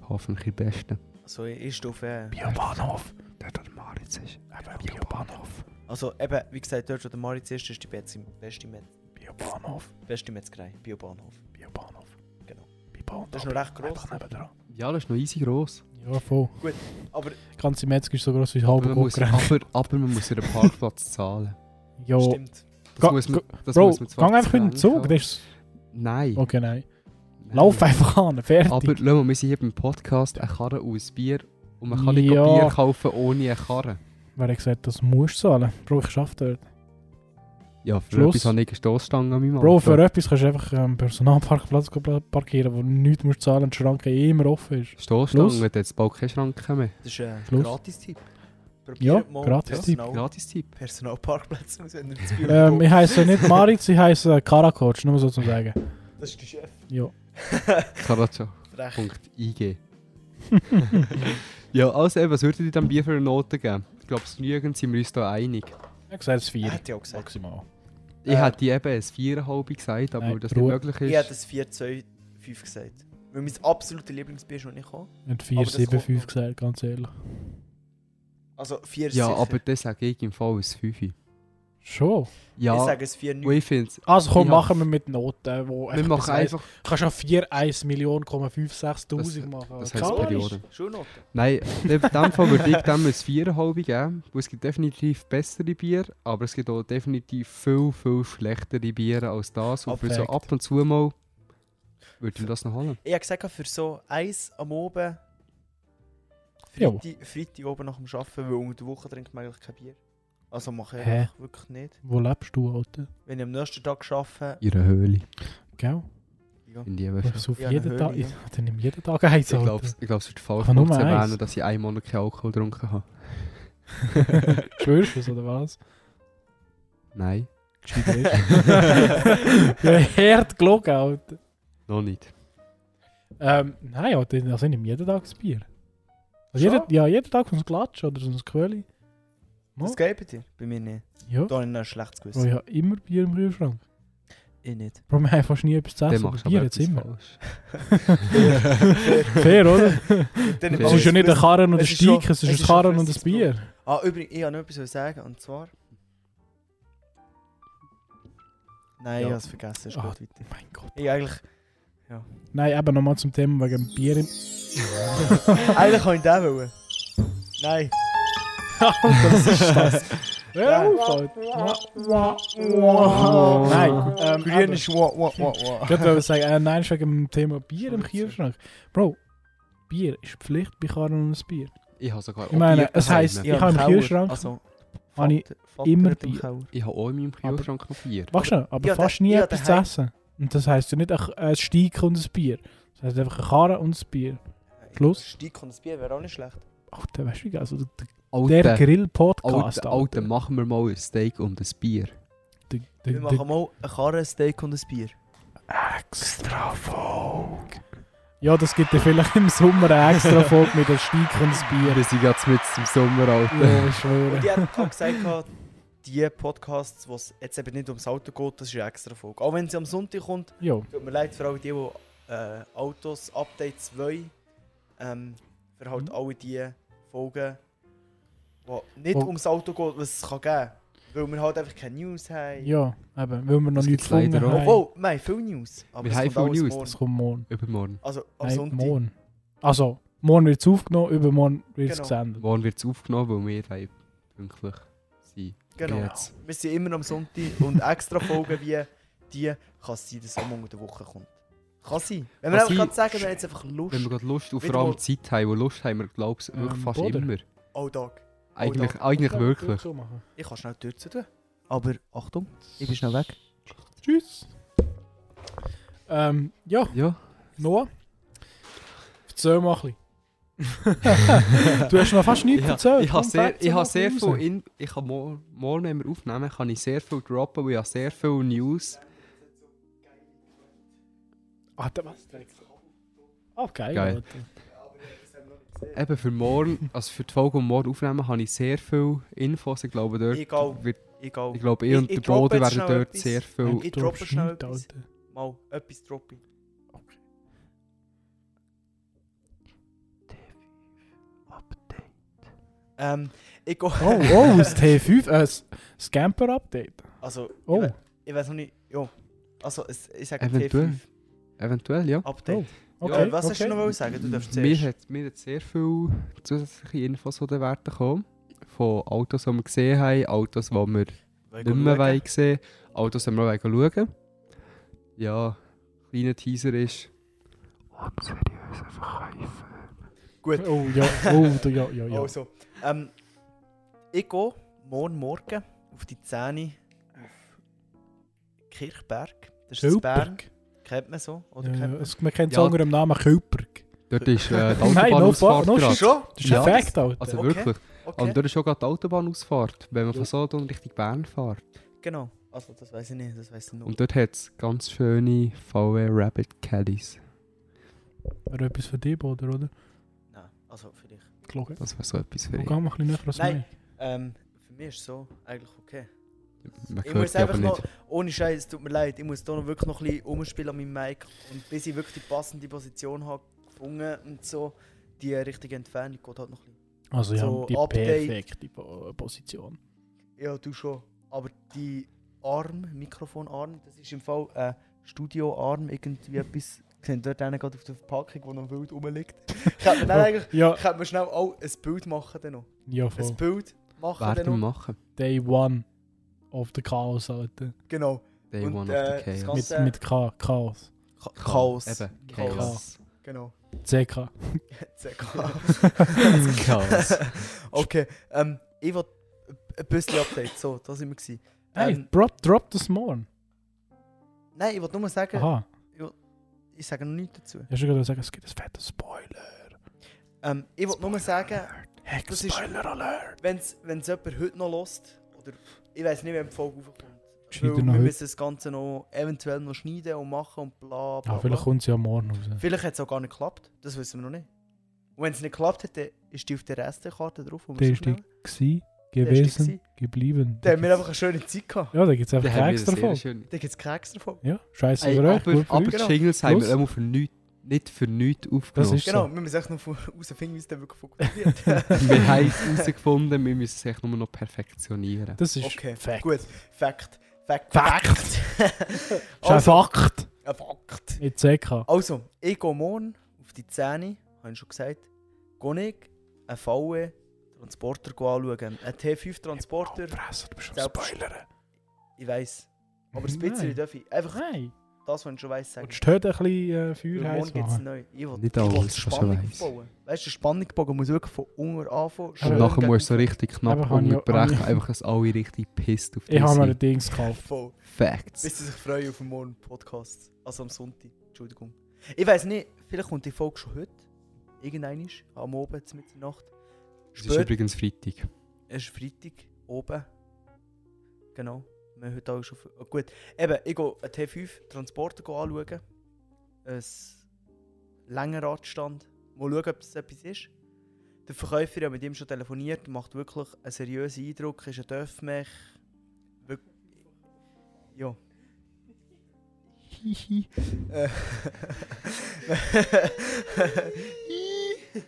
[SPEAKER 2] Hoffentlich der Beste.
[SPEAKER 1] also ich stufe...
[SPEAKER 3] Biobahnhof.
[SPEAKER 2] Der, der Maritz ist.
[SPEAKER 3] Eben, Biobahnhof.
[SPEAKER 1] Also eben, wie gesagt, dort, wo der Maritz ist, ist die beste, beste, Met
[SPEAKER 3] Biobahnhof.
[SPEAKER 1] beste Metzgerei, Biobahnhof.
[SPEAKER 3] Biobahnhof.
[SPEAKER 1] Genau.
[SPEAKER 3] Biobahnhof.
[SPEAKER 1] Das ist noch recht gross.
[SPEAKER 3] Einfach nebendran.
[SPEAKER 2] Ja, das ist noch easy gross.
[SPEAKER 3] Ja, voll.
[SPEAKER 1] Gut, aber-
[SPEAKER 3] Die ganze Metzg ist so groß wie ein
[SPEAKER 2] Aber
[SPEAKER 3] halber
[SPEAKER 2] man, muss,
[SPEAKER 3] Gugger.
[SPEAKER 2] aber, aber man muss ihren Parkplatz zahlen.
[SPEAKER 3] Ja.
[SPEAKER 1] Stimmt.
[SPEAKER 2] Das
[SPEAKER 3] Ga-
[SPEAKER 2] muss man, das
[SPEAKER 3] Bro,
[SPEAKER 2] muss man
[SPEAKER 3] geh einfach mit dem Zug.
[SPEAKER 2] zwar
[SPEAKER 3] Das ist...
[SPEAKER 2] Nein.
[SPEAKER 3] Okay, nein.
[SPEAKER 2] nein.
[SPEAKER 3] Oh, Lauf einfach an, fertig.
[SPEAKER 2] Aber schau mal, wir sind hier beim Podcast, eine Karre aus Bier. Und man kann nicht
[SPEAKER 3] Ja.
[SPEAKER 2] Bier kaufen ohne eine Karre.
[SPEAKER 3] Wer hat gesagt, das musst du zahlen? Bro, ich schaffe dort.
[SPEAKER 2] Ja, für
[SPEAKER 3] Schluss.
[SPEAKER 2] etwas habe ich eine Stossstange an meinem Auto.
[SPEAKER 3] Bro, für etwas kannst du einfach am Personalparkplatz pla- parkieren, wo du nichts musst zahlen und die Schranke eh immer offen ist.
[SPEAKER 2] Stossstange,
[SPEAKER 3] Schluss.
[SPEAKER 2] dort hat es bald keine Schranken mehr.
[SPEAKER 1] Das ist ein
[SPEAKER 3] Los.
[SPEAKER 1] Gratis-Tipp. oh. Probiert
[SPEAKER 3] Ja,
[SPEAKER 1] mal
[SPEAKER 3] Gratis-Tipp.
[SPEAKER 1] Personal-
[SPEAKER 2] Gratis-Tipp.
[SPEAKER 1] Personalparkplätze aus, wenn ihr das Bier
[SPEAKER 3] Ähm, ich
[SPEAKER 1] bekommt.
[SPEAKER 3] heiße nicht Maritz, ich heiße Karakoc, nur so zu sagen.
[SPEAKER 1] Das ist der Chef.
[SPEAKER 3] Ja.
[SPEAKER 1] Frech.
[SPEAKER 2] Karacho.ig Ja, also ey, was würdet ihr dem Bier für eine Note geben? Ich glaube, nirgends sind wir uns da einig.
[SPEAKER 3] Ich habe gesagt, es
[SPEAKER 1] Ich
[SPEAKER 3] 4.
[SPEAKER 1] hätte ja auch gesagt.
[SPEAKER 3] Maximal.
[SPEAKER 2] Ich
[SPEAKER 1] Äh.
[SPEAKER 2] hätte eben ein 4,5 gesagt, aber
[SPEAKER 3] Nein,
[SPEAKER 2] weil das
[SPEAKER 3] Ruhe.
[SPEAKER 2] nicht möglich
[SPEAKER 1] Ich hätte
[SPEAKER 2] ist.
[SPEAKER 1] das 4, 2, 5 gesagt. Weil mein absolutes Lieblingsbier ist noch nicht gekommen.
[SPEAKER 3] Nicht
[SPEAKER 1] Aber
[SPEAKER 3] 4,
[SPEAKER 1] das
[SPEAKER 3] 7,
[SPEAKER 1] kommt
[SPEAKER 3] 5
[SPEAKER 1] noch.
[SPEAKER 3] gesagt, ganz ehrlich.
[SPEAKER 1] Also 4 ist
[SPEAKER 2] Ja,
[SPEAKER 1] sicher.
[SPEAKER 2] aber das sage ich im Fall ein 5.
[SPEAKER 3] Schon.
[SPEAKER 1] Ich
[SPEAKER 2] Ja,
[SPEAKER 1] sage es 4-9.
[SPEAKER 2] und ich finde es.
[SPEAKER 3] Also komm,
[SPEAKER 2] Ja.
[SPEAKER 3] machen wir mit Noten, wo
[SPEAKER 2] Wir machen einfach.
[SPEAKER 3] Kannst ja 4, 1 Million, 5, 6 Tausend machen.
[SPEAKER 2] Das
[SPEAKER 3] Keine
[SPEAKER 2] heisst
[SPEAKER 3] Ahnung.
[SPEAKER 2] Periode.
[SPEAKER 1] Schulnoten.
[SPEAKER 2] Nein, äh, in dem Fall würde ich dem ein 4,5 geben, weil es gibt definitiv bessere Bier, aber es gibt auch definitiv viel, viel schlechtere Biere als das. Und für so
[SPEAKER 3] Abfakt.
[SPEAKER 2] ab und zu mal würde ich mir das noch holen.
[SPEAKER 1] Ich habe gesagt, für so eins am Oben.
[SPEAKER 3] Ja.
[SPEAKER 1] Freitag, Freitag oben nach dem Arbeiten, weil unter der Woche trinkt man eigentlich kein Bier. Also mache ich
[SPEAKER 3] Hä?
[SPEAKER 1] eigentlich wirklich nicht.
[SPEAKER 3] Wo lebst du, Alter?
[SPEAKER 1] Wenn ich am nächsten Tag arbeite,
[SPEAKER 2] Ihre Höhle.
[SPEAKER 3] Gell? Hm?
[SPEAKER 2] In die Wäsche.
[SPEAKER 3] Ich auf
[SPEAKER 1] Ja,
[SPEAKER 3] jeden
[SPEAKER 1] eine
[SPEAKER 3] Tag.
[SPEAKER 1] Höhle,
[SPEAKER 3] Ich
[SPEAKER 1] ja.
[SPEAKER 3] dann nimm jeden Tag eins,
[SPEAKER 2] Ich glaube,
[SPEAKER 3] Alter.
[SPEAKER 2] ich glaub, es wird falsch
[SPEAKER 3] Aber nur
[SPEAKER 2] kurz erwähnen,
[SPEAKER 3] eins.
[SPEAKER 2] dass ich einen Monat keinen Alkohol getrunken habe.
[SPEAKER 3] Schwörst du es, oder was?
[SPEAKER 2] Nein,
[SPEAKER 3] Gescheit ist. Ja, hart gelogen, Alter.
[SPEAKER 2] noch nicht.
[SPEAKER 3] Ähm, nein, Alter, also ich nehme jeden Tag ein Bier. Also jeden, ja, jeden Tag so ein Klatsch oder so ein Quäli.
[SPEAKER 1] das geht bei dir. Bei mir nicht.
[SPEAKER 3] Ja.
[SPEAKER 1] Da habe ich noch ein schlechtes
[SPEAKER 3] Bro,
[SPEAKER 1] Gewissen.
[SPEAKER 3] ich habe immer Bier im Kühlschrank.
[SPEAKER 1] Ich nicht.
[SPEAKER 3] Bro, wir haben fast nie etwas zu
[SPEAKER 2] Dann
[SPEAKER 3] essen. aber
[SPEAKER 2] machst du
[SPEAKER 3] Bier
[SPEAKER 2] aber
[SPEAKER 3] jetzt
[SPEAKER 2] etwas
[SPEAKER 3] immer.
[SPEAKER 2] falsch.
[SPEAKER 3] Fair, oder?
[SPEAKER 1] Dann
[SPEAKER 2] Es
[SPEAKER 3] Es
[SPEAKER 2] Ja,
[SPEAKER 3] ist ja nicht ein Karren und ein
[SPEAKER 1] es ist schon-
[SPEAKER 3] Steak, es
[SPEAKER 1] es
[SPEAKER 3] ist
[SPEAKER 1] ist schon
[SPEAKER 3] ein Karren und ein
[SPEAKER 1] flüssiges
[SPEAKER 3] Bier.
[SPEAKER 1] Ah, übrigens, ich habe noch etwas zu sagen. Und zwar. Nein, ich
[SPEAKER 3] Ja.
[SPEAKER 1] habe es vergessen. Ist
[SPEAKER 3] Ah.
[SPEAKER 1] gut weiter.
[SPEAKER 3] Mein Gott.
[SPEAKER 1] Ich eigentlich,
[SPEAKER 3] Nein, eben nochmal zum Thema wegen dem Bier im.
[SPEAKER 1] eigentlich kann ich den wollen. Nein.
[SPEAKER 3] das ist das. Ja, auf, Alter. Nein. Ähm,
[SPEAKER 1] Grün
[SPEAKER 3] eben.
[SPEAKER 1] ist wa, wa, wa, wa.
[SPEAKER 3] Ich würde sagen, äh, nein, ist wegen dem Thema Bier im Kühlschrank. Bro, Bier ist Pflicht bei Karren und ein Bier.
[SPEAKER 2] Ich habe sogar auch
[SPEAKER 3] Ich meine,
[SPEAKER 2] Bier
[SPEAKER 3] es
[SPEAKER 2] daheim.
[SPEAKER 3] heisst- Ich habe im
[SPEAKER 1] Keller,
[SPEAKER 3] Kühlschrank-
[SPEAKER 1] Also,
[SPEAKER 3] Habe ich
[SPEAKER 1] Vater- Vater
[SPEAKER 3] immer
[SPEAKER 1] hat im
[SPEAKER 3] Bier.
[SPEAKER 1] Keller.
[SPEAKER 2] Ich habe auch in meinem Kühlschrank noch Bier.
[SPEAKER 3] Weißt du, aber
[SPEAKER 1] Ja,
[SPEAKER 3] fast
[SPEAKER 1] da-
[SPEAKER 3] nie
[SPEAKER 1] ja,
[SPEAKER 3] etwas zu
[SPEAKER 1] daheim.
[SPEAKER 3] essen. Und das heisst ja nicht ein, ein Steak und ein Bier. Das heisst einfach ein Karren und ein Bier. Schluss.
[SPEAKER 1] Steak und ein Bier wäre auch nicht schlecht.
[SPEAKER 3] Alter, weißt du, wie geil? Also, der der
[SPEAKER 2] Alte,
[SPEAKER 3] Grill-Podcast.
[SPEAKER 2] alte, alte,
[SPEAKER 3] Alter.
[SPEAKER 2] machen wir mal ein Steak und ein Bier.
[SPEAKER 3] Der- der-
[SPEAKER 1] Wir machen mal einen Karren, ein Steak und ein Bier.
[SPEAKER 3] Extra Folge. Ja, das gibt ja vielleicht im Sommer eine extra Folge mit einem Steak und einem Bier.
[SPEAKER 2] Wir sind jetzt mit zum Sommer, Alter.
[SPEAKER 3] Ja, ich
[SPEAKER 1] Und
[SPEAKER 3] schwöre.
[SPEAKER 1] die hat auch gesagt, gehabt, die Podcasts, wo es jetzt eben nicht ums Auto geht, das ist eine extra Folge. Auch wenn sie am Sonntag kommt,
[SPEAKER 3] Ja,
[SPEAKER 1] tut mir leid für alle die, die äh, Autos Update 2, ähm, für halt
[SPEAKER 3] Mhm.
[SPEAKER 1] alle die Folgen, wo nicht
[SPEAKER 3] Wo-
[SPEAKER 1] ums Auto geht, was es kann geben. Weil wir halt einfach keine News haben.
[SPEAKER 3] ja, eben, weil wir noch
[SPEAKER 2] Das
[SPEAKER 3] nichts
[SPEAKER 2] gibt's leider
[SPEAKER 3] gefunden
[SPEAKER 2] auch.
[SPEAKER 3] haben.
[SPEAKER 1] Obwohl, wir haben viel News. Aber
[SPEAKER 2] Wir
[SPEAKER 1] es
[SPEAKER 2] haben
[SPEAKER 1] kommt
[SPEAKER 2] viel
[SPEAKER 1] alles
[SPEAKER 2] News,
[SPEAKER 1] morgen.
[SPEAKER 3] Das kommt morgen.
[SPEAKER 2] Übermorgen.
[SPEAKER 1] Also am
[SPEAKER 3] Nein,
[SPEAKER 1] Sonntag.
[SPEAKER 3] morgen. Also, morgen wird es aufgenommen, übermorgen wird es
[SPEAKER 1] Genau.
[SPEAKER 3] gesendet.
[SPEAKER 2] Morgen wird es aufgenommen, weil wir haben pünktlich sind.
[SPEAKER 1] Genau.
[SPEAKER 2] Jetzt.
[SPEAKER 1] Wir sind immer am Sonntag und extra Folgen wie die kann es sein, dass am Morgen der Woche kommt. Kann sein. Wenn wir einfach
[SPEAKER 2] Kann sein.
[SPEAKER 1] gerade sagen, wir haben jetzt einfach Lust.
[SPEAKER 2] Wenn wir gerade Lust auf
[SPEAKER 1] Wieder
[SPEAKER 2] vor allem
[SPEAKER 1] mal-
[SPEAKER 2] Zeit haben, wo Lust haben wir, glaube ich, wirklich
[SPEAKER 3] Ähm,
[SPEAKER 2] fast
[SPEAKER 3] Boden.
[SPEAKER 2] immer.
[SPEAKER 1] All Tag.
[SPEAKER 2] Eigentlich, eigentlich wirklich.
[SPEAKER 1] Oh, Ich kann schnell die Tür zu tun. Aber Achtung, ich bin schnell weg.
[SPEAKER 3] Tschüss. Ähm, ja,
[SPEAKER 2] Ja,
[SPEAKER 3] Noah. Erzähl mal ein bisschen. du hast noch fast nichts
[SPEAKER 2] ich,
[SPEAKER 3] erzählt.
[SPEAKER 2] ha- ich habe
[SPEAKER 3] Komm,
[SPEAKER 2] sehr,
[SPEAKER 3] erzähl
[SPEAKER 2] ich
[SPEAKER 3] mal
[SPEAKER 2] habe sehr
[SPEAKER 3] raus.
[SPEAKER 2] viel, in, ich habe mor- morgen, wenn wir aufnehmen, kann ich sehr viel droppen, weil ich habe sehr viel News.
[SPEAKER 3] Ah, der was trägt. Ah, geil.
[SPEAKER 2] Geil.
[SPEAKER 3] Alter.
[SPEAKER 2] Eben für morgen, also für die Folge, die wir morgen aufnehmen, habe ich sehr viel Infos. Ich glaube, dort
[SPEAKER 1] Egal.
[SPEAKER 2] wird,
[SPEAKER 1] Egal.
[SPEAKER 2] ich glaube, ich,
[SPEAKER 1] Ich-
[SPEAKER 2] und
[SPEAKER 1] ich
[SPEAKER 2] der
[SPEAKER 1] droppe
[SPEAKER 2] Boden
[SPEAKER 1] jetzt
[SPEAKER 2] werden
[SPEAKER 1] schnell
[SPEAKER 2] dort
[SPEAKER 1] etwas.
[SPEAKER 2] sehr
[SPEAKER 3] Nein,
[SPEAKER 2] viel...
[SPEAKER 1] Ich
[SPEAKER 3] du
[SPEAKER 1] droppe
[SPEAKER 3] darfst
[SPEAKER 1] schnell
[SPEAKER 3] nichts,
[SPEAKER 1] etwas.
[SPEAKER 3] Alter.
[SPEAKER 1] Mal etwas droppen. Ähm, ich gehe.
[SPEAKER 3] Oh, oh, das T5, äh, das Scamper-Update.
[SPEAKER 1] Also,
[SPEAKER 3] Oh.
[SPEAKER 1] ich, we ich weiß noch nicht. Ja. Also, es, ich sage
[SPEAKER 2] Eventuell.
[SPEAKER 1] T5
[SPEAKER 2] Eventuell, ja.
[SPEAKER 1] Update.
[SPEAKER 3] Okay,
[SPEAKER 1] äh, was hast du
[SPEAKER 3] okay.
[SPEAKER 1] noch wollen sagen? Du darfst
[SPEAKER 2] Mir
[SPEAKER 1] zuerst.
[SPEAKER 2] hat, mir hat sehr viele zusätzliche Infos von den Werten gekommen. Von Autos, die wir gesehen haben, Autos, die wir
[SPEAKER 1] Wollen wir
[SPEAKER 2] nicht mehr
[SPEAKER 1] schauen?
[SPEAKER 2] wollen sehen Autos, die wir wollen schauen wollen. Ja, kleiner Teaser ist... Unseriöse Verkäufe.
[SPEAKER 1] Gut.
[SPEAKER 3] Oh, ja, oh, du, ja, ja, ja.
[SPEAKER 1] Also, ähm, ich gehe morgen Morgen auf die 10 Uhr auf Kirchberg. Das ist in Bern,
[SPEAKER 3] Kölperk.
[SPEAKER 1] kennt man so. Oder
[SPEAKER 3] Ja,
[SPEAKER 1] kennt man?
[SPEAKER 3] es- man kennt es
[SPEAKER 2] Ja.
[SPEAKER 3] ja. unter dem Namen Kölperk.
[SPEAKER 2] Dort ist äh, die
[SPEAKER 3] Nein, no
[SPEAKER 2] Autobahnausfahrt
[SPEAKER 3] fa- no
[SPEAKER 2] gerade.
[SPEAKER 3] shit.
[SPEAKER 1] Schon?
[SPEAKER 3] Das ist
[SPEAKER 2] Ja,
[SPEAKER 3] ein Fact, Alter.
[SPEAKER 2] Also
[SPEAKER 1] Okay.
[SPEAKER 2] wirklich. Aber
[SPEAKER 1] Okay,
[SPEAKER 2] dort ist schon gerade die Autobahnausfahrt, wenn man von Solothurn Richtung Bern fährt.
[SPEAKER 1] genau. Also, das weiß ich nicht, das weiß ich nur.
[SPEAKER 2] Und dort hat es ganz schöne VW Rabbit Caddies.
[SPEAKER 3] Wäre etwas für dich, Boder, oder?
[SPEAKER 1] Nein, also für dich.
[SPEAKER 3] Kloge.
[SPEAKER 2] Das wäre so etwas für
[SPEAKER 3] Geh
[SPEAKER 2] mich.
[SPEAKER 3] mal ein bisschen näher als
[SPEAKER 1] Nein.
[SPEAKER 3] mich.
[SPEAKER 1] Ähm, für mich ist es so eigentlich okay.
[SPEAKER 2] Man
[SPEAKER 1] Ich
[SPEAKER 2] hört
[SPEAKER 1] muss
[SPEAKER 2] die aber
[SPEAKER 1] einfach noch,
[SPEAKER 2] nicht.
[SPEAKER 1] ohne Scheiß, es tut mir leid, ich muss da noch wirklich noch ein bisschen umspielen an meinem Mic. Und bis ich wirklich die passende Position habe gefunden und so, die richtige Entfernung geht halt noch ein bisschen.
[SPEAKER 3] Also, ja,
[SPEAKER 1] So,
[SPEAKER 3] die
[SPEAKER 1] Update.
[SPEAKER 3] perfekte Po- Position.
[SPEAKER 1] Ja, du schon. Aber die Arm, Mikrofonarm, das ist im Fall ein Studioarm, irgendwie etwas. Sehen dort einen gerade auf der Verpackung, die noch wild rumliegt. Könnte man dann eigentlich
[SPEAKER 3] Ja,
[SPEAKER 1] könnte man schnell auch ein Bild machen. Dann noch.
[SPEAKER 3] ja
[SPEAKER 1] Ein
[SPEAKER 3] voll.
[SPEAKER 1] Bild machen. Dann
[SPEAKER 2] Werden wir
[SPEAKER 1] noch.
[SPEAKER 2] machen.
[SPEAKER 3] Day One of the Chaos, eh, Alter.
[SPEAKER 1] Genau.
[SPEAKER 2] Day
[SPEAKER 1] Und,
[SPEAKER 2] one
[SPEAKER 1] äh,
[SPEAKER 2] of the
[SPEAKER 1] das
[SPEAKER 2] chaos.
[SPEAKER 3] Mit,
[SPEAKER 1] Was, äh,
[SPEAKER 3] mit Ka Chaos.
[SPEAKER 1] Cha- Chaos.
[SPEAKER 2] Eben,
[SPEAKER 1] Chaos.
[SPEAKER 2] Chaos.
[SPEAKER 1] Genau.
[SPEAKER 3] CK.
[SPEAKER 1] Sehr Chaos.
[SPEAKER 2] Chaos.
[SPEAKER 1] Okay, ähm, ich will ein bisschen Update. So, da sind wir. Gewesen.
[SPEAKER 3] Hey,
[SPEAKER 1] Ähm,
[SPEAKER 3] drop, drop das morgen.
[SPEAKER 1] Nein, ich wollte nur sagen,
[SPEAKER 3] Aha.
[SPEAKER 1] ich sage noch nichts dazu.
[SPEAKER 3] Ich wollte gerade sagen, es gibt einen fetten Spoiler.
[SPEAKER 1] Ähm, ich wollte nur sagen,
[SPEAKER 3] Heck,
[SPEAKER 1] Das ist-
[SPEAKER 3] Spoiler Alert.
[SPEAKER 1] wenn es jemand heute noch lost, oder ich weiß nicht, wenn die Folge raufkommt.
[SPEAKER 3] Schneid
[SPEAKER 1] Weil
[SPEAKER 3] er
[SPEAKER 1] wir
[SPEAKER 3] noch heute.
[SPEAKER 1] müssen das Ganze noch eventuell noch schneiden und machen und bla bla.
[SPEAKER 3] Ah,
[SPEAKER 1] bla.
[SPEAKER 3] vielleicht kommt sie ja morgen raus.
[SPEAKER 1] vielleicht hat es auch gar nicht geklappt, das wissen wir noch nicht. Und wenn es nicht geklappt hat, dann ist die auf der Restekarte drauf. die wir
[SPEAKER 3] Der
[SPEAKER 1] so
[SPEAKER 3] ist die
[SPEAKER 1] nehmen.
[SPEAKER 3] gsi,
[SPEAKER 1] Der ist die
[SPEAKER 3] gewesen,
[SPEAKER 1] gewesen.
[SPEAKER 3] geblieben.
[SPEAKER 1] Dann haben wir einfach eine schöne Zeit gehabt.
[SPEAKER 3] Ja, da gibt es
[SPEAKER 2] Da
[SPEAKER 3] einfach
[SPEAKER 2] haben wir
[SPEAKER 3] keinen
[SPEAKER 2] eine
[SPEAKER 3] extra
[SPEAKER 2] sehr
[SPEAKER 3] davon.
[SPEAKER 2] schöne-
[SPEAKER 1] Dann gibt es Keks davon.
[SPEAKER 3] Ja, scheiße
[SPEAKER 2] Ey,
[SPEAKER 3] für euch,
[SPEAKER 2] Aber
[SPEAKER 3] gut für
[SPEAKER 2] aber genau.
[SPEAKER 3] euch.
[SPEAKER 2] die Jingles haben
[SPEAKER 3] Plus.
[SPEAKER 2] wir immer für nichts, nicht für nichts
[SPEAKER 3] Das
[SPEAKER 2] aufgenommen.
[SPEAKER 3] ist
[SPEAKER 1] Genau,
[SPEAKER 3] so.
[SPEAKER 1] wir müssen echt noch von- rausfinden, wie es dann wirklich funktioniert.
[SPEAKER 2] wir haben es herausgefunden, wir müssen es echt nur noch perfektionieren.
[SPEAKER 3] Das ist
[SPEAKER 1] Okay,
[SPEAKER 3] Fact.
[SPEAKER 1] gut. Fakt. Fakt.
[SPEAKER 3] Fakt. Das ist
[SPEAKER 1] also,
[SPEAKER 3] ein Fakt.
[SPEAKER 1] ein Fakt.
[SPEAKER 3] Nicht CK.
[SPEAKER 1] Also, ich gehe morgen auf die Zähne, habe ich schon gesagt, gehe ich einen VW Transporter anschauen. Ein T5 Transporter,
[SPEAKER 3] Fresse, du bist am
[SPEAKER 1] Selbst-
[SPEAKER 3] Spoilern.
[SPEAKER 1] ich weiß. Aber ein bisschen darf ich.
[SPEAKER 3] Nein.
[SPEAKER 1] Einfach
[SPEAKER 3] Nein.
[SPEAKER 1] das, was ich schon weiss, sagen.
[SPEAKER 3] Willst du heute ein bisschen äh,
[SPEAKER 1] Weil
[SPEAKER 3] Feuer heiß
[SPEAKER 1] Morgen gibt es
[SPEAKER 3] machen?
[SPEAKER 1] neu. Ich will, ich
[SPEAKER 2] Nicht
[SPEAKER 1] will
[SPEAKER 2] alles,
[SPEAKER 1] die
[SPEAKER 2] was man
[SPEAKER 1] Spannung
[SPEAKER 2] weiss.
[SPEAKER 1] aufbauen. Weißt du, der Spannungsbogen muss wirklich von unten anfangen. schön
[SPEAKER 2] Und nachher
[SPEAKER 1] gegen-
[SPEAKER 2] musst du so richtig
[SPEAKER 3] Aber
[SPEAKER 2] knapp
[SPEAKER 3] habe ich-
[SPEAKER 2] unterbrechen,
[SPEAKER 3] habe ich-
[SPEAKER 2] einfach, dass alle richtig pisst auf dich
[SPEAKER 3] Ich habe mir ein
[SPEAKER 2] sind.
[SPEAKER 3] Dings gekauft.
[SPEAKER 1] Voll.
[SPEAKER 2] Facts.
[SPEAKER 1] Bis sie sich freuen auf den morgen Podcast. Also am Sonntag. Entschuldigung. Ich weiß nicht, vielleicht kommt die Folge schon heute. Irgendein am Abend, mit der Nacht.
[SPEAKER 2] Es ist übrigens Freitag.
[SPEAKER 1] Es ist Freitag, oben. Genau. Wir haben heute auch schon. viel- Oh, gut. Eben, ich gehe einen T5 Transporter go anschauen. Ein länger Radstand. Mal schauen, ob das etwas ist. Der Verkäufer hat mit ihm schon telefoniert, macht wirklich einen seriösen Eindruck, ist ein Dörfmech. Wirk- Ja. Hihi. Äh,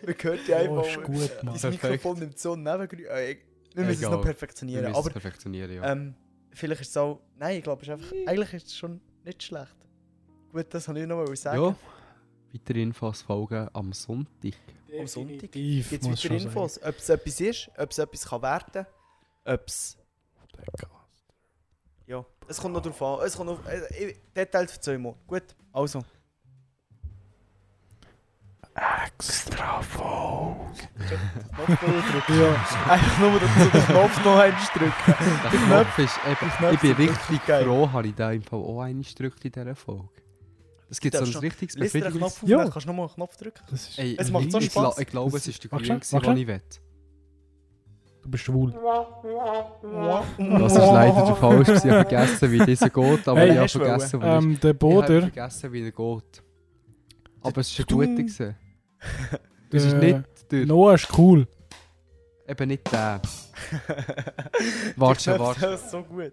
[SPEAKER 1] Man hört ja
[SPEAKER 3] Oh,
[SPEAKER 1] einfach.
[SPEAKER 3] ist gut, Mann.
[SPEAKER 1] Das Mikrofon nimmt so Nebengeräusche. Äh, wir müssen es
[SPEAKER 2] Egal.
[SPEAKER 1] noch
[SPEAKER 2] Wir
[SPEAKER 1] perfektionieren.
[SPEAKER 2] müssen es
[SPEAKER 1] Aber
[SPEAKER 2] perfektionieren, ja.
[SPEAKER 1] ähm, vielleicht ist es auch. Nein, ich glaube, es ist einfach. Eigentlich ist es schon nicht schlecht. Gut, das wollte ich noch mal sagen.
[SPEAKER 2] Ja, weitere Infos folgen am Sonntag.
[SPEAKER 1] Am Sonntag
[SPEAKER 3] Definitiv,
[SPEAKER 1] Gibt
[SPEAKER 3] muss
[SPEAKER 1] es
[SPEAKER 3] schon
[SPEAKER 1] weitere
[SPEAKER 3] sagen.
[SPEAKER 1] Infos? Ob es etwas ist, ob es etwas kann werden kann, ob es. Ja, es kommt noch drauf an. Es kommt noch, äh, ich- Details für zwei Monate. Gut, also.
[SPEAKER 3] Extra voll.
[SPEAKER 1] ja. Einfach nur, dass du den Knopf noch einmal drücken.
[SPEAKER 2] Der
[SPEAKER 1] Knopf-
[SPEAKER 2] Knopf ist eben,
[SPEAKER 1] Knöpfe
[SPEAKER 2] ich
[SPEAKER 1] sind
[SPEAKER 2] bin
[SPEAKER 1] wirklich
[SPEAKER 2] richtig
[SPEAKER 1] geil.
[SPEAKER 2] froh, habe ich da im Fall auch einen gedrückt in dieser Folge. Das gibt so
[SPEAKER 1] darfst
[SPEAKER 2] ein
[SPEAKER 1] schon-
[SPEAKER 2] richtiges
[SPEAKER 1] Lies dir einen
[SPEAKER 2] Befriedigungs-
[SPEAKER 1] Knopf auf,
[SPEAKER 3] Ja.
[SPEAKER 1] dann kannst du nochmal einen Knopf drücken.
[SPEAKER 3] Das ist,
[SPEAKER 2] Ey,
[SPEAKER 1] Es macht so
[SPEAKER 2] ich,
[SPEAKER 1] Spaß.
[SPEAKER 2] gla- Ich glaube, es ist der
[SPEAKER 3] Machst du?
[SPEAKER 2] grün,
[SPEAKER 3] Machst
[SPEAKER 2] den
[SPEAKER 3] du?
[SPEAKER 2] ich will.
[SPEAKER 3] du bist schwul.
[SPEAKER 2] Das war leider der Fall, gewesen. ich habe vergessen, wie dieser geht, aber
[SPEAKER 3] Hey,
[SPEAKER 2] ich habe
[SPEAKER 1] hast du
[SPEAKER 2] vergessen, wo er ist.
[SPEAKER 3] Ähm, der
[SPEAKER 2] Ich habe
[SPEAKER 3] Boder,
[SPEAKER 2] vergessen, wie er geht. Aber es war ein guter. gewesen. Es ist
[SPEAKER 3] der
[SPEAKER 2] nicht der,
[SPEAKER 3] äh, Noah ist cool.
[SPEAKER 2] eben nicht der. Warte schon, warte schon.
[SPEAKER 1] Das ist so gut.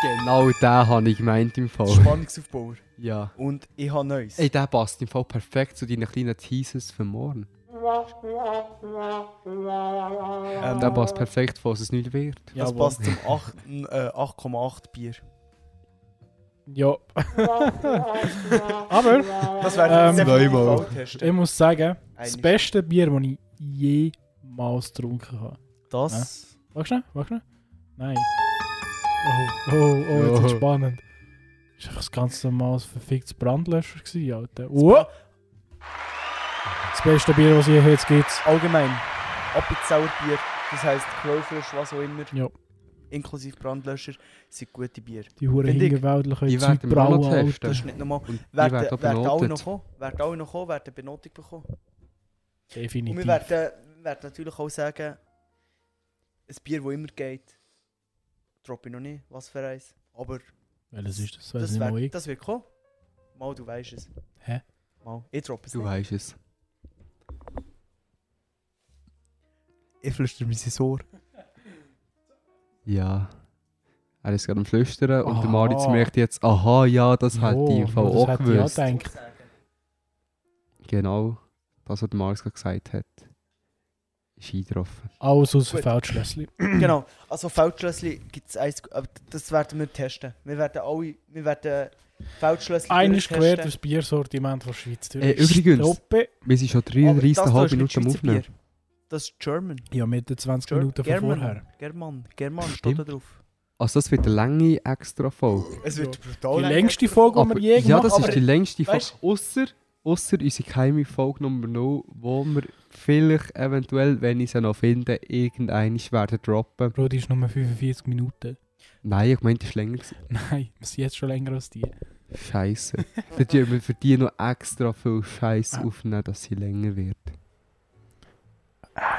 [SPEAKER 2] Genau den habe ich gemeint im Fall.
[SPEAKER 1] Spannungsaufbauer.
[SPEAKER 2] Ja.
[SPEAKER 1] Und ich habe Neues.
[SPEAKER 2] Ey, der passt im Fall perfekt zu deinen kleinen Teasers für morgen.
[SPEAKER 1] Ähm,
[SPEAKER 2] Der passt perfekt, falls es nicht wird.
[SPEAKER 1] das
[SPEAKER 3] Jawohl.
[SPEAKER 1] passt zum 8, äh, 8,8 Bier.
[SPEAKER 3] Ja. Aber
[SPEAKER 1] Das
[SPEAKER 3] Ähm,
[SPEAKER 1] wäre
[SPEAKER 2] Neumal.
[SPEAKER 1] Testen.
[SPEAKER 3] ich muss sagen, das
[SPEAKER 1] Einmal.
[SPEAKER 3] beste Bier, das ich jemals getrunken habe.
[SPEAKER 1] Das.
[SPEAKER 3] Warte schnell, warte schnell. Nein. Oh, oh, oh, jetzt wird's
[SPEAKER 2] Oh.
[SPEAKER 3] spannend. Das war einfach ein ganz normales verficktes Brandlöscher, gewesen, Alter. Wow! Das beste Bier, was ich jetzt gibt.
[SPEAKER 1] Allgemein. Appenzellerbier, das heisst Quellfisch, was auch immer,
[SPEAKER 3] Ja,
[SPEAKER 1] inklusive Brandlöscher, sind gute Bier.
[SPEAKER 3] die Huren
[SPEAKER 1] Finde ich.
[SPEAKER 3] Hingenwäldler können
[SPEAKER 2] Die
[SPEAKER 3] Zeug
[SPEAKER 2] werden wir auch noch
[SPEAKER 3] brauen, Alter.
[SPEAKER 2] testen.
[SPEAKER 1] Das ist nicht normal.
[SPEAKER 2] Und die
[SPEAKER 1] Werden,
[SPEAKER 2] werden auch
[SPEAKER 1] werden alle noch
[SPEAKER 2] benotet.
[SPEAKER 1] kommen, werden alle noch kommen, werden Benotung bekommen. Und wir
[SPEAKER 3] Definitiv.
[SPEAKER 1] werden, werden natürlich auch sagen, ein Bier, das immer geht, droppe ich noch nicht, was für eins. Aber
[SPEAKER 3] Welches ist das? Weiß
[SPEAKER 1] das,
[SPEAKER 3] nicht mal
[SPEAKER 1] wär,
[SPEAKER 3] ich.
[SPEAKER 1] das wird kommen. Mal, du weißt es.
[SPEAKER 3] Hä?
[SPEAKER 1] Mal, ich droppe es
[SPEAKER 2] Du
[SPEAKER 1] nicht.
[SPEAKER 2] weißt es.
[SPEAKER 1] Ich flüstere mir sein Ohr.
[SPEAKER 2] Ja. Er ist gerade am Flüstern und der
[SPEAKER 3] Aha.
[SPEAKER 2] Maritz merkt jetzt, aha, ja, das
[SPEAKER 3] Jo,
[SPEAKER 2] hätte ich im Fall
[SPEAKER 3] Oh, das
[SPEAKER 2] auch
[SPEAKER 3] hätte ich auch
[SPEAKER 2] gewusst.
[SPEAKER 3] gedacht.
[SPEAKER 2] Genau, das, was der Maris gerade gesagt hat, ist eingetroffen.
[SPEAKER 3] Alles aus
[SPEAKER 1] Gut.
[SPEAKER 3] Feldschlössli.
[SPEAKER 1] Genau, also Feldschlössli gibt es eins, aber das werden wir testen. Wir werden alle, wir werden Feldschlössli
[SPEAKER 3] Eines
[SPEAKER 1] durchtesten.
[SPEAKER 3] quer durchs Biersortiment von der Schweiz. durch.
[SPEAKER 2] Äh, übrigens.
[SPEAKER 3] Stoppe.
[SPEAKER 2] Wir sind schon
[SPEAKER 1] Aber das hier
[SPEAKER 2] 33,5
[SPEAKER 1] ist nicht
[SPEAKER 2] Minuten am
[SPEAKER 1] Schweizer
[SPEAKER 2] Aufnehmen.
[SPEAKER 1] Bier. Das ist German.
[SPEAKER 3] Ja, mit den 20
[SPEAKER 1] Ger
[SPEAKER 3] Minuten von vorher.
[SPEAKER 1] German. German. German steht
[SPEAKER 2] Stimmt.
[SPEAKER 1] da drauf.
[SPEAKER 2] Also das wird eine lange extra Folge.
[SPEAKER 1] Es
[SPEAKER 3] wird
[SPEAKER 1] brutal.
[SPEAKER 3] die längste Folge, die
[SPEAKER 2] Aber,
[SPEAKER 3] wir je
[SPEAKER 2] ja,
[SPEAKER 3] gemacht
[SPEAKER 2] das
[SPEAKER 1] machen,
[SPEAKER 2] ist die längste Folge.
[SPEAKER 1] Weißt-
[SPEAKER 2] Ausser, ausser unsere geheime Folge Nummer 0, wo wir vielleicht eventuell, wenn ich sie noch finde, irgendeine werden droppen.
[SPEAKER 3] Bro, die ist nur 45 Minuten.
[SPEAKER 2] Nein, ich meinte, die ist länger. gewesen.
[SPEAKER 3] Nein, wir sind jetzt schon länger als die.
[SPEAKER 2] Scheiße. Für die, wir für die noch extra viel Scheiß
[SPEAKER 3] Ah.
[SPEAKER 2] aufnehmen, dass sie länger wird.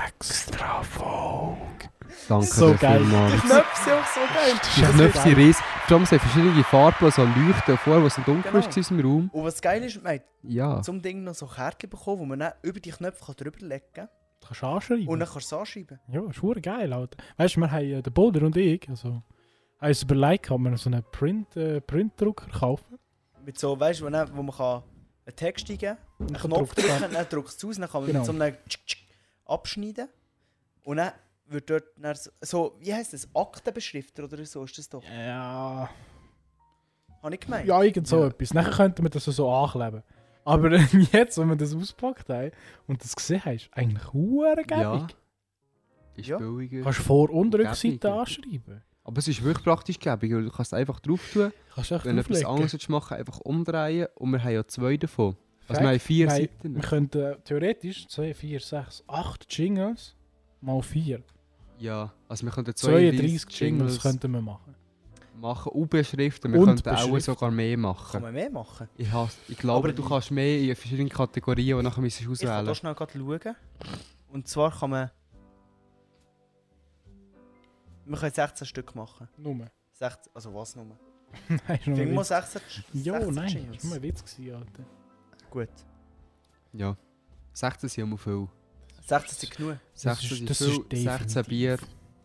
[SPEAKER 3] Extra Folge.
[SPEAKER 2] Danke
[SPEAKER 3] So
[SPEAKER 2] dir
[SPEAKER 3] geil.
[SPEAKER 2] vielmals.
[SPEAKER 1] Knöpfe sind auch so geil.
[SPEAKER 2] Die Knöpfe sind riesig. Vor allem sind verschiedene Farben, so leuchten vor, was im Dunkeln
[SPEAKER 1] Genau.
[SPEAKER 2] ist in unserem Raum.
[SPEAKER 1] Und was geil ist, mate,
[SPEAKER 2] Ja.
[SPEAKER 1] zum Ding noch so Kärtchen bekommen, wo man dann über die Knöpfe kann drüber legen kann.
[SPEAKER 3] Kannst du anschreiben?
[SPEAKER 1] Und dann kannst du es anschreiben.
[SPEAKER 3] Ja, ist hure geil, Alter. Weißt du, wir haben äh, der Boder und ich, also haben uns überlegt, ob wir so einen Print, äh, Printdrucker kaufen.
[SPEAKER 1] Mit so, weißt du, wo, dann- wo man kann einen Text eingeben kann, einen
[SPEAKER 3] kann
[SPEAKER 1] Knopf
[SPEAKER 3] drücken.
[SPEAKER 1] drücken, dann drückst du es aus, dann kann man
[SPEAKER 3] Genau.
[SPEAKER 1] mit so einem Tsch, Tsch abschneiden. Und dann wird dort dann so- so, wie heisst das, Aktenbeschrifter oder so ist das doch.
[SPEAKER 3] Ja.
[SPEAKER 1] Habe ich gemeint?
[SPEAKER 3] Ja, irgend so etwas. Nachher könnten wir das so ankleben. Aber äh, jetzt, wenn wir das ausgepackt haben und das gesehen hast, eigentlich hure geil.
[SPEAKER 2] Ja. Ist
[SPEAKER 1] Ja.
[SPEAKER 2] billiger.
[SPEAKER 3] Kannst Vor- und
[SPEAKER 2] Gäbig,
[SPEAKER 3] Rückseite
[SPEAKER 2] ja.
[SPEAKER 3] anschreiben.
[SPEAKER 2] Aber es ist wirklich praktisch gegeben, weil du kannst es einfach drauf tun.
[SPEAKER 3] Kannst du echt
[SPEAKER 2] Wenn du etwas
[SPEAKER 3] drauflegen.
[SPEAKER 2] anderes willst machen einfach umdrehen und wir haben ja zwei davon. Also
[SPEAKER 3] Perfekt.
[SPEAKER 2] wir haben vier
[SPEAKER 3] Nein,
[SPEAKER 2] Seiten.
[SPEAKER 3] Wir könnten äh, theoretisch 2, 4, 6, 8 Jingles mal 4.
[SPEAKER 2] Ja, also wir könnten
[SPEAKER 3] 32 Jingles könnten wir machen.
[SPEAKER 2] machen und Beschriften. Wir
[SPEAKER 3] Und
[SPEAKER 2] könnten auch
[SPEAKER 3] Beschriften.
[SPEAKER 2] sogar mehr
[SPEAKER 1] Kann
[SPEAKER 2] machen.
[SPEAKER 1] man mehr machen?
[SPEAKER 2] Ich, has- ich glaube,
[SPEAKER 1] Aber-
[SPEAKER 2] du kannst mehr in verschiedenen Kategorien, die nachher müssen
[SPEAKER 1] Ich kann
[SPEAKER 2] auswählen
[SPEAKER 1] da schnell grad schauen. Und zwar kann man... Wir können 16 Stück machen.
[SPEAKER 3] Nur.
[SPEAKER 1] 16, also was nur?
[SPEAKER 3] Nein, ist nur
[SPEAKER 1] Finden
[SPEAKER 3] ein
[SPEAKER 1] wir
[SPEAKER 3] Witz.
[SPEAKER 1] 16
[SPEAKER 3] Jo,
[SPEAKER 1] 16
[SPEAKER 3] nein,
[SPEAKER 1] Jingles?
[SPEAKER 3] das war nur ein Witz, gewesen, Alter.
[SPEAKER 1] Gut.
[SPEAKER 2] Ja. 16 sind immer viel.
[SPEAKER 1] 16 sind genug.
[SPEAKER 2] 16
[SPEAKER 3] ist-
[SPEAKER 2] sind
[SPEAKER 3] das
[SPEAKER 2] viel,
[SPEAKER 3] ist
[SPEAKER 2] 16
[SPEAKER 3] definitiv.
[SPEAKER 2] Bier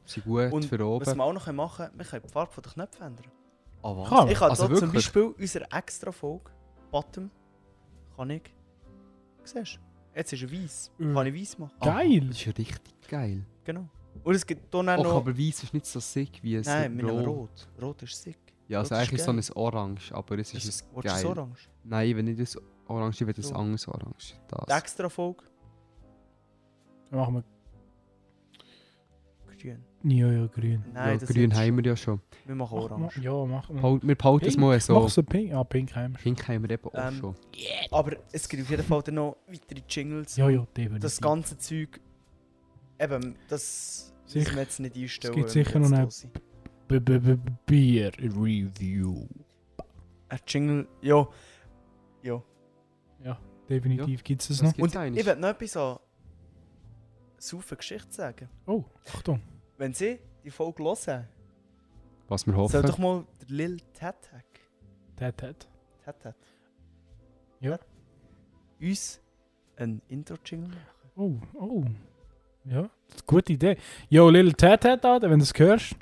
[SPEAKER 2] sind gut
[SPEAKER 1] Und
[SPEAKER 2] für
[SPEAKER 1] Was
[SPEAKER 2] oben.
[SPEAKER 1] wir auch noch machen können, wir können die Farbe der Knöpfe ändern.
[SPEAKER 2] Ah, was?
[SPEAKER 3] Kann man?
[SPEAKER 1] Ich habe
[SPEAKER 2] Also
[SPEAKER 1] da zum
[SPEAKER 2] wirklich?
[SPEAKER 1] Beispiel unsere extra Folge, Bottom, kann ich. Siehst du? Jetzt ist er weiß.
[SPEAKER 3] Mhm.
[SPEAKER 1] Kann ich weiß machen.
[SPEAKER 2] Ah,
[SPEAKER 3] Geil.
[SPEAKER 2] Das ist richtig geil.
[SPEAKER 1] Genau. Und es gibt hier
[SPEAKER 2] Och,
[SPEAKER 1] noch.
[SPEAKER 2] aber weiß ist nicht so sick wie ein
[SPEAKER 1] Nein, mit einem
[SPEAKER 2] Rot.
[SPEAKER 1] Rot. Rot ist sick.
[SPEAKER 2] Ja, also
[SPEAKER 1] Rot ist
[SPEAKER 2] eigentlich ist so
[SPEAKER 1] geil.
[SPEAKER 2] ein Orange, aber es ist
[SPEAKER 1] Ist-
[SPEAKER 2] ein
[SPEAKER 1] Willst du das
[SPEAKER 2] geil.
[SPEAKER 1] orange?
[SPEAKER 2] Nein, wenn nicht das Orange, wenn das
[SPEAKER 1] So.
[SPEAKER 2] anderes Orange.
[SPEAKER 1] Die
[SPEAKER 2] Das.
[SPEAKER 1] extra Folge,
[SPEAKER 3] Dann machen wir
[SPEAKER 1] grün.
[SPEAKER 3] Ja, ja, grün.
[SPEAKER 1] Nein,
[SPEAKER 2] ja,
[SPEAKER 1] das
[SPEAKER 2] grün
[SPEAKER 1] ist- Hm.
[SPEAKER 2] haben wir ja schon.
[SPEAKER 1] Wir machen
[SPEAKER 3] Mach- mach-
[SPEAKER 1] orange.
[SPEAKER 3] Ja, mach mal.
[SPEAKER 2] Paul, wir behalten das mal so.
[SPEAKER 3] Mach's ein pink. Ah, pink heim.
[SPEAKER 2] Pink haben wir eben auch
[SPEAKER 1] Ähm,
[SPEAKER 2] schon.
[SPEAKER 1] Aber es gibt auf jeden Fall dann noch weitere Jingles.
[SPEAKER 3] Ja, ja, definitiv.
[SPEAKER 1] Das ganze Zeug. Eben, das
[SPEAKER 3] Sicher.
[SPEAKER 1] müssen wir jetzt nicht einstellen.
[SPEAKER 3] gibt
[SPEAKER 1] wenn wir
[SPEAKER 3] sicher noch
[SPEAKER 1] jetzt
[SPEAKER 3] eine-
[SPEAKER 1] da sind.
[SPEAKER 3] B -b -b Bier Review.
[SPEAKER 1] Ein Jingle, ja.
[SPEAKER 3] Definitiv gibt's das
[SPEAKER 2] Das
[SPEAKER 3] noch.
[SPEAKER 2] gibt's
[SPEAKER 1] Ich
[SPEAKER 2] eigentlich.
[SPEAKER 1] will noch etwas an saufen Geschichte sagen.
[SPEAKER 3] Oh, Achtung.
[SPEAKER 1] Wenn sie die Folge hören,
[SPEAKER 2] Was wir
[SPEAKER 1] soll
[SPEAKER 2] hoffen.
[SPEAKER 1] doch mal der Lil Tatak,
[SPEAKER 3] Der hat.
[SPEAKER 1] Tatat,
[SPEAKER 3] Ja.
[SPEAKER 1] Tat- uns ein Intro-Jingle machen.
[SPEAKER 3] Oh, oh. Ja, das ist eine gute Idee. Yo, Lil Ted hat da, wenn du es hörst,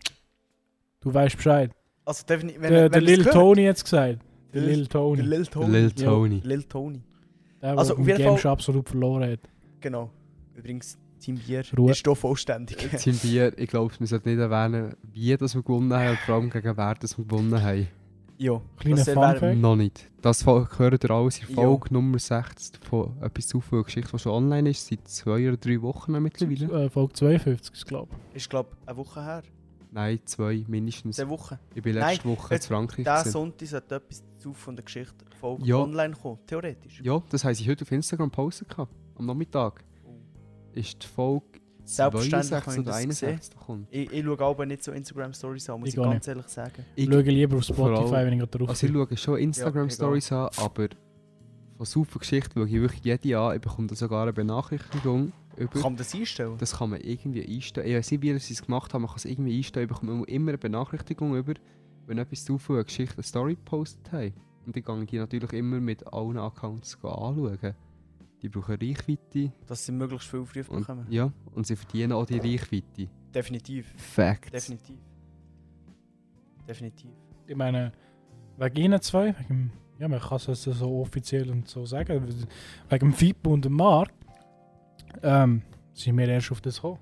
[SPEAKER 3] du weißt Bescheid.
[SPEAKER 1] Also definitiv, wenn,
[SPEAKER 3] Der,
[SPEAKER 1] wenn
[SPEAKER 3] der
[SPEAKER 1] ihr's
[SPEAKER 3] Lil
[SPEAKER 1] hört,
[SPEAKER 3] Tony hat's gesagt. Der
[SPEAKER 1] Der Lil-
[SPEAKER 3] Lil
[SPEAKER 1] Der
[SPEAKER 3] Tony.
[SPEAKER 1] Lil Tony.
[SPEAKER 2] Lil
[SPEAKER 3] Ja.
[SPEAKER 2] Tony.
[SPEAKER 1] Lil Tony,
[SPEAKER 3] Der,
[SPEAKER 1] Also,
[SPEAKER 3] der
[SPEAKER 1] auf
[SPEAKER 3] im
[SPEAKER 1] jeden
[SPEAKER 3] Game
[SPEAKER 1] Fall-
[SPEAKER 3] schon absolut verloren hat.
[SPEAKER 1] genau. Übrigens, Team Bier
[SPEAKER 3] Ruhe.
[SPEAKER 1] ist hier vollständig.
[SPEAKER 2] Team Bier, ich glaube, wir sollten nicht erwähnen, wie das wir gewonnen haben und vor allem gegen wer das wir gewonnen haben.
[SPEAKER 1] ja,
[SPEAKER 3] Kleiner
[SPEAKER 1] das wär-
[SPEAKER 3] Fun Fact.
[SPEAKER 2] Noch nicht. Das Fol- gehört ihr alles in
[SPEAKER 1] Ja.
[SPEAKER 2] Folge Nummer 60 von etwas zu viel Geschichte, die schon online ist, seit zwei oder drei Wochen mittlerweile.
[SPEAKER 3] Äh, Folge 52 ist, glaube
[SPEAKER 1] ist glaube eine Woche her.
[SPEAKER 2] Nein, zwei mindestens.
[SPEAKER 1] Zwei Wochen.
[SPEAKER 2] Ich bin letzte Woche in
[SPEAKER 1] jetzt-
[SPEAKER 2] Frankreich.
[SPEAKER 1] Diesen
[SPEAKER 2] gewesen.
[SPEAKER 1] Sonntag sollte etwas zu von der Geschichte Folge
[SPEAKER 2] Ja.
[SPEAKER 1] online kommen, theoretisch.
[SPEAKER 2] Ja, das haben sie heute auf Instagram gepostet. gehabt, Am Nachmittag.
[SPEAKER 1] Oh.
[SPEAKER 2] Ist die Folge
[SPEAKER 1] Selbstverständlich habe ich
[SPEAKER 2] 62 oder
[SPEAKER 1] das gesehen.
[SPEAKER 2] 61 gekommen.
[SPEAKER 1] Ich, ich schaue aber nicht so Instagram-Stories an, muss
[SPEAKER 3] Ich
[SPEAKER 1] ich,
[SPEAKER 3] auch
[SPEAKER 1] ganz ehrlich sagen.
[SPEAKER 3] ich.
[SPEAKER 2] Ich-
[SPEAKER 3] Schau lieber auf
[SPEAKER 2] Vor allem-
[SPEAKER 3] Spotify, wenn ich gerade drauf
[SPEAKER 2] Also ich
[SPEAKER 3] bin.
[SPEAKER 2] schaue schon
[SPEAKER 1] Ja,
[SPEAKER 2] Instagram-Stories an, aber von super Geschichten schaue ich wirklich jede an. Ich bekomme da sogar eine Benachrichtigung. Über.
[SPEAKER 1] Kann man das einstellen?
[SPEAKER 2] Das kann man irgendwie einstellen. Ich weiß nicht, wie sie es gemacht haben. Man kann es irgendwie einstellen. Ich bekomme immer eine Benachrichtigung über, wenn etwas zu viel eine Geschichte, eine Story gepostet haben. Und ich gehe die natürlich immer mit allen Accounts anschauen. Die brauchen Reichweite.
[SPEAKER 1] Dass sie möglichst viel Aufrufe
[SPEAKER 2] Und,
[SPEAKER 1] bekommen.
[SPEAKER 2] ja, und sie verdienen auch die Reichweite.
[SPEAKER 1] Definitiv.
[SPEAKER 2] Facts.
[SPEAKER 1] Definitiv. Definitiv.
[SPEAKER 3] Ich meine, wegen ihnen zwei, wegen, dem- ja, man kann es jetzt so offiziell und so sagen, wegen dem FIP und dem Markt, ähm, sind wir erst auf das gekommen.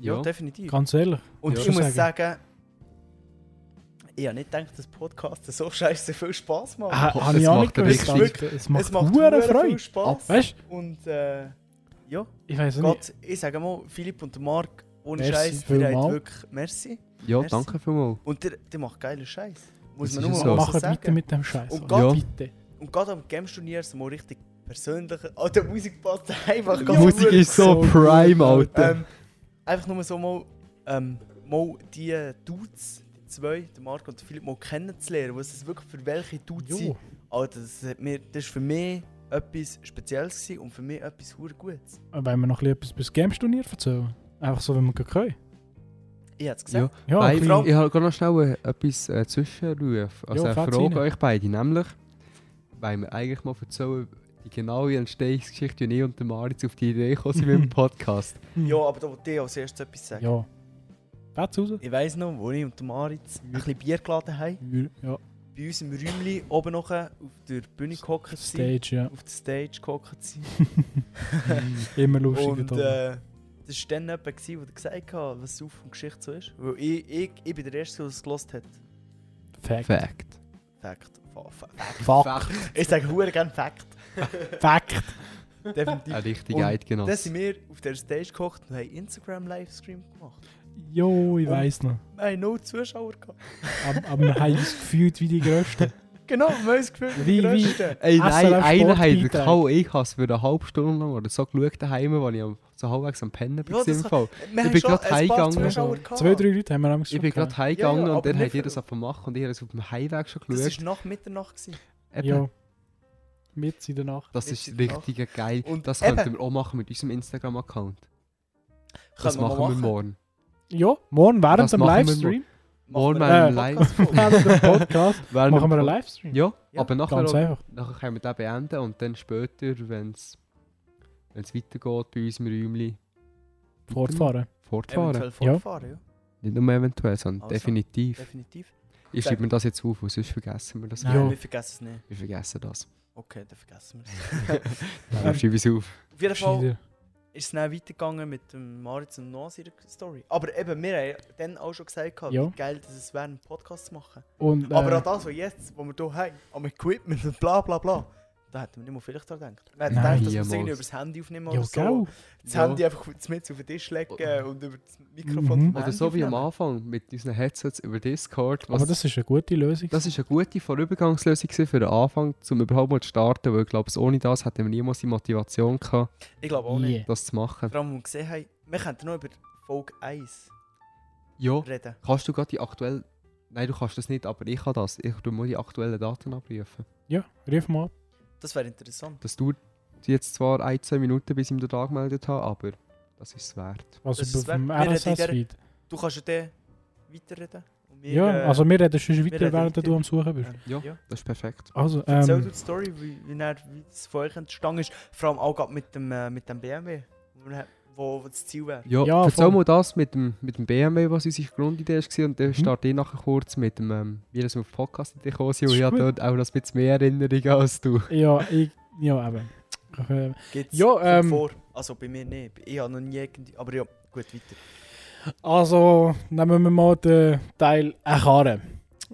[SPEAKER 1] Ja,
[SPEAKER 2] Ja.
[SPEAKER 1] definitiv.
[SPEAKER 3] Ganz ehrlich.
[SPEAKER 1] Und
[SPEAKER 3] Ja.
[SPEAKER 1] ich
[SPEAKER 3] Schon
[SPEAKER 1] muss sagen, ich habe nicht gedacht, dass Podcasts so scheiße viel Spaß machen.
[SPEAKER 3] Ah,
[SPEAKER 2] Oh,
[SPEAKER 3] hab
[SPEAKER 2] es
[SPEAKER 3] ich auch nicht
[SPEAKER 2] macht
[SPEAKER 3] gewusst.
[SPEAKER 1] richtig-
[SPEAKER 3] Es macht,
[SPEAKER 1] es macht
[SPEAKER 3] hure
[SPEAKER 1] hure
[SPEAKER 3] Freude.
[SPEAKER 1] viel Spaß.
[SPEAKER 3] Weißt du,
[SPEAKER 1] Und äh, ja,
[SPEAKER 3] ich weiß Also nicht.
[SPEAKER 1] Gott, ich sage mal, Philipp und Marc, ohne
[SPEAKER 3] Merci
[SPEAKER 1] Scheiß, ihr habt
[SPEAKER 3] vielmal.
[SPEAKER 1] wirklich merci.
[SPEAKER 2] Ja,
[SPEAKER 1] Merci.
[SPEAKER 2] danke vielmals.
[SPEAKER 1] Und der, der macht geilen Scheiß. Muss
[SPEAKER 2] Das
[SPEAKER 1] man
[SPEAKER 2] ist
[SPEAKER 1] nur
[SPEAKER 2] so.
[SPEAKER 1] mal so
[SPEAKER 3] Macht
[SPEAKER 1] sagen. Oh
[SPEAKER 3] weiter mit dem Scheiß.
[SPEAKER 1] Und
[SPEAKER 2] Gott-
[SPEAKER 3] bitte.
[SPEAKER 1] Und gerade am Games-Turnier ist es mal richtig persönlich. Oh, der Musik passt einfach
[SPEAKER 2] Die Musik
[SPEAKER 1] gut.
[SPEAKER 2] ist so prime, Alter.
[SPEAKER 1] Ähm, einfach nur so mal, ähm, mal die Dudes, die zwei, den Marc und den Philipp, mal kennenzulernen, was es wirklich für welche Dudes
[SPEAKER 3] Jo.
[SPEAKER 1] sind. Alter, das, hat mir, das ist für mich etwas Spezielles gewesen und für mich etwas hure Gutes.
[SPEAKER 3] Wollen Äh, wir noch ein bisschen etwas bis Games-Turnier erzählen? Einfach so, wenn wir gerade können.
[SPEAKER 1] Ich hätte es
[SPEAKER 2] Ja.
[SPEAKER 1] gesagt.
[SPEAKER 3] Ja,
[SPEAKER 2] Nein,
[SPEAKER 3] ein bisschen-
[SPEAKER 2] ich habe noch schnell äh, etwas äh, zwischenrufen. Also
[SPEAKER 3] Ja,
[SPEAKER 2] eine Frage
[SPEAKER 3] fährt's
[SPEAKER 2] an
[SPEAKER 3] rein.
[SPEAKER 2] euch beide, nämlich, weil wir eigentlich mal erzählen, die genaue Entstehungsgeschichte, wie ich und der Maritz auf die Idee gekommen sind mit dem Podcast.
[SPEAKER 1] Ja, aber da wollte ich als erstes etwas sagen.
[SPEAKER 3] Ja. Fährt's raus?
[SPEAKER 1] Ich weiss noch, wo ich und der Maritz ein bisschen Bier geladen haben,
[SPEAKER 3] Ja.
[SPEAKER 1] bei uns im Räumchen oben noch auf der Bühne gehockt sind,
[SPEAKER 3] Stage, ja.
[SPEAKER 1] auf der Stage gehockt sind.
[SPEAKER 3] Immer lustig.
[SPEAKER 1] Und
[SPEAKER 3] da.
[SPEAKER 1] äh, das war dann jemand, gewesen, der gesagt hat, was auf und Geschichte so ist. Weil ich, ich, ich bin der Erste, der es gelost hat.
[SPEAKER 3] Fact.
[SPEAKER 2] Fact.
[SPEAKER 1] Fact. Fa- fa-
[SPEAKER 3] Fuck.
[SPEAKER 1] Ich sage hure gerne Fact.
[SPEAKER 3] Fact.
[SPEAKER 2] Ein
[SPEAKER 1] Definitiv.
[SPEAKER 2] richtig
[SPEAKER 1] Und
[SPEAKER 2] eidgenau.
[SPEAKER 1] Dann sind wir auf der Stage gekocht und haben Instagram-Livestream gemacht.
[SPEAKER 3] Jo, ich
[SPEAKER 1] Und-
[SPEAKER 3] weiss noch.
[SPEAKER 1] Wir haben null Zuschauer gehabt.
[SPEAKER 3] Aber, aber wir haben uns gefühlt wie die Größten.
[SPEAKER 1] Genau, wir haben das Gefühl, wir
[SPEAKER 3] Wie-
[SPEAKER 1] die
[SPEAKER 3] wie-
[SPEAKER 1] Größten.
[SPEAKER 2] Ey, nein,
[SPEAKER 3] SRF
[SPEAKER 2] einer hat wirklich
[SPEAKER 3] Sportbeitrag.
[SPEAKER 2] auch ich has für eine halbe Stunde lang oder so geschaut daheim, als ich am- so halbwegs am Pennen bin.
[SPEAKER 1] Ja, das
[SPEAKER 2] im
[SPEAKER 1] kann-
[SPEAKER 2] Fall.
[SPEAKER 1] Wir haben
[SPEAKER 2] bin
[SPEAKER 1] schon
[SPEAKER 2] grad
[SPEAKER 1] ein paar
[SPEAKER 2] heimgegangen.
[SPEAKER 1] Zuschauer gehabt.
[SPEAKER 3] Zwei, drei Leute haben wir am
[SPEAKER 2] Ich bin gerade heimgegangen
[SPEAKER 1] Ja, ja,
[SPEAKER 2] und dann
[SPEAKER 1] aber
[SPEAKER 2] hat
[SPEAKER 1] nicht-
[SPEAKER 2] jeder das gemacht und ich habe es auf dem Heimweg schon
[SPEAKER 1] Das war
[SPEAKER 2] geschaut.
[SPEAKER 1] nach Mitternacht. Gewesen.
[SPEAKER 2] Eben,
[SPEAKER 3] Ja. Mit in der Nacht.
[SPEAKER 2] Das
[SPEAKER 1] Jetzt
[SPEAKER 2] ist
[SPEAKER 1] in der Nacht.
[SPEAKER 2] richtig geil.
[SPEAKER 1] Und
[SPEAKER 2] das
[SPEAKER 1] eben-
[SPEAKER 2] könnten wir auch machen mit unserem Instagram-Account. Das
[SPEAKER 1] Können wir
[SPEAKER 2] machen
[SPEAKER 1] mal
[SPEAKER 2] wir morgen.
[SPEAKER 3] Ja, morgen während
[SPEAKER 2] Das
[SPEAKER 3] dem
[SPEAKER 2] machen wir
[SPEAKER 3] Livestream.
[SPEAKER 2] Morgen
[SPEAKER 1] Machen wir
[SPEAKER 2] werden
[SPEAKER 1] einen
[SPEAKER 2] wir live.
[SPEAKER 1] Podcast-Folge.
[SPEAKER 3] Während dem Podcast
[SPEAKER 2] Während
[SPEAKER 3] machen wir
[SPEAKER 2] dem
[SPEAKER 3] einen
[SPEAKER 2] Pod-
[SPEAKER 3] Livestream.
[SPEAKER 2] Ja,
[SPEAKER 1] Ja,
[SPEAKER 2] aber nachher,
[SPEAKER 3] Ganz einfach.
[SPEAKER 2] nachher können wir den beenden und dann später, wenn es weitergeht bei unserem Räumchen,
[SPEAKER 3] Fortfahren.
[SPEAKER 2] Mhm. fortfahren.
[SPEAKER 1] Eventuell fortfahren, ja.
[SPEAKER 2] Nicht nur eventuell, sondern
[SPEAKER 1] Also.
[SPEAKER 2] definitiv.
[SPEAKER 1] Definitiv.
[SPEAKER 2] Ich schreibe mir das jetzt auf, weil sonst vergessen wir das.
[SPEAKER 3] Nein.
[SPEAKER 2] wieder.
[SPEAKER 1] Wir vergessen es nicht.
[SPEAKER 2] Wir vergessen das.
[SPEAKER 1] Okay, dann vergessen wir es.
[SPEAKER 2] Dann schreibe ich es auf.
[SPEAKER 1] Auf jeden Fall
[SPEAKER 3] Schneider.
[SPEAKER 1] ist es dann weitergegangen mit dem Maritz und Noah seiner Story. Aber eben, wir haben ja dann auch schon gesagt, gehabt,
[SPEAKER 3] Ja.
[SPEAKER 1] wie geil dass es wäre, einen Podcast zu machen.
[SPEAKER 3] Und, äh,
[SPEAKER 1] Aber an das, was jetzt, wo wir hier haben, am Equipment und bla bla bla, da hätten wir nicht mal vielleicht daran gedacht. Wir hätten
[SPEAKER 3] Nein,
[SPEAKER 1] gedacht, dass wir es
[SPEAKER 2] niemals.
[SPEAKER 1] irgendwie über das Handy aufnehmen
[SPEAKER 3] ja,
[SPEAKER 1] oder so.
[SPEAKER 3] gell?
[SPEAKER 1] Das
[SPEAKER 2] Ja.
[SPEAKER 1] Handy einfach mit auf den Tisch legen und über das Mikrofon
[SPEAKER 3] Mhm.
[SPEAKER 1] vom
[SPEAKER 2] Oder
[SPEAKER 1] Handy
[SPEAKER 2] Also, so wie am
[SPEAKER 1] aufnehmen.
[SPEAKER 2] Anfang mit unseren Headsets über Discord. Was
[SPEAKER 3] Aber das ist eine gute Lösung.
[SPEAKER 2] Das war eine gute Vorübergangslösung gewesen für den Anfang, um überhaupt mal zu starten, weil ich glaube, ohne das hätten wir niemals die Motivation gehabt,
[SPEAKER 1] Ich glaube auch nicht.
[SPEAKER 3] Yeah.
[SPEAKER 2] das zu machen.
[SPEAKER 1] Vor allem, wo wir gesehen haben, wir könnten noch über Folge 1
[SPEAKER 2] Ja,
[SPEAKER 1] reden.
[SPEAKER 2] kannst du gerade die aktuelle... Nein, du kannst das nicht, aber ich kann das. Ich tu mal die aktuellen Daten abrufen.
[SPEAKER 3] Ja, rief mal ab.
[SPEAKER 1] Das wäre interessant.
[SPEAKER 2] Das dauert jetzt zwar ein, zwei Minuten, bis ich mich da angemeldet habe, aber das ist es wert.
[SPEAKER 1] Das
[SPEAKER 3] Also
[SPEAKER 1] ist
[SPEAKER 3] beim
[SPEAKER 1] wert. Wir reden in der-
[SPEAKER 3] RSS-Feed.
[SPEAKER 1] Du kannst ja dann weiterreden. und wir,
[SPEAKER 3] Ja,
[SPEAKER 1] äh,
[SPEAKER 3] also wir reden schon weiter,
[SPEAKER 1] reden
[SPEAKER 3] während
[SPEAKER 1] weiter.
[SPEAKER 3] du am Suchen bist.
[SPEAKER 2] Ja,
[SPEAKER 1] Ja.
[SPEAKER 2] das ist perfekt.
[SPEAKER 3] Also,
[SPEAKER 1] Erzähl du
[SPEAKER 3] ähm,
[SPEAKER 1] die Story, wie, wie, dann, wie das für euch entstanden ist. Vor allem auch gerade mit dem, äh, mit dem BMW, wo, wir- wo, wo das Ziel wäre.
[SPEAKER 2] Ja,
[SPEAKER 3] Ja,
[SPEAKER 2] erzähl
[SPEAKER 3] voll.
[SPEAKER 2] mal das mit dem, mit dem BMW, was unsere Grundidee war, und dann
[SPEAKER 3] Mhm.
[SPEAKER 2] starte ich nachher kurz mit dem, ähm, wie das auf den Podcast gekommen sind,
[SPEAKER 3] Das
[SPEAKER 2] und
[SPEAKER 3] ist
[SPEAKER 2] ich habe
[SPEAKER 3] gut.
[SPEAKER 2] dort auch noch ein bisschen mehr Erinnerungen als du.
[SPEAKER 3] ja, ich, ja, eben. Ich, äh,
[SPEAKER 1] Geht's
[SPEAKER 3] Ja,
[SPEAKER 1] kommt
[SPEAKER 3] ähm,
[SPEAKER 1] vor? Also bei mir nicht. Ich habe noch nie irgendwie... Aber ja, gut, weiter.
[SPEAKER 3] Also nehmen wir mal den Teil eine Karre.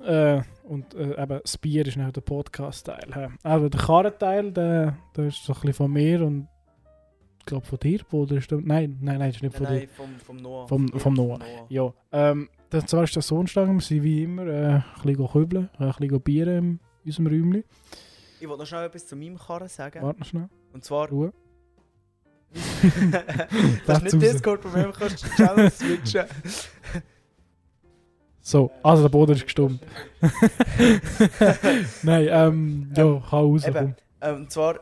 [SPEAKER 3] Äh, und äh, eben das Bier ist nicht der Podcast-Teil. hä? Aber der Karrenteil, der, der ist so ein bisschen von mir und ich glaube von dir, oder ist der, Nein, nein, nein, ist
[SPEAKER 1] Nein,
[SPEAKER 3] nicht von dir.
[SPEAKER 1] nein, vom, vom Noah.
[SPEAKER 3] Vom-
[SPEAKER 1] Von
[SPEAKER 3] vom
[SPEAKER 1] mir,
[SPEAKER 3] Noah. Ja, ähm, das zwar ist der Sohn gestanden, wir sind wie immer äh, ein bisschen kübeln, ein bisschen Bier in unserem Räumchen.
[SPEAKER 1] Ich wollte noch schnell etwas zu meinem Karren sagen.
[SPEAKER 3] Warte noch schnell.
[SPEAKER 1] Und zwar...
[SPEAKER 3] Ruhe.
[SPEAKER 1] das ist
[SPEAKER 3] Dazu raus.
[SPEAKER 1] nicht Discord, wo wir kannst du die Channel switchen.
[SPEAKER 3] So, also der Boden ist gestummt. nein, ähm, ja, kann rauskommen.
[SPEAKER 1] Eben, ähm, und zwar,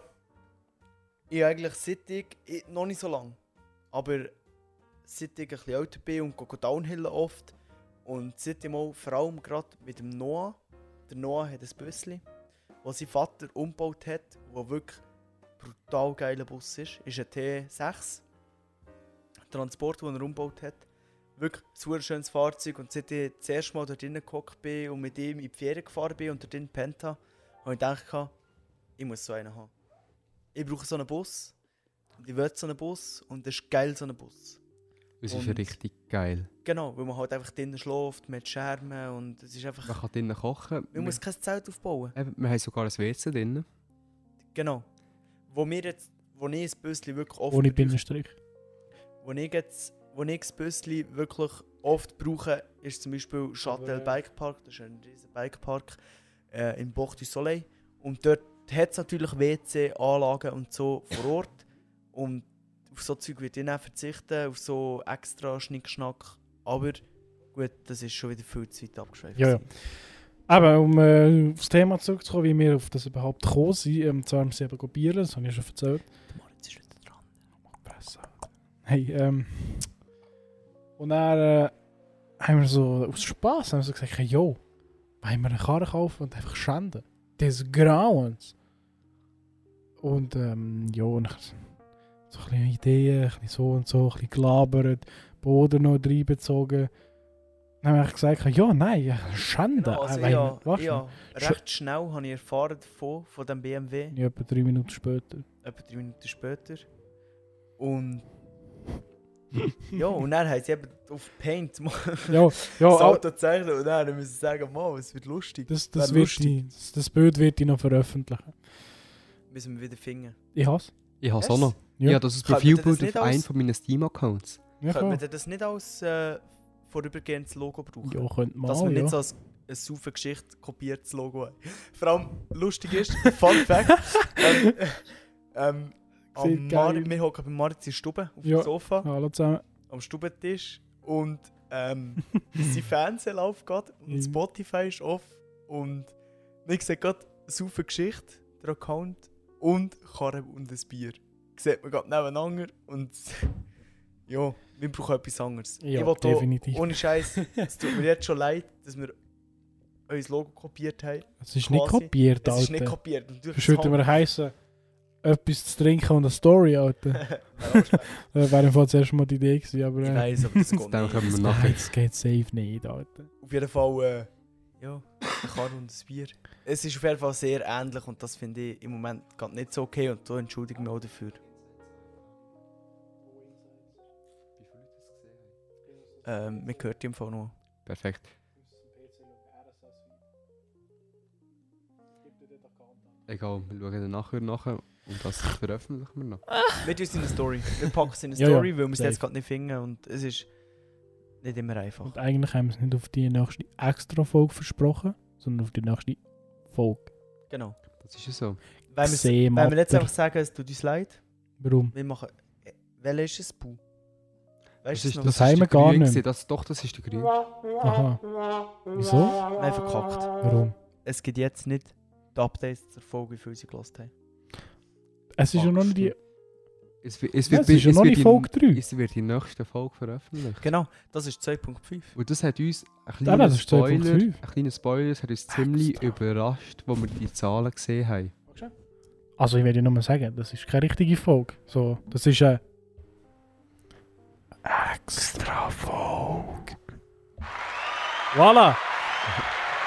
[SPEAKER 1] ich eigentlich seit ich, ich, noch nicht so lange, aber seit ich ein bisschen älter bin und gehe Downhill oft und seit ich mal, vor allem gerade mit dem Noah, der Noah hat ein Büssli, das sein Vater umgebaut hat, wo wirklich brutal geiler Bus ist, ist ein T6, Transport, den er umgebaut hat. Wirklich ein super schönes Fahrzeug und seit ich das erste Mal dort drinnen gehockt bin und mit ihm in die Ferien gefahren bin und dort drinnen gepennt habe, habe ich gedacht, ich muss so einen haben. Ich brauche so einen Bus. Und ich will so einen Bus und das ist geil, so einen Bus.
[SPEAKER 2] Es
[SPEAKER 1] Und-
[SPEAKER 2] ist richtig geil.
[SPEAKER 1] Genau, weil man halt einfach drinnen schläft, mit Schermen und es ist einfach...
[SPEAKER 2] Man kann drinnen kochen.
[SPEAKER 1] Man muss kein Zelt aufbauen.
[SPEAKER 2] Eben, wir haben sogar ein WC drinnen.
[SPEAKER 1] Genau. Wo mir jetzt... Wo ich ein bisschen wirklich oft...
[SPEAKER 3] Ohne Binnenstrich.
[SPEAKER 1] wo ich jetzt, wo ich das Büsschen wirklich oft brauche, ist zum Beispiel Shuttle Bikepark, das ist ein riesen Bikepark äh, in Bocht du Soleil. Und dort hat es natürlich WC-Anlagen und so vor Ort. Und auf so Zeug würde ich nicht verzichten, auf so extra Schnickschnack. Aber gut, das ist schon wieder viel zu weit abgeschweift.
[SPEAKER 3] Ja, ja. Aber um äh, aufs Thema zurückzukommen, wie wir auf das überhaupt gekommen sind, ähm, zwar haben wir sie eben probieren, das habe ich schon erzählt.
[SPEAKER 1] Jetzt ist wieder dran.
[SPEAKER 3] Hey, ähm. Und dann äh, haben wir so aus Spass haben wir so gesagt: hey, yo, wollen wir eine Karre kaufen und einfach schänden? Des Grauens. Und ähm, ja, und ich, so ein bisschen Ideen, ein bisschen so und so, ein bisschen gelabert, Boden noch reinbezogen. Dann haben wir gesagt: ja, nein, schänden.
[SPEAKER 1] Genau, also
[SPEAKER 3] Äh, wollen wir-
[SPEAKER 1] ich,
[SPEAKER 3] weißt
[SPEAKER 1] ich,
[SPEAKER 3] du?
[SPEAKER 1] ja,
[SPEAKER 3] Sch-
[SPEAKER 1] recht schnell habe ich erfahren davon, von dem BMW.
[SPEAKER 3] Ja, etwa drei Minuten dus. später.
[SPEAKER 1] etwa drei Minuten später. Und. ja, und dann haben sie eben auf Paint mal
[SPEAKER 3] Ja, ja,
[SPEAKER 1] das
[SPEAKER 3] aber
[SPEAKER 1] Auto zeichnen und dann müssen sie sagen, Mann, es wird lustig.
[SPEAKER 3] das, das,
[SPEAKER 1] Wär
[SPEAKER 3] wird
[SPEAKER 1] lustig.
[SPEAKER 3] die, das, das Bild wird ich noch veröffentlichen.
[SPEAKER 1] Müssen wir wieder finden.
[SPEAKER 3] Ich hasse
[SPEAKER 2] Ich habe es
[SPEAKER 1] Was?
[SPEAKER 2] auch noch.
[SPEAKER 3] Ja.
[SPEAKER 2] Ja, das ist
[SPEAKER 1] Können wir das
[SPEAKER 2] Profilbild
[SPEAKER 1] nicht
[SPEAKER 2] auf
[SPEAKER 1] als-
[SPEAKER 2] einem von meinen Steam-Accounts.
[SPEAKER 1] Können wir
[SPEAKER 3] Ja, klar.
[SPEAKER 1] denn das nicht als äh, vorübergehendes Logo brauchen?
[SPEAKER 3] ja könnte man
[SPEAKER 1] Dass
[SPEAKER 3] auch,
[SPEAKER 1] wir
[SPEAKER 3] ja.
[SPEAKER 1] nicht so als ein saufe Geschichte kopiertes Logo haben. Vor allem lustig ist, Fun Fact: ähm, äh, ähm, am
[SPEAKER 3] Sieht geil
[SPEAKER 1] Mar
[SPEAKER 3] aus.
[SPEAKER 1] Wir hocken bei Maritz in der Stube auf
[SPEAKER 3] Ja.
[SPEAKER 1] dem Sofa.
[SPEAKER 3] Hallo zusammen.
[SPEAKER 1] am Stubentisch und ähm, sein Fernseher läuft gerade und
[SPEAKER 3] Mhm.
[SPEAKER 1] Spotify ist off und ich sehe gerade super Geschichte, der Account und Karre und ein Bier. Sieht man gerade nebeneinander und ja, wir brauchen etwas anderes.
[SPEAKER 3] Ja,
[SPEAKER 1] ich will da-
[SPEAKER 3] definitiv.
[SPEAKER 1] Ohne Scheiß, es tut mir jetzt schon leid, dass wir unser Logo kopiert haben.
[SPEAKER 3] Es ist nicht
[SPEAKER 1] quasi-
[SPEAKER 3] kopiert,
[SPEAKER 1] Es
[SPEAKER 3] Alter.
[SPEAKER 1] ist nicht kopiert. Und durch
[SPEAKER 3] Sonst würde mir heissen, etwas zu trinken und eine Story, Eh, Alter. Das wäre im Fall zuerst mal die Idee gewesen, aber...
[SPEAKER 1] Ich
[SPEAKER 3] Äh,
[SPEAKER 1] weiß, aber das geht
[SPEAKER 2] Das dann
[SPEAKER 1] nicht.
[SPEAKER 2] können wir
[SPEAKER 3] nein,
[SPEAKER 2] nachher.
[SPEAKER 3] das geht safe nicht, Alter.
[SPEAKER 1] Auf jeden Fall, äh, ja, eine Karre und ein Bier. Es ist auf jeden Fall sehr ähnlich und das finde ich im Moment gerade nicht so okay und da entschuldige ich mich auch dafür. Ähm, man hört die im Fall noch.
[SPEAKER 2] Perfekt. Egal, wir schauen dann nachher nachher und das veröffentlichen wir noch.
[SPEAKER 1] Wir tun es in eine Story. Wir packen es in eine
[SPEAKER 3] Ja, ja,
[SPEAKER 1] Story, weil wir es
[SPEAKER 3] safe.
[SPEAKER 1] jetzt gerade nicht finden und es ist nicht immer einfach.
[SPEAKER 3] Und eigentlich haben wir es nicht auf die nächste Extra-Folge versprochen, sondern auf die nächste Folge.
[SPEAKER 1] Genau.
[SPEAKER 2] Das ist ja so.
[SPEAKER 1] Wenn wir, es-
[SPEAKER 3] Sehen,
[SPEAKER 1] wenn wir jetzt
[SPEAKER 3] Alter.
[SPEAKER 1] einfach sagen, es tut uns leid,
[SPEAKER 3] Warum?
[SPEAKER 1] wir machen. äh, Welcher ist es? Bu? Weißt
[SPEAKER 2] Das
[SPEAKER 1] du
[SPEAKER 2] ist,
[SPEAKER 1] es noch?
[SPEAKER 2] das
[SPEAKER 3] haben
[SPEAKER 2] ist
[SPEAKER 3] wir
[SPEAKER 2] der
[SPEAKER 3] gar
[SPEAKER 2] Grün
[SPEAKER 3] nicht.
[SPEAKER 2] gewesen. Das, doch, das ist der Grün.
[SPEAKER 3] Aha. Wieso?
[SPEAKER 1] Nein, verkackt.
[SPEAKER 3] Warum?
[SPEAKER 1] Es gibt jetzt nicht die Updates zur Folge, wie viel sie gelost haben.
[SPEAKER 3] Es ist ja noch nicht die...
[SPEAKER 2] Es, wi- es
[SPEAKER 3] Ja,
[SPEAKER 2] wird,
[SPEAKER 3] es ist ja
[SPEAKER 2] es
[SPEAKER 3] noch
[SPEAKER 2] wird
[SPEAKER 3] nicht
[SPEAKER 2] in-
[SPEAKER 3] Folge 3.
[SPEAKER 2] Es wird in der nächsten Folge veröffentlicht.
[SPEAKER 1] Genau, das ist 2.5.
[SPEAKER 2] Und das hat uns, ein
[SPEAKER 3] Ah,
[SPEAKER 2] kleiner
[SPEAKER 3] nein, das ist
[SPEAKER 2] Spoiler,
[SPEAKER 3] 2.5.
[SPEAKER 2] ein kleiner Spoiler, das hat uns ziemlich überrascht, wo wir die Zahlen gesehen haben.
[SPEAKER 3] Also ich werde nur mal sagen, das ist keine richtige Folge. So, das ist eine extra Folge. Voilà!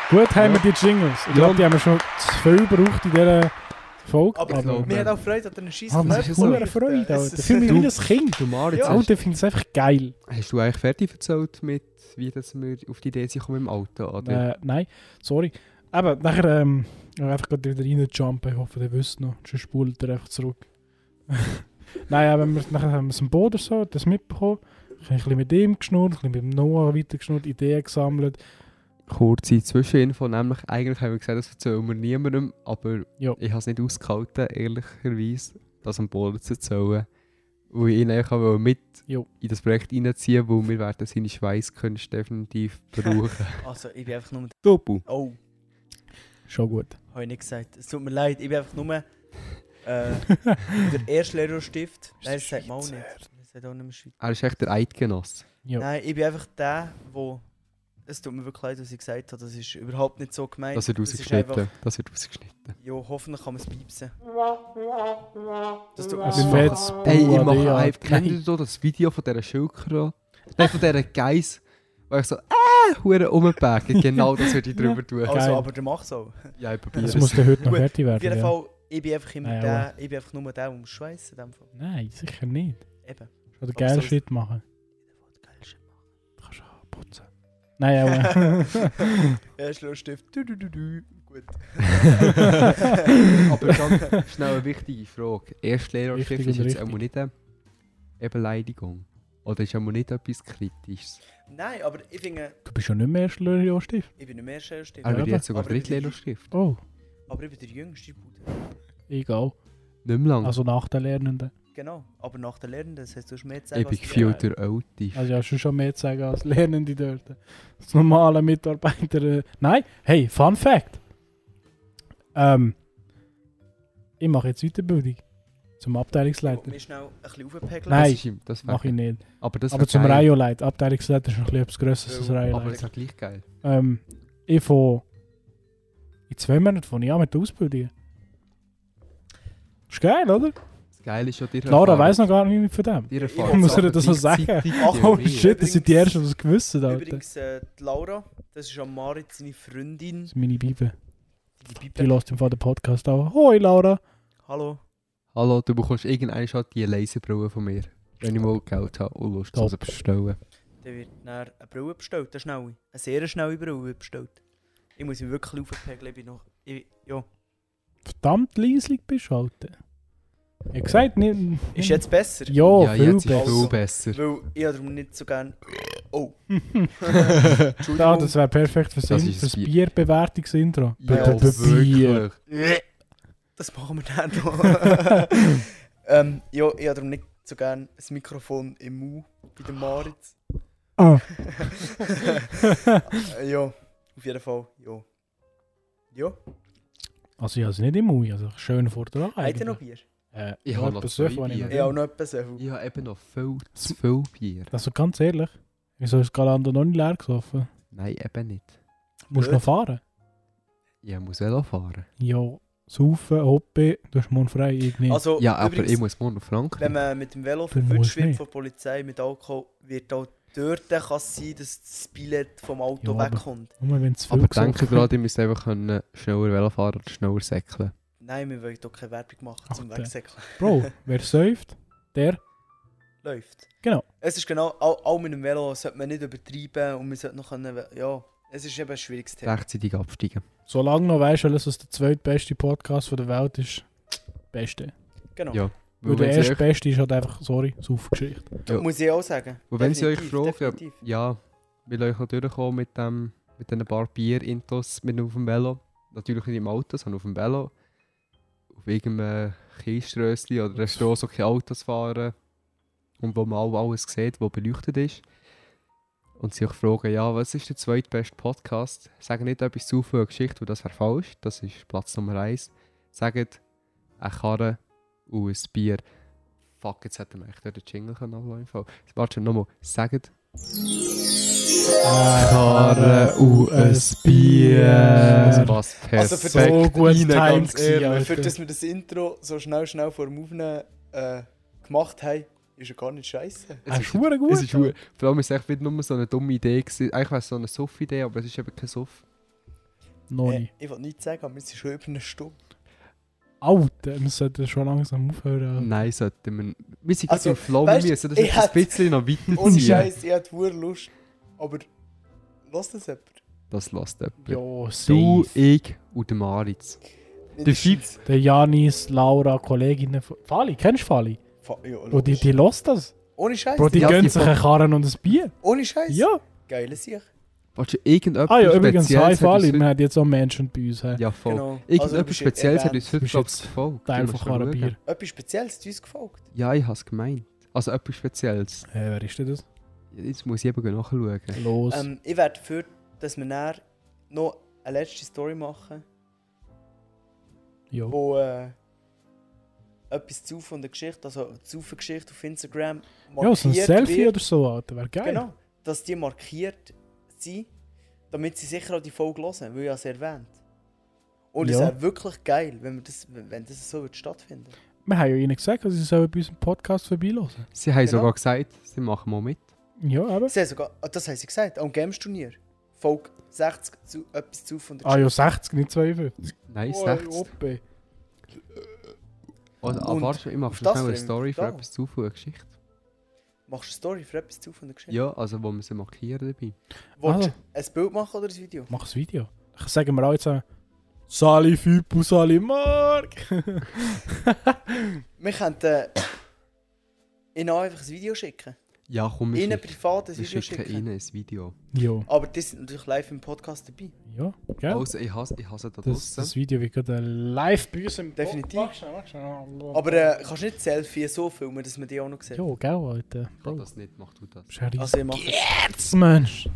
[SPEAKER 3] Gut haben wir die Jingles. Ich glaube, die haben wir schon zu viel gebraucht in dieser Folge.
[SPEAKER 1] Aber
[SPEAKER 3] Aber,
[SPEAKER 1] ich
[SPEAKER 2] glaube-
[SPEAKER 1] Mir hat auch Freude an den Scheiß.
[SPEAKER 3] Ah,
[SPEAKER 2] das
[SPEAKER 3] das ist
[SPEAKER 2] ist so-
[SPEAKER 3] eine Freude, Alter. Ich fühle mich wie ein Kind.
[SPEAKER 2] Du Maritz,
[SPEAKER 1] Ja.
[SPEAKER 2] hast,
[SPEAKER 3] Alter, ich finde es einfach geil.
[SPEAKER 2] hast du eigentlich fertig erzählt, mit, wie dass wir auf die Idee sind gekommen im Auto? Oder?
[SPEAKER 3] Äh, nein, sorry. Aber nachher ähm, ich will einfach gerade wieder reinjumpen. Ich hoffe, ihr wisst noch. Sonst spult ihr einfach zurück. nein, aber wir, nachher haben wir es am Boden so, hat das mitbekommen. Ich habe ein bisschen mit ihm geschnurrt, ein bisschen mit dem Noah weitergeschnurrt, Ideen gesammelt.
[SPEAKER 2] Kurze Zwischeninfo, nämlich eigentlich haben wir gesagt, das erzählen wir niemandem, aber
[SPEAKER 3] Ja.
[SPEAKER 2] ich habe es nicht ausgehalten, ehrlicherweise, das am Boden zu erzählen. Weil ich ihn eigentlich auch wollte mit
[SPEAKER 3] Jo.
[SPEAKER 2] in das Projekt reinziehen weil wir werden seine Schweißkünste definitiv brauchen.
[SPEAKER 1] Also, ich bin einfach nur.
[SPEAKER 2] Doppel.
[SPEAKER 1] Oh,
[SPEAKER 3] Schon gut.
[SPEAKER 1] habe ich nicht gesagt. Es tut mir leid, ich bin einfach nur. Äh, der Erstlehrerstift. Nein, das sagt man auch nicht. Das sagt auch nicht mehr Schweiz.
[SPEAKER 2] Er ist echt der Eidgenoss.
[SPEAKER 3] Ja.
[SPEAKER 1] Nein, ich bin einfach der, wo. Es tut mir wirklich leid, was ich gesagt habe. Das ist überhaupt nicht so gemeint.
[SPEAKER 2] Das wird
[SPEAKER 1] Das ist einfach.
[SPEAKER 2] rausgeschnitten. Das wird rausgeschnitten.
[SPEAKER 1] Ja, hoffentlich kann man es piepsen. Das tut mir
[SPEAKER 3] Ein
[SPEAKER 1] leid.
[SPEAKER 3] fettes
[SPEAKER 2] Ey, ich
[SPEAKER 3] Buh an dich,
[SPEAKER 2] mache einfach.
[SPEAKER 3] Alter.
[SPEAKER 2] Kennt ihr da das Video von dieser Schildkröte? Nein, von dieser Geiss, wo ich so, äh, Huren umgebacken. Genau das würde ich drüber tun.
[SPEAKER 1] Also,
[SPEAKER 3] Geil.
[SPEAKER 1] aber der macht so.
[SPEAKER 2] Ja, ich probiere
[SPEAKER 3] Das muss dann heute noch
[SPEAKER 1] Gut,
[SPEAKER 3] fertig
[SPEAKER 1] Auf jeden
[SPEAKER 3] werden. Ja.
[SPEAKER 1] Fall, Ich bin einfach immer
[SPEAKER 3] Ja,
[SPEAKER 1] der, ich bin einfach nur der, der muss schweissen. in dem Fall.
[SPEAKER 3] Nein, sicher nicht.
[SPEAKER 1] Eben.
[SPEAKER 3] Oder
[SPEAKER 1] Aber
[SPEAKER 3] geil
[SPEAKER 1] sonst-
[SPEAKER 3] Shit
[SPEAKER 1] Der
[SPEAKER 3] machen.
[SPEAKER 1] will geil Shit machen.
[SPEAKER 3] Du kannst auch putzen. Nein, aber.
[SPEAKER 1] Ja, Schlussstift. Äh, Du, du, du, du. Gut.
[SPEAKER 2] Aber ganz schnell eine wichtige Frage. Erstlehrerschrift ist
[SPEAKER 3] Wichtig und
[SPEAKER 2] jetzt
[SPEAKER 3] richtig.
[SPEAKER 2] einmal nicht eine eine Beleidigung. Oder ist einmal nicht etwas Kritisches.
[SPEAKER 1] Nein, aber ich finde,
[SPEAKER 3] du bist ja nicht mehr erst Löhrer, Stief.
[SPEAKER 1] ich bin nicht mehr Schlussstift.
[SPEAKER 2] Er wird
[SPEAKER 3] aber-
[SPEAKER 2] jetzt sogar
[SPEAKER 1] aber die-
[SPEAKER 2] Drittlehrerschrift.
[SPEAKER 3] Oh,
[SPEAKER 1] Aber ich bin der jüngste Bude.
[SPEAKER 3] egal.
[SPEAKER 2] Nicht mehr lang.
[SPEAKER 3] Also nach den Lernenden.
[SPEAKER 1] Genau. Aber nach der Lernen, das heißt, du hast mehr zu sagen.
[SPEAKER 2] ich bin
[SPEAKER 1] als die-
[SPEAKER 2] gefühlt der Alte.
[SPEAKER 3] Also ja, schon schon mehr zu sagen als Lernende dort. Das normale Mitarbeiter. äh, Nein, hey, Fun Fact. Ähm, ich mache jetzt Weiterbildung zum
[SPEAKER 1] Ich will
[SPEAKER 3] Abteilungsleiter.
[SPEAKER 1] mich schnell ein bisschen aufpegeln.
[SPEAKER 3] Nein.
[SPEAKER 2] das ist ihm, das
[SPEAKER 3] Mache ich
[SPEAKER 2] wär-
[SPEAKER 3] nicht.
[SPEAKER 2] Aber das
[SPEAKER 3] Aber
[SPEAKER 2] wär
[SPEAKER 3] zum
[SPEAKER 2] geil.
[SPEAKER 3] Rayo-Leiter. Abteilungsleiter ist noch ein bisschen etwas Grösseres als
[SPEAKER 2] Aber
[SPEAKER 3] Rayo-Leiter.
[SPEAKER 2] es ist gleich geil.
[SPEAKER 3] Ähm, ich von in zwei Monaten von ich an mit der Ausbildung. Ist geil, oder?
[SPEAKER 2] Das Geile ist ja dir
[SPEAKER 3] Laura weiß noch gar nicht von dem.
[SPEAKER 2] Dir
[SPEAKER 1] Ich
[SPEAKER 3] muss ihr das noch sagen. Oh shit, das sind die ersten, die es gewusst haben. Alter.
[SPEAKER 1] Übrigens, äh, die Laura, das ist am Marit seine Freundin.
[SPEAKER 3] Das ist meine Bibel.
[SPEAKER 1] Die
[SPEAKER 3] Die
[SPEAKER 1] Bibi.
[SPEAKER 3] lässt im Fall den Podcast auch. Hoi Laura.
[SPEAKER 1] Hallo.
[SPEAKER 2] Hallo, du bekommst irgendeine halt die Laserbrille von mir. Wenn ich mal Geld habe und Lust
[SPEAKER 3] Top.
[SPEAKER 2] zu bestellen.
[SPEAKER 1] Da wird dann eine Brille bestellt, eine schnelle. Eine sehr schnelle Brille bestellt. Ich muss mich wirklich aufpegeln, ich bin noch... Ich, ja.
[SPEAKER 3] Verdammt leislich bist du, Alter. Ich hab gesagt, nicht.
[SPEAKER 1] Ist jetzt besser?
[SPEAKER 3] Ja,
[SPEAKER 2] ja,
[SPEAKER 3] viel
[SPEAKER 2] jetzt ist
[SPEAKER 3] besser.
[SPEAKER 2] viel besser.
[SPEAKER 1] Weil ich darum nicht so gerne... Oh.
[SPEAKER 3] Ja,
[SPEAKER 1] Entschuldigung.
[SPEAKER 3] das wäre perfekt für
[SPEAKER 2] Das
[SPEAKER 3] Sinn-
[SPEAKER 2] ist ein
[SPEAKER 3] fürs
[SPEAKER 2] Bier.
[SPEAKER 3] Bierbewertungsintro.
[SPEAKER 1] Ja,
[SPEAKER 3] B- b- Bier.
[SPEAKER 1] Äh. Das machen wir dann noch. ähm, ja, ich habe darum nicht so gerne das Mikrofon im Mund bei dem Maritz.
[SPEAKER 3] Ah.
[SPEAKER 1] Äh, ja, auf jeden Fall. Ja. Ja,
[SPEAKER 3] Also, ich habe es nicht im Mund, also schön vor der
[SPEAKER 1] habt ihr noch Bier?
[SPEAKER 3] Äh,
[SPEAKER 2] Ich
[SPEAKER 3] ja,
[SPEAKER 2] habe noch
[SPEAKER 3] etwas
[SPEAKER 2] zwei
[SPEAKER 3] Söff, was ich
[SPEAKER 2] Bier.
[SPEAKER 3] noch-
[SPEAKER 1] Ich habe noch etwas. Äh,
[SPEAKER 2] Ich habe eben noch viel zu viel Bier.
[SPEAKER 3] Also ganz ehrlich, wieso ist Galando noch nicht leer gesoffen?
[SPEAKER 2] Nein, eben nicht.
[SPEAKER 3] Musst du noch fahren?
[SPEAKER 2] Ich muss Velo fahren.
[SPEAKER 3] Ja, saufen, Hoppe, du hast morgen frei, ich nicht.
[SPEAKER 1] also,
[SPEAKER 2] Ja, aber
[SPEAKER 1] übrigens,
[SPEAKER 2] ich muss morgen nach Frankreich.
[SPEAKER 1] wenn man mit dem Velo
[SPEAKER 3] Du musst
[SPEAKER 1] verwünscht wird
[SPEAKER 3] nicht.
[SPEAKER 1] von der Polizei mit Alkohol, wird auch dort kann es sein, dass das Billett vom Auto
[SPEAKER 3] Ja, aber-
[SPEAKER 1] wegkommt.
[SPEAKER 3] Nur wenn es viel
[SPEAKER 2] Aber
[SPEAKER 3] gesoffen
[SPEAKER 2] denke gerade, ich müsste einfach können schneller Velo fahren oder schneller säckeln.
[SPEAKER 1] Nein, wir wollen doch keine Werbung machen zum
[SPEAKER 3] Ach, der-
[SPEAKER 1] Wegsäckeln.
[SPEAKER 3] Bro, wer säuft, der.
[SPEAKER 1] läuft.
[SPEAKER 3] Genau.
[SPEAKER 1] Es ist genau, auch, auch mit dem Velo sollte man nicht übertreiben und man sollte noch können, ja, es ist eben ein schwieriges Thema.
[SPEAKER 2] Rechtzeitig absteigen.
[SPEAKER 3] Solange noch weißt, dass es der zweitbeste Podcast von der Welt ist, beste.
[SPEAKER 1] Genau.
[SPEAKER 2] Ja.
[SPEAKER 3] Weil
[SPEAKER 2] Weil
[SPEAKER 3] der
[SPEAKER 2] wenn sie
[SPEAKER 3] erste
[SPEAKER 2] euch,
[SPEAKER 3] Beste ist halt einfach, sorry, Saufgeschichte.
[SPEAKER 2] Ja.
[SPEAKER 1] Muss ich auch sagen.
[SPEAKER 2] weil wenn sie euch
[SPEAKER 1] Definitiv,
[SPEAKER 2] fragt, ja,
[SPEAKER 1] definitiv.
[SPEAKER 2] ja, will euch noch durchkommen mit dem, mit diesen paar Bier-Intos mit auf dem Velo. Natürlich nicht im Auto, sondern auf dem Velo. Auf irgendeinem Kieströssli oder einer Straße, wo keine Autos fahren. Und wo man auch alles sieht, was beleuchtet ist. Und sie euch fragen, ja, was ist der zweitbeste Podcast? Sagen nicht etwas zu viel Geschichte, weil das wäre falsch. Das ist Platz Nummer eins. Sagen eine Karre und ein Bier. Fuck, jetzt hätten wir echt den Jingle können ablassen. im Fall. Warte schon, nochmal. Sagt
[SPEAKER 3] Karre und ein
[SPEAKER 2] Das
[SPEAKER 3] Bier.
[SPEAKER 2] passt perfekt.
[SPEAKER 1] Also für das-
[SPEAKER 3] So gut
[SPEAKER 2] rein,
[SPEAKER 3] timed
[SPEAKER 2] ganz
[SPEAKER 3] gewesen,
[SPEAKER 1] Weil
[SPEAKER 3] Alter.
[SPEAKER 1] Für das wir das Intro so schnell, schnell vor dem Aufnehmen äh, gemacht haben, ist ja gar nicht scheiße.
[SPEAKER 3] Es ist
[SPEAKER 2] ist-
[SPEAKER 3] verdammt gut.
[SPEAKER 2] Es ist hu- Vor allem ist es echt wieder nur so eine dumme Idee gewesen. Eigentlich wäre es so eine Suff-Idee, aber es ist eben kein Suff.
[SPEAKER 3] Noch
[SPEAKER 1] Äh,
[SPEAKER 3] nicht.
[SPEAKER 1] ich will nichts sagen, aber es ist schon über eine Stunde.
[SPEAKER 3] Alter, wir sollten schon langsam aufhören.
[SPEAKER 2] Nein, sollte man... Wir sind also,
[SPEAKER 1] Also,
[SPEAKER 2] im Flow,
[SPEAKER 1] weißt,
[SPEAKER 2] wir müssen das
[SPEAKER 1] ich
[SPEAKER 2] jetzt ein
[SPEAKER 1] hätte-
[SPEAKER 2] bisschen noch
[SPEAKER 1] Ohne
[SPEAKER 2] weiterziehen.
[SPEAKER 1] Scheiß, ich hatte hohe Lust. Aber lass das jemand.
[SPEAKER 2] Das lässt jemand.
[SPEAKER 3] Ja,
[SPEAKER 2] Du,
[SPEAKER 3] safe.
[SPEAKER 2] ich und der Maritz. Der Schweiz.
[SPEAKER 3] Der Janis, Laura, Kolleginnen. von- Fali, kennst du Fali?
[SPEAKER 1] Fa- Ja,
[SPEAKER 3] Bro, die,
[SPEAKER 1] logisch.
[SPEAKER 3] die lässt das.
[SPEAKER 1] Ohne Scheiß.
[SPEAKER 3] Bro, die
[SPEAKER 2] Ja,
[SPEAKER 3] gönnen
[SPEAKER 2] die
[SPEAKER 3] sich
[SPEAKER 2] von-
[SPEAKER 3] einen Karren und ein Bier.
[SPEAKER 1] Ohne Scheiß.
[SPEAKER 3] Ja.
[SPEAKER 1] Geile Sieg.
[SPEAKER 2] Willst du irgendetwas
[SPEAKER 3] Ah ja, übrigens, hi
[SPEAKER 2] Spezielles hat uns
[SPEAKER 3] Fali,
[SPEAKER 2] heute-
[SPEAKER 3] wir haben jetzt auch Menschen bei uns. hä?
[SPEAKER 2] Ja, voll.
[SPEAKER 1] Genau.
[SPEAKER 2] Irgendetwas
[SPEAKER 1] Also, du bist
[SPEAKER 2] Spezielles hat
[SPEAKER 1] erwähnt.
[SPEAKER 2] uns heute,
[SPEAKER 3] bist
[SPEAKER 2] glaube ich,
[SPEAKER 3] jetzt
[SPEAKER 2] gefolgt.
[SPEAKER 3] Teil
[SPEAKER 2] Du
[SPEAKER 3] von
[SPEAKER 2] musst mal
[SPEAKER 3] Karren
[SPEAKER 2] schauen.
[SPEAKER 3] Bier.
[SPEAKER 1] Etwas Spezielles zu uns gefolgt.
[SPEAKER 2] Ja, ich habe es gemeint. Also etwas Spezielles.
[SPEAKER 3] Hä, wer ist denn das?
[SPEAKER 2] Jetzt muss ich eben nachschauen.
[SPEAKER 3] Los.
[SPEAKER 1] Ähm, ich wäre dafür, dass wir näher noch eine letzte Story machen,
[SPEAKER 3] jo.
[SPEAKER 1] wo äh, etwas zu von der Geschichte, also zu von Geschichte auf Instagram
[SPEAKER 3] Ja, so ein Selfie
[SPEAKER 1] wird.
[SPEAKER 3] oder so, Alter, wäre geil.
[SPEAKER 1] Genau, dass die markiert sind, damit sie sicher auch die Folge hören, weil ich es erwähnt. Und es
[SPEAKER 3] Ja.
[SPEAKER 1] wäre wirklich geil, wenn, wir das, wenn wenn das so würde stattfinden.
[SPEAKER 3] Wir haben ja ihnen gesagt, dass sie sollen bei unserem Podcast vorbeilösen.
[SPEAKER 2] Sie haben
[SPEAKER 1] Genau.
[SPEAKER 2] sogar gesagt, sie machen mal mit.
[SPEAKER 3] Ja, eben.
[SPEAKER 1] Sie haben sogar, ah, das haben sie gesagt, am Games-Turnier. Folge 60 zu etwas zu von der
[SPEAKER 3] Ah ja, 60, nicht 52.
[SPEAKER 2] Nein,
[SPEAKER 3] Oh,
[SPEAKER 2] 60.
[SPEAKER 3] Oppe.
[SPEAKER 2] Also,
[SPEAKER 1] Und-
[SPEAKER 2] warte, ich mache
[SPEAKER 1] auf
[SPEAKER 2] schnell
[SPEAKER 1] das
[SPEAKER 2] eine
[SPEAKER 1] Film,
[SPEAKER 2] Story für
[SPEAKER 1] klar.
[SPEAKER 2] etwas zu, für eine Geschichte.
[SPEAKER 1] Machst du eine Story für etwas zu von der Geschichte?
[SPEAKER 2] Ja, also wo wir sie markieren dabei.
[SPEAKER 1] Wolltest
[SPEAKER 3] Ah.
[SPEAKER 1] du ein Bild machen oder ein Video?
[SPEAKER 3] Mach ein Video. Dann sagen wir alle zusammen. Sali Fipu, Sali Mark!
[SPEAKER 1] Wir könnten ihnen auch einfach ein Video schicken.
[SPEAKER 2] Ja, komm, wir,
[SPEAKER 1] Ihnen ein
[SPEAKER 2] schick-
[SPEAKER 1] privates
[SPEAKER 2] wir
[SPEAKER 1] Video
[SPEAKER 2] schicken
[SPEAKER 1] schicken.
[SPEAKER 2] ihnen ein Video.
[SPEAKER 3] jo.
[SPEAKER 1] Aber die sind natürlich live im Podcast dabei.
[SPEAKER 3] Ja, gell?
[SPEAKER 2] Also, ich hasse, ich hasse da
[SPEAKER 3] das,
[SPEAKER 2] draussen.
[SPEAKER 3] das Video wird gerade live bei uns im
[SPEAKER 1] Definitiv.
[SPEAKER 3] Mach schnell, mach schnell.
[SPEAKER 1] Aber äh, kannst du nicht Selfie so filmen, dass man die auch noch sieht?
[SPEAKER 3] Jo, gell, Alter.
[SPEAKER 2] Ich kann
[SPEAKER 3] Bro,
[SPEAKER 2] Ah, das nicht, mach du das.
[SPEAKER 3] Scheiße.
[SPEAKER 1] Also ich mache es.
[SPEAKER 3] Jetzt, Mensch!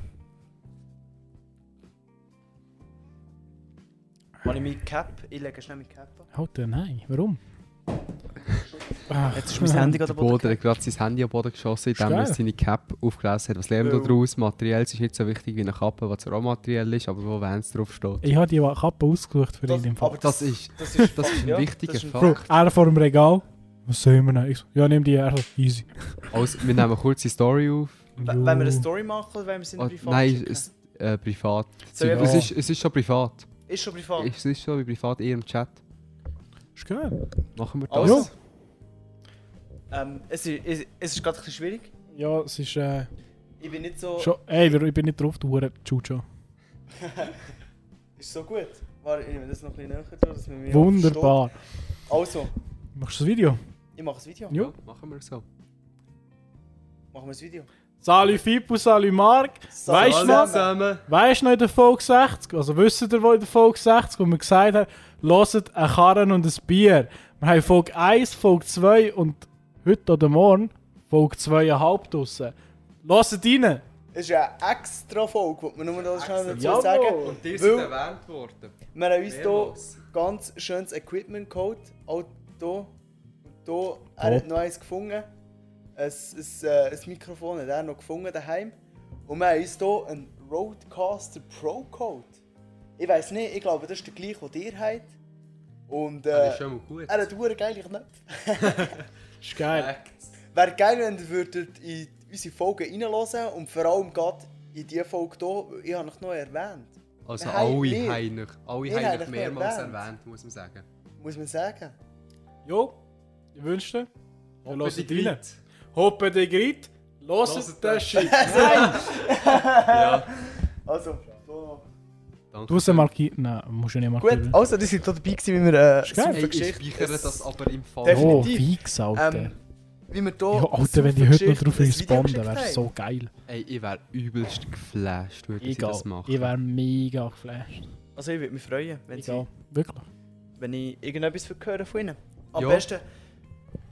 [SPEAKER 1] Habe ich meine Cap? Ich lege schnell meine Cap an.
[SPEAKER 3] Alter, nein, warum? Ach,
[SPEAKER 1] Jetzt ist mein Handy gerade
[SPEAKER 2] Der
[SPEAKER 1] am Boden.
[SPEAKER 2] Boden hat gerade sein Handy am Boden geschossen, indem
[SPEAKER 3] Geil.
[SPEAKER 2] er seine Cap aufgelesen hat. Was lernen wir
[SPEAKER 1] Weil-
[SPEAKER 2] daraus? Materiell ist nicht so wichtig wie eine Kappe, was zwar auch materiell ist, aber wo Vans draufsteht.
[SPEAKER 3] ich habe die Kappe ausgesucht für
[SPEAKER 1] Das-
[SPEAKER 3] ihn im Fall.
[SPEAKER 1] aber
[SPEAKER 2] Das ist,
[SPEAKER 1] Das ist,
[SPEAKER 2] das ist ein
[SPEAKER 1] ja,
[SPEAKER 2] wichtiger
[SPEAKER 1] das ist ein
[SPEAKER 3] Bro,
[SPEAKER 2] Fakt.
[SPEAKER 3] er vor dem Regal. Was sehen wir noch? Ich so, ja, nimm die er so, Easy.
[SPEAKER 2] Also, wir nehmen kurz die Story auf.
[SPEAKER 1] W- Wenn wir eine Story machen oder wenn wir es in
[SPEAKER 2] Oh,
[SPEAKER 1] privat
[SPEAKER 2] nein,
[SPEAKER 1] schicken?
[SPEAKER 2] es, äh, privat.
[SPEAKER 1] Soll ich
[SPEAKER 3] Ja.
[SPEAKER 2] Es,
[SPEAKER 1] einfach-
[SPEAKER 2] ist, es ist schon privat.
[SPEAKER 1] Ist schon privat.
[SPEAKER 2] Es ist schon wie privat eher im Chat.
[SPEAKER 3] Ist geil.
[SPEAKER 2] Machen wir das.
[SPEAKER 1] Alles. Also, Ähm, es ist, es, es ist gerade ein bisschen schwierig.
[SPEAKER 3] Ja, es ist äh,
[SPEAKER 1] Ich bin nicht so...
[SPEAKER 3] schon. Ey, wir- ich bin nicht drauf, du Hure Chucho.
[SPEAKER 1] Ist so gut. Warte, ich nehme das noch ein bisschen näher, so, dass man mich
[SPEAKER 3] Wunderbar.
[SPEAKER 1] versteht. Also,
[SPEAKER 3] Machst du das Video?
[SPEAKER 1] ich mache ein Video.
[SPEAKER 3] Ja.
[SPEAKER 2] machen wir so.
[SPEAKER 1] Machen wir ein Video.
[SPEAKER 3] Salü Fipu, salü Mark. Weißt du noch?
[SPEAKER 2] Zusammen.
[SPEAKER 3] Weißt du noch in der Folge 60? Also wisst ihr, wo in der Folge 60, wo wir gesagt haben, hört einen Karren und ein Bier. Wir haben Folge 1, Folge 2 und heute oder morgen Folge 2,5 draussen. Hört rein!
[SPEAKER 1] Es ist ja eine extra Folge, wollte man nur noch schnell dazu
[SPEAKER 3] Jawohl.
[SPEAKER 1] sagen.
[SPEAKER 3] Und
[SPEAKER 1] die sind Weil- Äh,
[SPEAKER 2] erwähnt worden.
[SPEAKER 1] Wir haben uns hier
[SPEAKER 2] Mehrmals.
[SPEAKER 1] ganz schönes Equipment geholt. Auch hier. hier. Er hat noch eins gefunden. Ein, ein, äh, ein Mikrofon hat er noch gefunden daheim. Und wir haben uns hier einen Roadcaster Pro geholt. Ich weiß nicht, ich glaube, das ist der gleiche, den ihr habt. Und äh,
[SPEAKER 2] Das ist schon mal gut.
[SPEAKER 1] er hat einen geile Knöpfe.
[SPEAKER 3] Ist geil.
[SPEAKER 1] Wäre geil, wenn ihr würdet in unsere Folgen reinhören und vor allem gerade in diese Folge hier, ich habe noch noch erwähnt.
[SPEAKER 2] Also
[SPEAKER 1] Wir
[SPEAKER 2] alle
[SPEAKER 1] haben nicht.
[SPEAKER 2] haben euch,
[SPEAKER 1] Wir
[SPEAKER 2] alle
[SPEAKER 1] haben
[SPEAKER 2] haben
[SPEAKER 1] euch
[SPEAKER 2] euch mehrmals
[SPEAKER 1] erwähnt.
[SPEAKER 2] erwähnt, muss man sagen.
[SPEAKER 1] Muss man sagen.
[SPEAKER 3] Jo, ich wünsche dir. Dann
[SPEAKER 2] Hört
[SPEAKER 3] hört rein. Hoppe de Grit, hört
[SPEAKER 2] Hört
[SPEAKER 3] den
[SPEAKER 2] den
[SPEAKER 3] Shit.
[SPEAKER 2] Ja.
[SPEAKER 1] Also, so.
[SPEAKER 2] Danke.
[SPEAKER 3] Du hast markieren. Nein, musst du nicht markieren.
[SPEAKER 1] Gut, also, das sind hier dabei, gewesen, wie wir äh,
[SPEAKER 3] Mhm. Ist geil.
[SPEAKER 1] super
[SPEAKER 2] Ey, ich
[SPEAKER 1] Geschichte-
[SPEAKER 2] speichere das aber im Fall.
[SPEAKER 1] Definitiv.
[SPEAKER 3] oh, fix, Alter.
[SPEAKER 1] Ähm, oh, wie wir hier.
[SPEAKER 3] ja, Alter, wenn die heute noch drauf responden, wäre so geil.
[SPEAKER 2] Ey, ich wäre übelst geflasht, würde ich
[SPEAKER 3] Egal.
[SPEAKER 2] das machen.
[SPEAKER 3] Ich wäre mega geflasht.
[SPEAKER 1] Also, ich würde mich freuen, wenn, sie,
[SPEAKER 3] Egal. Wirklich.
[SPEAKER 1] wenn ich irgendetwas von hören von ihnen. Am
[SPEAKER 2] Ja.
[SPEAKER 1] besten.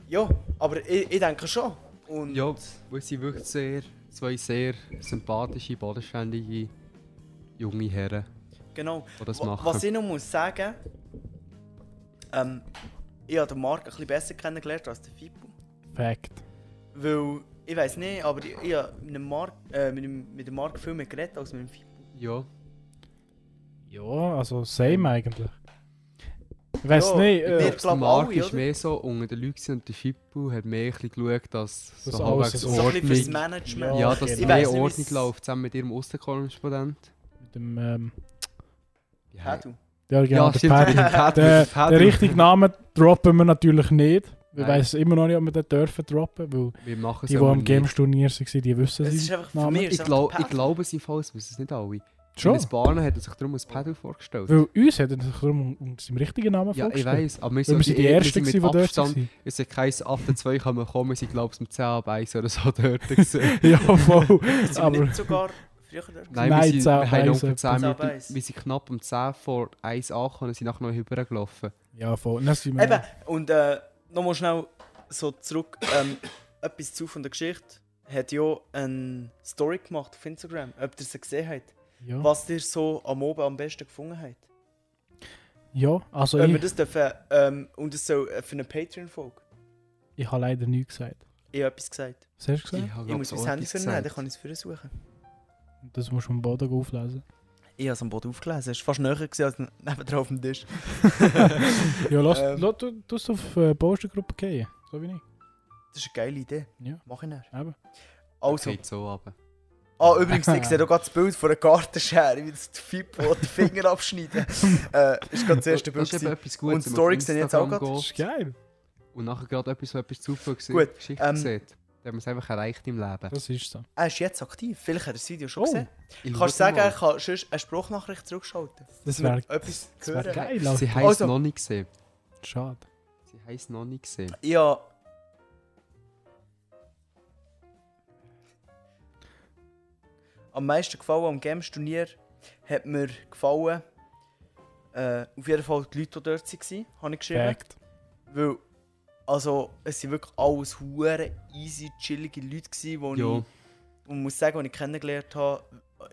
[SPEAKER 1] Ja, aber ich, ich denke schon. Und
[SPEAKER 2] ja, wir sind wirklich sehr, zwei sehr sympathische, bodenständige junge Herren,
[SPEAKER 1] genau.
[SPEAKER 2] die das
[SPEAKER 1] Wa-
[SPEAKER 2] machen.
[SPEAKER 1] Was ich noch muss sagen, ähm, ich habe den Marc ein bisschen besser kennengelernt als den Fippo.
[SPEAKER 3] Fact.
[SPEAKER 1] Weil, ich weiß nicht, aber ich, ich habe mit dem Marc, äh, mit, dem, mit dem Marc viel mehr geredet als mit dem Fippo.
[SPEAKER 2] ja,
[SPEAKER 3] Ja, also same eigentlich. Ich weiß
[SPEAKER 1] Ja,
[SPEAKER 3] nicht,
[SPEAKER 1] wir-
[SPEAKER 3] äh,
[SPEAKER 1] glaub, alle,
[SPEAKER 2] Mark ist
[SPEAKER 1] oder?
[SPEAKER 2] mehr so unter den Leuten gewesen und der Fippo hat mehr ein bisschen geschaut, dass
[SPEAKER 3] Dass
[SPEAKER 2] so
[SPEAKER 3] alles
[SPEAKER 2] halbwegs
[SPEAKER 3] so-
[SPEAKER 1] So ein bisschen fürs
[SPEAKER 2] Ordnung...
[SPEAKER 1] Management.
[SPEAKER 3] Ja,
[SPEAKER 2] Ja, dass
[SPEAKER 3] genau.
[SPEAKER 1] Ich
[SPEAKER 2] mehr
[SPEAKER 1] weiss nicht,
[SPEAKER 2] Ordnung
[SPEAKER 1] wie's-
[SPEAKER 2] läuft, zusammen mit ihrem Außenkorrespondent.
[SPEAKER 3] mit dem, ähm,
[SPEAKER 1] Ja, du.
[SPEAKER 3] ja genau,
[SPEAKER 2] ja,
[SPEAKER 3] der
[SPEAKER 2] stimmt, mit dem
[SPEAKER 3] Patrick.
[SPEAKER 2] Patrick.
[SPEAKER 3] Der,
[SPEAKER 2] Patrick.
[SPEAKER 3] der richtige Name droppen wir natürlich nicht. Ich
[SPEAKER 2] Nein.
[SPEAKER 3] weiß immer noch nicht, ob wir den dürfen droppen, weil
[SPEAKER 2] Wir machen es
[SPEAKER 3] die, die
[SPEAKER 2] aber
[SPEAKER 3] am
[SPEAKER 2] nicht.
[SPEAKER 3] Games-Turnier waren, die wissen
[SPEAKER 1] Es
[SPEAKER 3] seinen
[SPEAKER 1] ist einfach für
[SPEAKER 3] Namen.
[SPEAKER 1] mich.
[SPEAKER 2] Ich, glaub, ich glaube, sie falls wissen es nicht alle.
[SPEAKER 3] Schon.
[SPEAKER 2] In ein paar Jahren hat er sich darum als Pedal vorgestellt.
[SPEAKER 3] Weil uns hat er sich darum um seinen richtigen Namen
[SPEAKER 2] ja, ich
[SPEAKER 3] vorgestellt.
[SPEAKER 2] weiß, aber wir
[SPEAKER 3] Weil wir
[SPEAKER 2] sind
[SPEAKER 3] sind die Ersten,
[SPEAKER 2] mit
[SPEAKER 3] gewesen, die dort
[SPEAKER 2] Abstand.
[SPEAKER 3] waren.
[SPEAKER 2] Es sind kein 8 2 kann man kommen, sie glauben es mit 10 ab 1 oder so dort gesehen.
[SPEAKER 3] Ja, Ah, voll.
[SPEAKER 1] Sind wir
[SPEAKER 3] Aber
[SPEAKER 1] nicht sogar früher dort?
[SPEAKER 2] Nein,
[SPEAKER 3] Nein,
[SPEAKER 2] wir, sind,
[SPEAKER 3] 10
[SPEAKER 2] wir haben
[SPEAKER 3] ab
[SPEAKER 2] ungefähr 10
[SPEAKER 3] 1,
[SPEAKER 1] 10 ab
[SPEAKER 2] Minuten,
[SPEAKER 1] 1.
[SPEAKER 2] wir sind knapp um 10 vor 1 angekommen und sind nachher noch rübergelaufen.
[SPEAKER 3] ja, voll. Dann sind wir-
[SPEAKER 1] Eben, und äh, nochmal schnell so zurück. Ähm, etwas zu von der Geschichte. Hat ja eine Story gemacht auf Instagram, ob ihr sie gesehen habt.
[SPEAKER 3] ja.
[SPEAKER 1] Was ihr so am Oben am besten gefunden habt.
[SPEAKER 3] ja, also
[SPEAKER 1] Wenn wir
[SPEAKER 3] ich,
[SPEAKER 1] das dürfen, ähm, und das soll äh, für eine Patreon-Folge.
[SPEAKER 3] ich habe leider nichts gesagt.
[SPEAKER 1] Ich habe etwas gesagt.
[SPEAKER 3] Was hast du gesagt?
[SPEAKER 2] habe,
[SPEAKER 1] Ich
[SPEAKER 2] glaub,
[SPEAKER 1] muss
[SPEAKER 2] so
[SPEAKER 1] mein Handy
[SPEAKER 2] etwas
[SPEAKER 1] vernehmen, dann
[SPEAKER 2] gesagt.
[SPEAKER 1] kann ich es für suchen.
[SPEAKER 3] Das musst du am Boden auflesen.
[SPEAKER 1] Ich habe es am Boden aufgelesen. Es war fast näher gewesen als nebenan auf dem Tisch.
[SPEAKER 3] Ja, lass,
[SPEAKER 1] Ähm.
[SPEAKER 3] lass du du es auf äh, Postergruppe gehen. So wie ich.
[SPEAKER 1] Das ist eine geile Idee.
[SPEAKER 3] Ja.
[SPEAKER 1] Mach ich nicht.
[SPEAKER 3] Eben.
[SPEAKER 1] Also.
[SPEAKER 2] Geht so runter.
[SPEAKER 1] Ah, übrigens, ich sehe auch gerade das Bild von einer Gartenschere, wie das die Fippo den Finger abschneiden. äh, ist gerade das erste Bild.
[SPEAKER 2] Das ist eben
[SPEAKER 1] gewesen.
[SPEAKER 2] etwas Gutes.
[SPEAKER 1] Und
[SPEAKER 2] wenn man
[SPEAKER 1] Story
[SPEAKER 2] auf
[SPEAKER 1] sehen jetzt auch
[SPEAKER 2] Instagram
[SPEAKER 1] gerade.
[SPEAKER 3] Das ist geil.
[SPEAKER 2] geht und nachher gerade etwas, so etwas Zufall gesehen,
[SPEAKER 1] Gut,
[SPEAKER 2] Geschichte
[SPEAKER 1] ähm,
[SPEAKER 2] sieht, dann hat man es einfach erreicht im Leben.
[SPEAKER 3] Das ist so.
[SPEAKER 1] Er Ah, ist jetzt aktiv. Vielleicht hat er das Video schon
[SPEAKER 3] Oh,
[SPEAKER 1] gesehen.
[SPEAKER 2] Ich
[SPEAKER 1] Kannst du
[SPEAKER 2] schau
[SPEAKER 1] sagen,
[SPEAKER 2] mal.
[SPEAKER 1] er kann sonst eine Sprachnachricht zurückschalten?
[SPEAKER 3] Das
[SPEAKER 1] Dass
[SPEAKER 3] wäre
[SPEAKER 1] wir etwas
[SPEAKER 3] das wär
[SPEAKER 1] hören.
[SPEAKER 3] geil.
[SPEAKER 2] Sie
[SPEAKER 3] Alter.
[SPEAKER 2] heisst
[SPEAKER 1] Also-
[SPEAKER 2] noch nicht gesehen.
[SPEAKER 3] Schade.
[SPEAKER 2] Sie heisst noch nicht gesehen.
[SPEAKER 1] Ja. Am meisten gefallen am Games-Turnier hat mir gefallen, äh, auf jeden Fall die Leute, die dort waren, habe ich geschrieben.
[SPEAKER 3] Fact.
[SPEAKER 1] Weil, also, es waren wirklich alles hure easy, chillige Leute, gewesen, wo
[SPEAKER 2] Ja.
[SPEAKER 1] ich, und muss sagen, die ich kennengelernt habe, äh,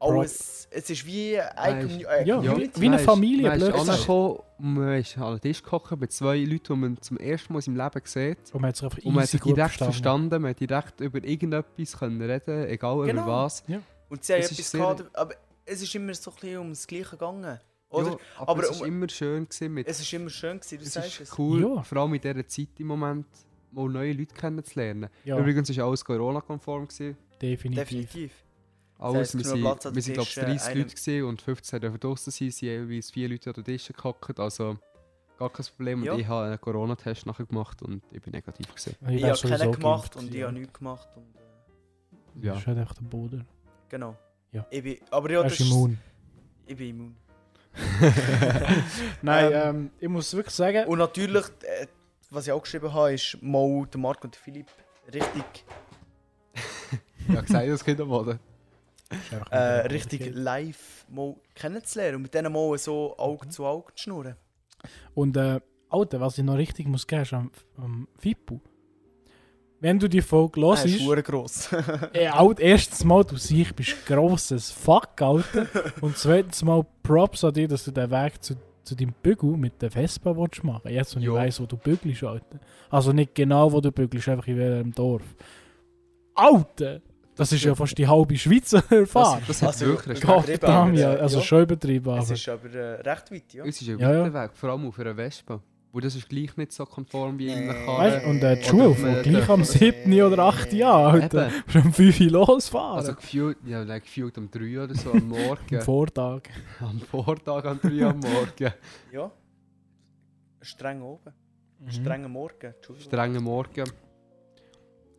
[SPEAKER 1] alles, es ist wie eine
[SPEAKER 2] Weisst-
[SPEAKER 1] Commu- äh,
[SPEAKER 3] Ja.
[SPEAKER 1] Community.
[SPEAKER 3] wie eine
[SPEAKER 2] Man ist-
[SPEAKER 3] Familie,
[SPEAKER 2] Man ist
[SPEAKER 3] blöd gesagt.
[SPEAKER 2] angekommen und man ist an den Tisch gekommen bei zwei Leuten, die man zum ersten Mal im Leben sieht.
[SPEAKER 3] Und man hat sich einfach easy
[SPEAKER 2] Und man hat sich
[SPEAKER 3] gut
[SPEAKER 2] direkt
[SPEAKER 3] verstanden.
[SPEAKER 2] verstanden, man hat direkt über irgendetwas können reden egal
[SPEAKER 1] Genau.
[SPEAKER 2] über was.
[SPEAKER 1] Und sie haben
[SPEAKER 2] Es ist
[SPEAKER 1] etwas
[SPEAKER 2] sehr-
[SPEAKER 1] gehabt, aber es ist immer so ein bisschen ums Gleiche gegangen. Oder?
[SPEAKER 2] Ja, aber,
[SPEAKER 1] aber
[SPEAKER 2] es war
[SPEAKER 1] um-
[SPEAKER 2] immer schön gewesen mit
[SPEAKER 1] Es ist immer schön, gewesen, du
[SPEAKER 2] Es
[SPEAKER 1] sagst es.
[SPEAKER 2] ist cool,
[SPEAKER 3] Ja.
[SPEAKER 2] vor allem in dieser Zeit im Moment, mal neue Leute kennenzulernen.
[SPEAKER 3] Ja,
[SPEAKER 2] Übrigens war alles Corona-konform. gewesen.
[SPEAKER 3] definitiv.
[SPEAKER 1] Definitiv. heißt,
[SPEAKER 2] Alles, wir
[SPEAKER 1] genug
[SPEAKER 2] sind,
[SPEAKER 1] Platz an
[SPEAKER 2] wir sind glaube ich
[SPEAKER 1] Tischen,
[SPEAKER 2] 30
[SPEAKER 1] einem-
[SPEAKER 2] Leute gewesen und 15 dürfen draußen sein, sind jeweils vier Leute an den Tischen gehockt, also gar kein Problem. Und
[SPEAKER 1] Ja.
[SPEAKER 2] ich habe einen Corona-Test nachher gemacht und ich bin negativ gewesen.
[SPEAKER 3] wär
[SPEAKER 1] Ich, habe
[SPEAKER 3] sowieso
[SPEAKER 1] keinen gemacht
[SPEAKER 3] geimpft
[SPEAKER 1] und
[SPEAKER 3] gewesen,
[SPEAKER 1] ich
[SPEAKER 3] ja.
[SPEAKER 1] habe nichts gemacht. Und, äh,
[SPEAKER 2] Ja.
[SPEAKER 3] Das ist halt einfach der Boden.
[SPEAKER 1] genau.
[SPEAKER 3] Ja.
[SPEAKER 1] Ich bin, aber ja, dus-
[SPEAKER 3] Er
[SPEAKER 1] das
[SPEAKER 3] ist
[SPEAKER 1] ist-
[SPEAKER 3] immun.
[SPEAKER 1] Ich bin immun.
[SPEAKER 3] Nein,
[SPEAKER 1] Ähm,
[SPEAKER 3] ähm, ich muss wirklich sagen,
[SPEAKER 1] Und natürlich, äh, was ich auch geschrieben habe, ist mal der Marc und der Philipp richtig,
[SPEAKER 2] Ich habe gesagt, das Kind am Boden.
[SPEAKER 3] ist einfach
[SPEAKER 1] äh,
[SPEAKER 3] nicht der
[SPEAKER 1] richtig
[SPEAKER 3] Boden.
[SPEAKER 1] live mal kennenzulernen und mit denen mal so Auge
[SPEAKER 3] Mhm.
[SPEAKER 1] zu Auge zu schnurren.
[SPEAKER 3] Und äh, Alter, was ich noch richtig muss geben, ist am, am Fippo. Wenn du die Folge
[SPEAKER 1] er ist
[SPEAKER 3] hörst,
[SPEAKER 1] verdammt gross.
[SPEAKER 3] Ey, alt, erstes Mal, du siehst, bist grosses Fuck, Alter. Und zweitens Mal Props an dir, dass du den Weg zu, zu deinem Bügel mit der Vespa willst machen Jetzt, wo ich
[SPEAKER 2] Ja.
[SPEAKER 3] weiss, wo du bügelst, Alter. Also nicht genau, wo du bügelst, einfach in welchem Dorf. Alter! Das ist ja fast die halbe Schweizer
[SPEAKER 2] Das,
[SPEAKER 3] erfahren.
[SPEAKER 2] das hat
[SPEAKER 1] Also,
[SPEAKER 2] wirklich...
[SPEAKER 1] Gott.
[SPEAKER 3] Gott
[SPEAKER 1] übertrieben,
[SPEAKER 3] damn,
[SPEAKER 1] aber,
[SPEAKER 3] ja.
[SPEAKER 1] äh,
[SPEAKER 3] Also
[SPEAKER 1] ja.
[SPEAKER 3] schon übertrieben, aber.
[SPEAKER 1] es ist aber äh, recht weit, ja.
[SPEAKER 2] Es ist ein
[SPEAKER 3] Ja, ja.
[SPEAKER 2] weiter Weg, vor allem auf einer Vespa. Und das ist gleich nicht so konform wie in
[SPEAKER 1] Nee.
[SPEAKER 2] einer
[SPEAKER 3] Weißt,
[SPEAKER 2] Karre.
[SPEAKER 3] du, und äh, die Schule,
[SPEAKER 2] Oder
[SPEAKER 3] von
[SPEAKER 2] man
[SPEAKER 3] gleich am
[SPEAKER 1] darf-
[SPEAKER 3] 7. oder 8. Jahr, Alter.
[SPEAKER 2] Eben,
[SPEAKER 3] Schon 5 Uhr losfahren.
[SPEAKER 2] also gefühlt, ja, nein, gefühlt um 3 oder so am
[SPEAKER 3] am
[SPEAKER 2] Morgen.
[SPEAKER 3] Vortag.
[SPEAKER 2] am Vortag um 3 am Morgen.
[SPEAKER 1] ja. Streng oben.
[SPEAKER 3] Mhm.
[SPEAKER 1] Strenger Morgen. Entschuldigung.
[SPEAKER 2] Strenger Morgen.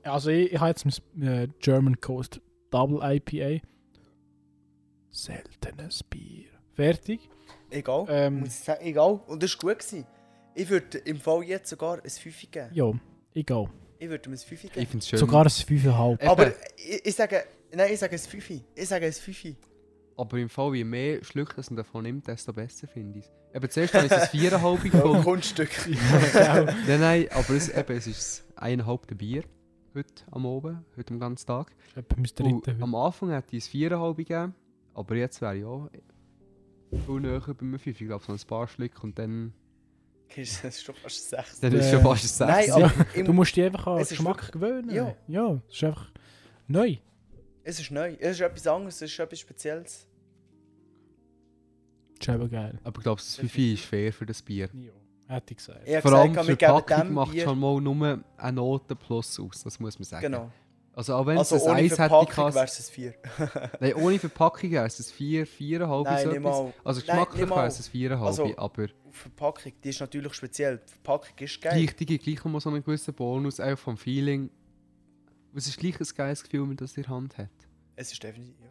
[SPEAKER 3] Also ich, ich habe jetzt mein äh, German Coast Double IPA. Seltenes Bier. Fertig.
[SPEAKER 1] Egal.
[SPEAKER 3] Ähm,
[SPEAKER 1] Muss ich sagen, egal. Und das war gut. Gewesen. Ich würde im Fall jetzt sogar ein Fünfe geben.
[SPEAKER 3] ja, egal.
[SPEAKER 1] Ich würde ihm ein Fünfe
[SPEAKER 2] Ich
[SPEAKER 1] geben.
[SPEAKER 2] finde es schön.
[SPEAKER 3] Sogar ein 5,5.
[SPEAKER 2] Eben,
[SPEAKER 1] Aber ich, ich sage, nein, ich sage ein Fünfe. Ich sage ein Fünfe.
[SPEAKER 2] aber im Fall, je mehr Schlücke es davon nimmt, desto besser finde ich es. Eben zuerst habe ich es 4,5
[SPEAKER 1] Ein
[SPEAKER 2] gefunden.
[SPEAKER 1] Kunststück.
[SPEAKER 2] nein, nein, aber es, eben, es ist eineinhalb Bier. Heute am Oben, heute am ganzen Tag.
[SPEAKER 3] Das ist etwa mein
[SPEAKER 1] Uh,
[SPEAKER 2] Und
[SPEAKER 3] dritter.
[SPEAKER 2] am Anfang hätte ich es 4,5 gegeben, aber jetzt wäre ich auch viel näher bei einem 5. Ich glaube, so ein paar Schlücke und dann,
[SPEAKER 1] Das ist schon fast sechs.
[SPEAKER 2] dann ist
[SPEAKER 3] Äh,
[SPEAKER 2] schon fast ein 6.
[SPEAKER 1] Nein, aber im,
[SPEAKER 3] Du musst dich einfach an den
[SPEAKER 1] Es ist
[SPEAKER 3] Geschmack gewöhnen.
[SPEAKER 1] Ja.
[SPEAKER 3] ja, es ist einfach neu.
[SPEAKER 1] es ist neu. Es ist etwas anderes, es ist etwas Spezielles.
[SPEAKER 3] Das ist eben geil.
[SPEAKER 2] Aber ich glaube, das 5 ist fair für das Bier.
[SPEAKER 3] Ja, hätte ich gesagt.
[SPEAKER 1] Ich habe
[SPEAKER 2] Vor allem
[SPEAKER 1] gesagt,
[SPEAKER 2] für
[SPEAKER 1] wir
[SPEAKER 2] die
[SPEAKER 1] geben
[SPEAKER 2] Packung
[SPEAKER 1] dem
[SPEAKER 2] macht
[SPEAKER 1] Bier.
[SPEAKER 2] schon mal nur eine Note plus aus, das muss man sagen.
[SPEAKER 1] Genau.
[SPEAKER 2] Also auch wenn
[SPEAKER 1] Also
[SPEAKER 2] es ein
[SPEAKER 1] ohne
[SPEAKER 2] 1 hätte,
[SPEAKER 1] Verpackung
[SPEAKER 2] kann's-
[SPEAKER 1] wäre es ein Vier.
[SPEAKER 2] Nein, ohne Verpackung wäre es 4, 4,5
[SPEAKER 1] Nein, nicht mal.
[SPEAKER 2] Also
[SPEAKER 1] Nein,
[SPEAKER 2] geschmacklich
[SPEAKER 1] nicht
[SPEAKER 2] wäre
[SPEAKER 1] mal.
[SPEAKER 2] es 4,5,
[SPEAKER 1] Also-
[SPEAKER 2] aber
[SPEAKER 1] Auf Verpackung, die ist natürlich speziell. Die Verpackung ist geil.
[SPEAKER 2] gleich die gleich immer so einen gewissen Bonus, auch vom Feeling. Es ist gleich ein geiles Gefühl, wenn man das in der Hand hat.
[SPEAKER 1] Es ist definitiv. Ja.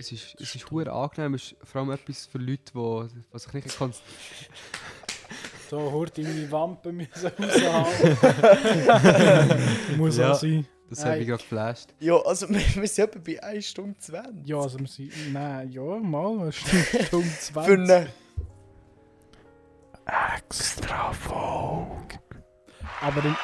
[SPEAKER 2] Es ist, es ist hure angenehm, es ist vor allem etwas für Leute, die die sich nicht konzentrieren
[SPEAKER 3] So, hört in meine Wampe müssen raushauen. Muss
[SPEAKER 2] Ja.
[SPEAKER 3] auch sein.
[SPEAKER 2] Das
[SPEAKER 3] Nein.
[SPEAKER 2] habe ich gerade geflasht.
[SPEAKER 1] ja, also wir, wir sind etwa bei 1 Stunde 20.
[SPEAKER 3] Ja, also wir sind... Nein, ja, mal. eine Stunde 20.
[SPEAKER 1] Für eine
[SPEAKER 3] Extra Folge. Aber dann...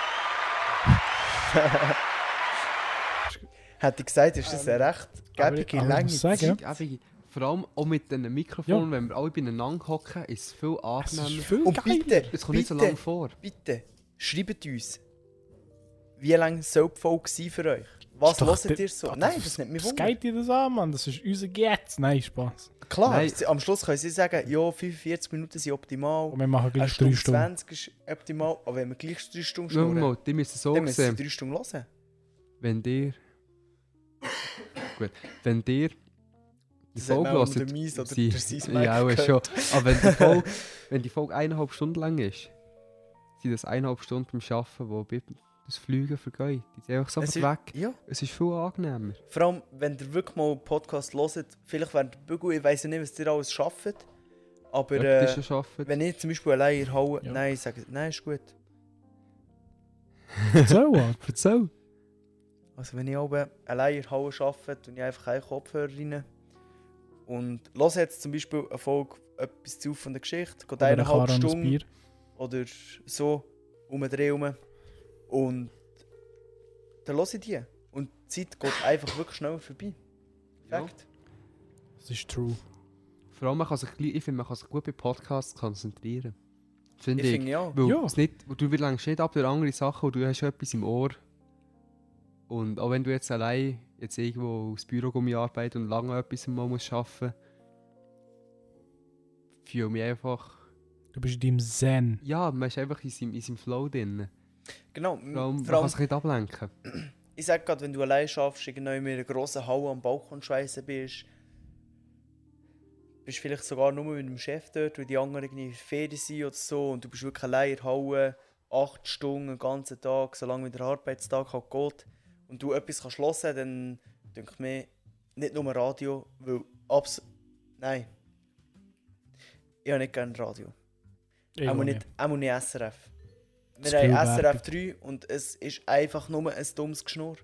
[SPEAKER 1] Hätte ich gesagt, ist das eine recht
[SPEAKER 3] aber-
[SPEAKER 1] gebige
[SPEAKER 3] aber ich
[SPEAKER 1] Länge.
[SPEAKER 3] muss sagen-
[SPEAKER 1] Zeit.
[SPEAKER 2] Zeit, eben, vor allem auch mit diesen Mikrofonen, wenn wir alle beieinander hocken, ist es viel
[SPEAKER 3] Es ist
[SPEAKER 2] angenehmer.
[SPEAKER 3] viel
[SPEAKER 1] Und
[SPEAKER 3] geiler.
[SPEAKER 1] bitte,
[SPEAKER 2] Es kommt nicht so lange
[SPEAKER 1] bitte,
[SPEAKER 2] vor.
[SPEAKER 1] bitte, schreibt uns, wie lange soll die Folge sein für euch?
[SPEAKER 3] Ist
[SPEAKER 1] Was
[SPEAKER 3] doch
[SPEAKER 1] hört
[SPEAKER 3] de-
[SPEAKER 1] ihr so?
[SPEAKER 3] Ah,
[SPEAKER 1] Nein, das nimmt mich
[SPEAKER 3] Was
[SPEAKER 1] wunder.
[SPEAKER 3] geht dir das an, Mann? Das ist unser Gets. Nein, Spaß.
[SPEAKER 1] Klar,
[SPEAKER 2] Nein.
[SPEAKER 1] sie- am Schluss können sie sagen, ja, 45 Minuten sind optimal,
[SPEAKER 3] Und Oh, wir machen
[SPEAKER 1] eine
[SPEAKER 3] gleich drei
[SPEAKER 1] Stunde
[SPEAKER 3] Stunden.
[SPEAKER 1] 20 ist optimal, aber wenn wir gleich 3 Stunden
[SPEAKER 2] Schau
[SPEAKER 1] schnurren,
[SPEAKER 2] mal, die müssen so
[SPEAKER 1] dann müssen sie
[SPEAKER 2] sehen.
[SPEAKER 1] 3 Stunden hören.
[SPEAKER 2] wenn dir. Gut, wenn dir. Die
[SPEAKER 1] Das hat
[SPEAKER 2] Folge
[SPEAKER 1] man auch
[SPEAKER 2] hört,
[SPEAKER 1] unter Mies oder
[SPEAKER 2] sie-
[SPEAKER 1] durch sein Mic
[SPEAKER 2] Ja, auch schon. Aber wenn die Folge, wenn die Folge eineinhalb Stunden lang ist, die das eineinhalb Stunden beim Arbeiten, wo bei- das Fliegen vergeht. Die sind einfach sofort
[SPEAKER 1] Es ist-
[SPEAKER 2] weg.
[SPEAKER 1] Ja.
[SPEAKER 2] Es ist viel angenehmer.
[SPEAKER 1] Vor allem, wenn ihr wirklich mal einen Podcast hört, vielleicht während der Bügel, ich weiss ja nicht, was ihr alles schafft. Aber
[SPEAKER 2] Ob
[SPEAKER 1] äh,
[SPEAKER 2] das schon arbeiten.
[SPEAKER 1] wenn ich zum Beispiel allein in der Halle,
[SPEAKER 3] Ja.
[SPEAKER 1] nein, sag nein, ist gut.
[SPEAKER 3] So, Alter.
[SPEAKER 2] Erzähl.
[SPEAKER 1] Also wenn ich oben allein in der Halle arbeite, tue ich einfach einen Kopfhörer rein. Und los jetzt zum Beispiel eine Folge etwas zu von der Geschichte, geht
[SPEAKER 3] Oder eine
[SPEAKER 1] eineinhalb
[SPEAKER 3] Karre und ein
[SPEAKER 1] Stunden.
[SPEAKER 3] Bier.
[SPEAKER 1] oder so um den Dreh rum. Und dann höre ich die. Und die Zeit geht einfach wirklich schnell vorbei. Fakt.
[SPEAKER 3] Das ist true.
[SPEAKER 2] Vor allem, man kann sich, gleich- ich finde, man kann sich gut bei Podcasts konzentrieren. Finde
[SPEAKER 1] Ich
[SPEAKER 2] ich.
[SPEAKER 1] finde ja.
[SPEAKER 2] Weil
[SPEAKER 3] Ja.
[SPEAKER 2] es nicht, weil du lenkst nicht ab durch andere Sachen und du hast schon etwas im Ohr. Und auch wenn du jetzt allein jetzt irgendwo aufs Büro gehst, arbeitest und lange etwas mal musst arbeiten musst, fühle mich einfach...
[SPEAKER 3] Du bist in deinem Zen.
[SPEAKER 2] Ja, man ist einfach in seinem, in seinem Flow drin.
[SPEAKER 1] Genau.
[SPEAKER 2] Vor allem, man
[SPEAKER 1] Vor allem,
[SPEAKER 2] kann sich nicht ablenken.
[SPEAKER 1] ich sage gerade, wenn du allein schaffst, irgendwie in einer grossen Halle am Balkon scheiße bist, bist vielleicht sogar nur mit dem Chef dort, weil die anderen irgendwie in Ferien sind oder so und du bist wirklich allein in der Halle, acht Stunden, den ganzen Tag, solange wie der Arbeitstag halt geht und du etwas kannst hören, dann denke ich mir, nicht nur Radio, weil abs... Nein. Ich habe nicht gerne Radio.
[SPEAKER 3] Ich
[SPEAKER 1] Auch
[SPEAKER 3] auch
[SPEAKER 1] nicht, auch nicht SRF.
[SPEAKER 3] Zu
[SPEAKER 1] Wir
[SPEAKER 3] viel
[SPEAKER 1] haben SRF 3 und es ist einfach nur ein dummes Geschnurr.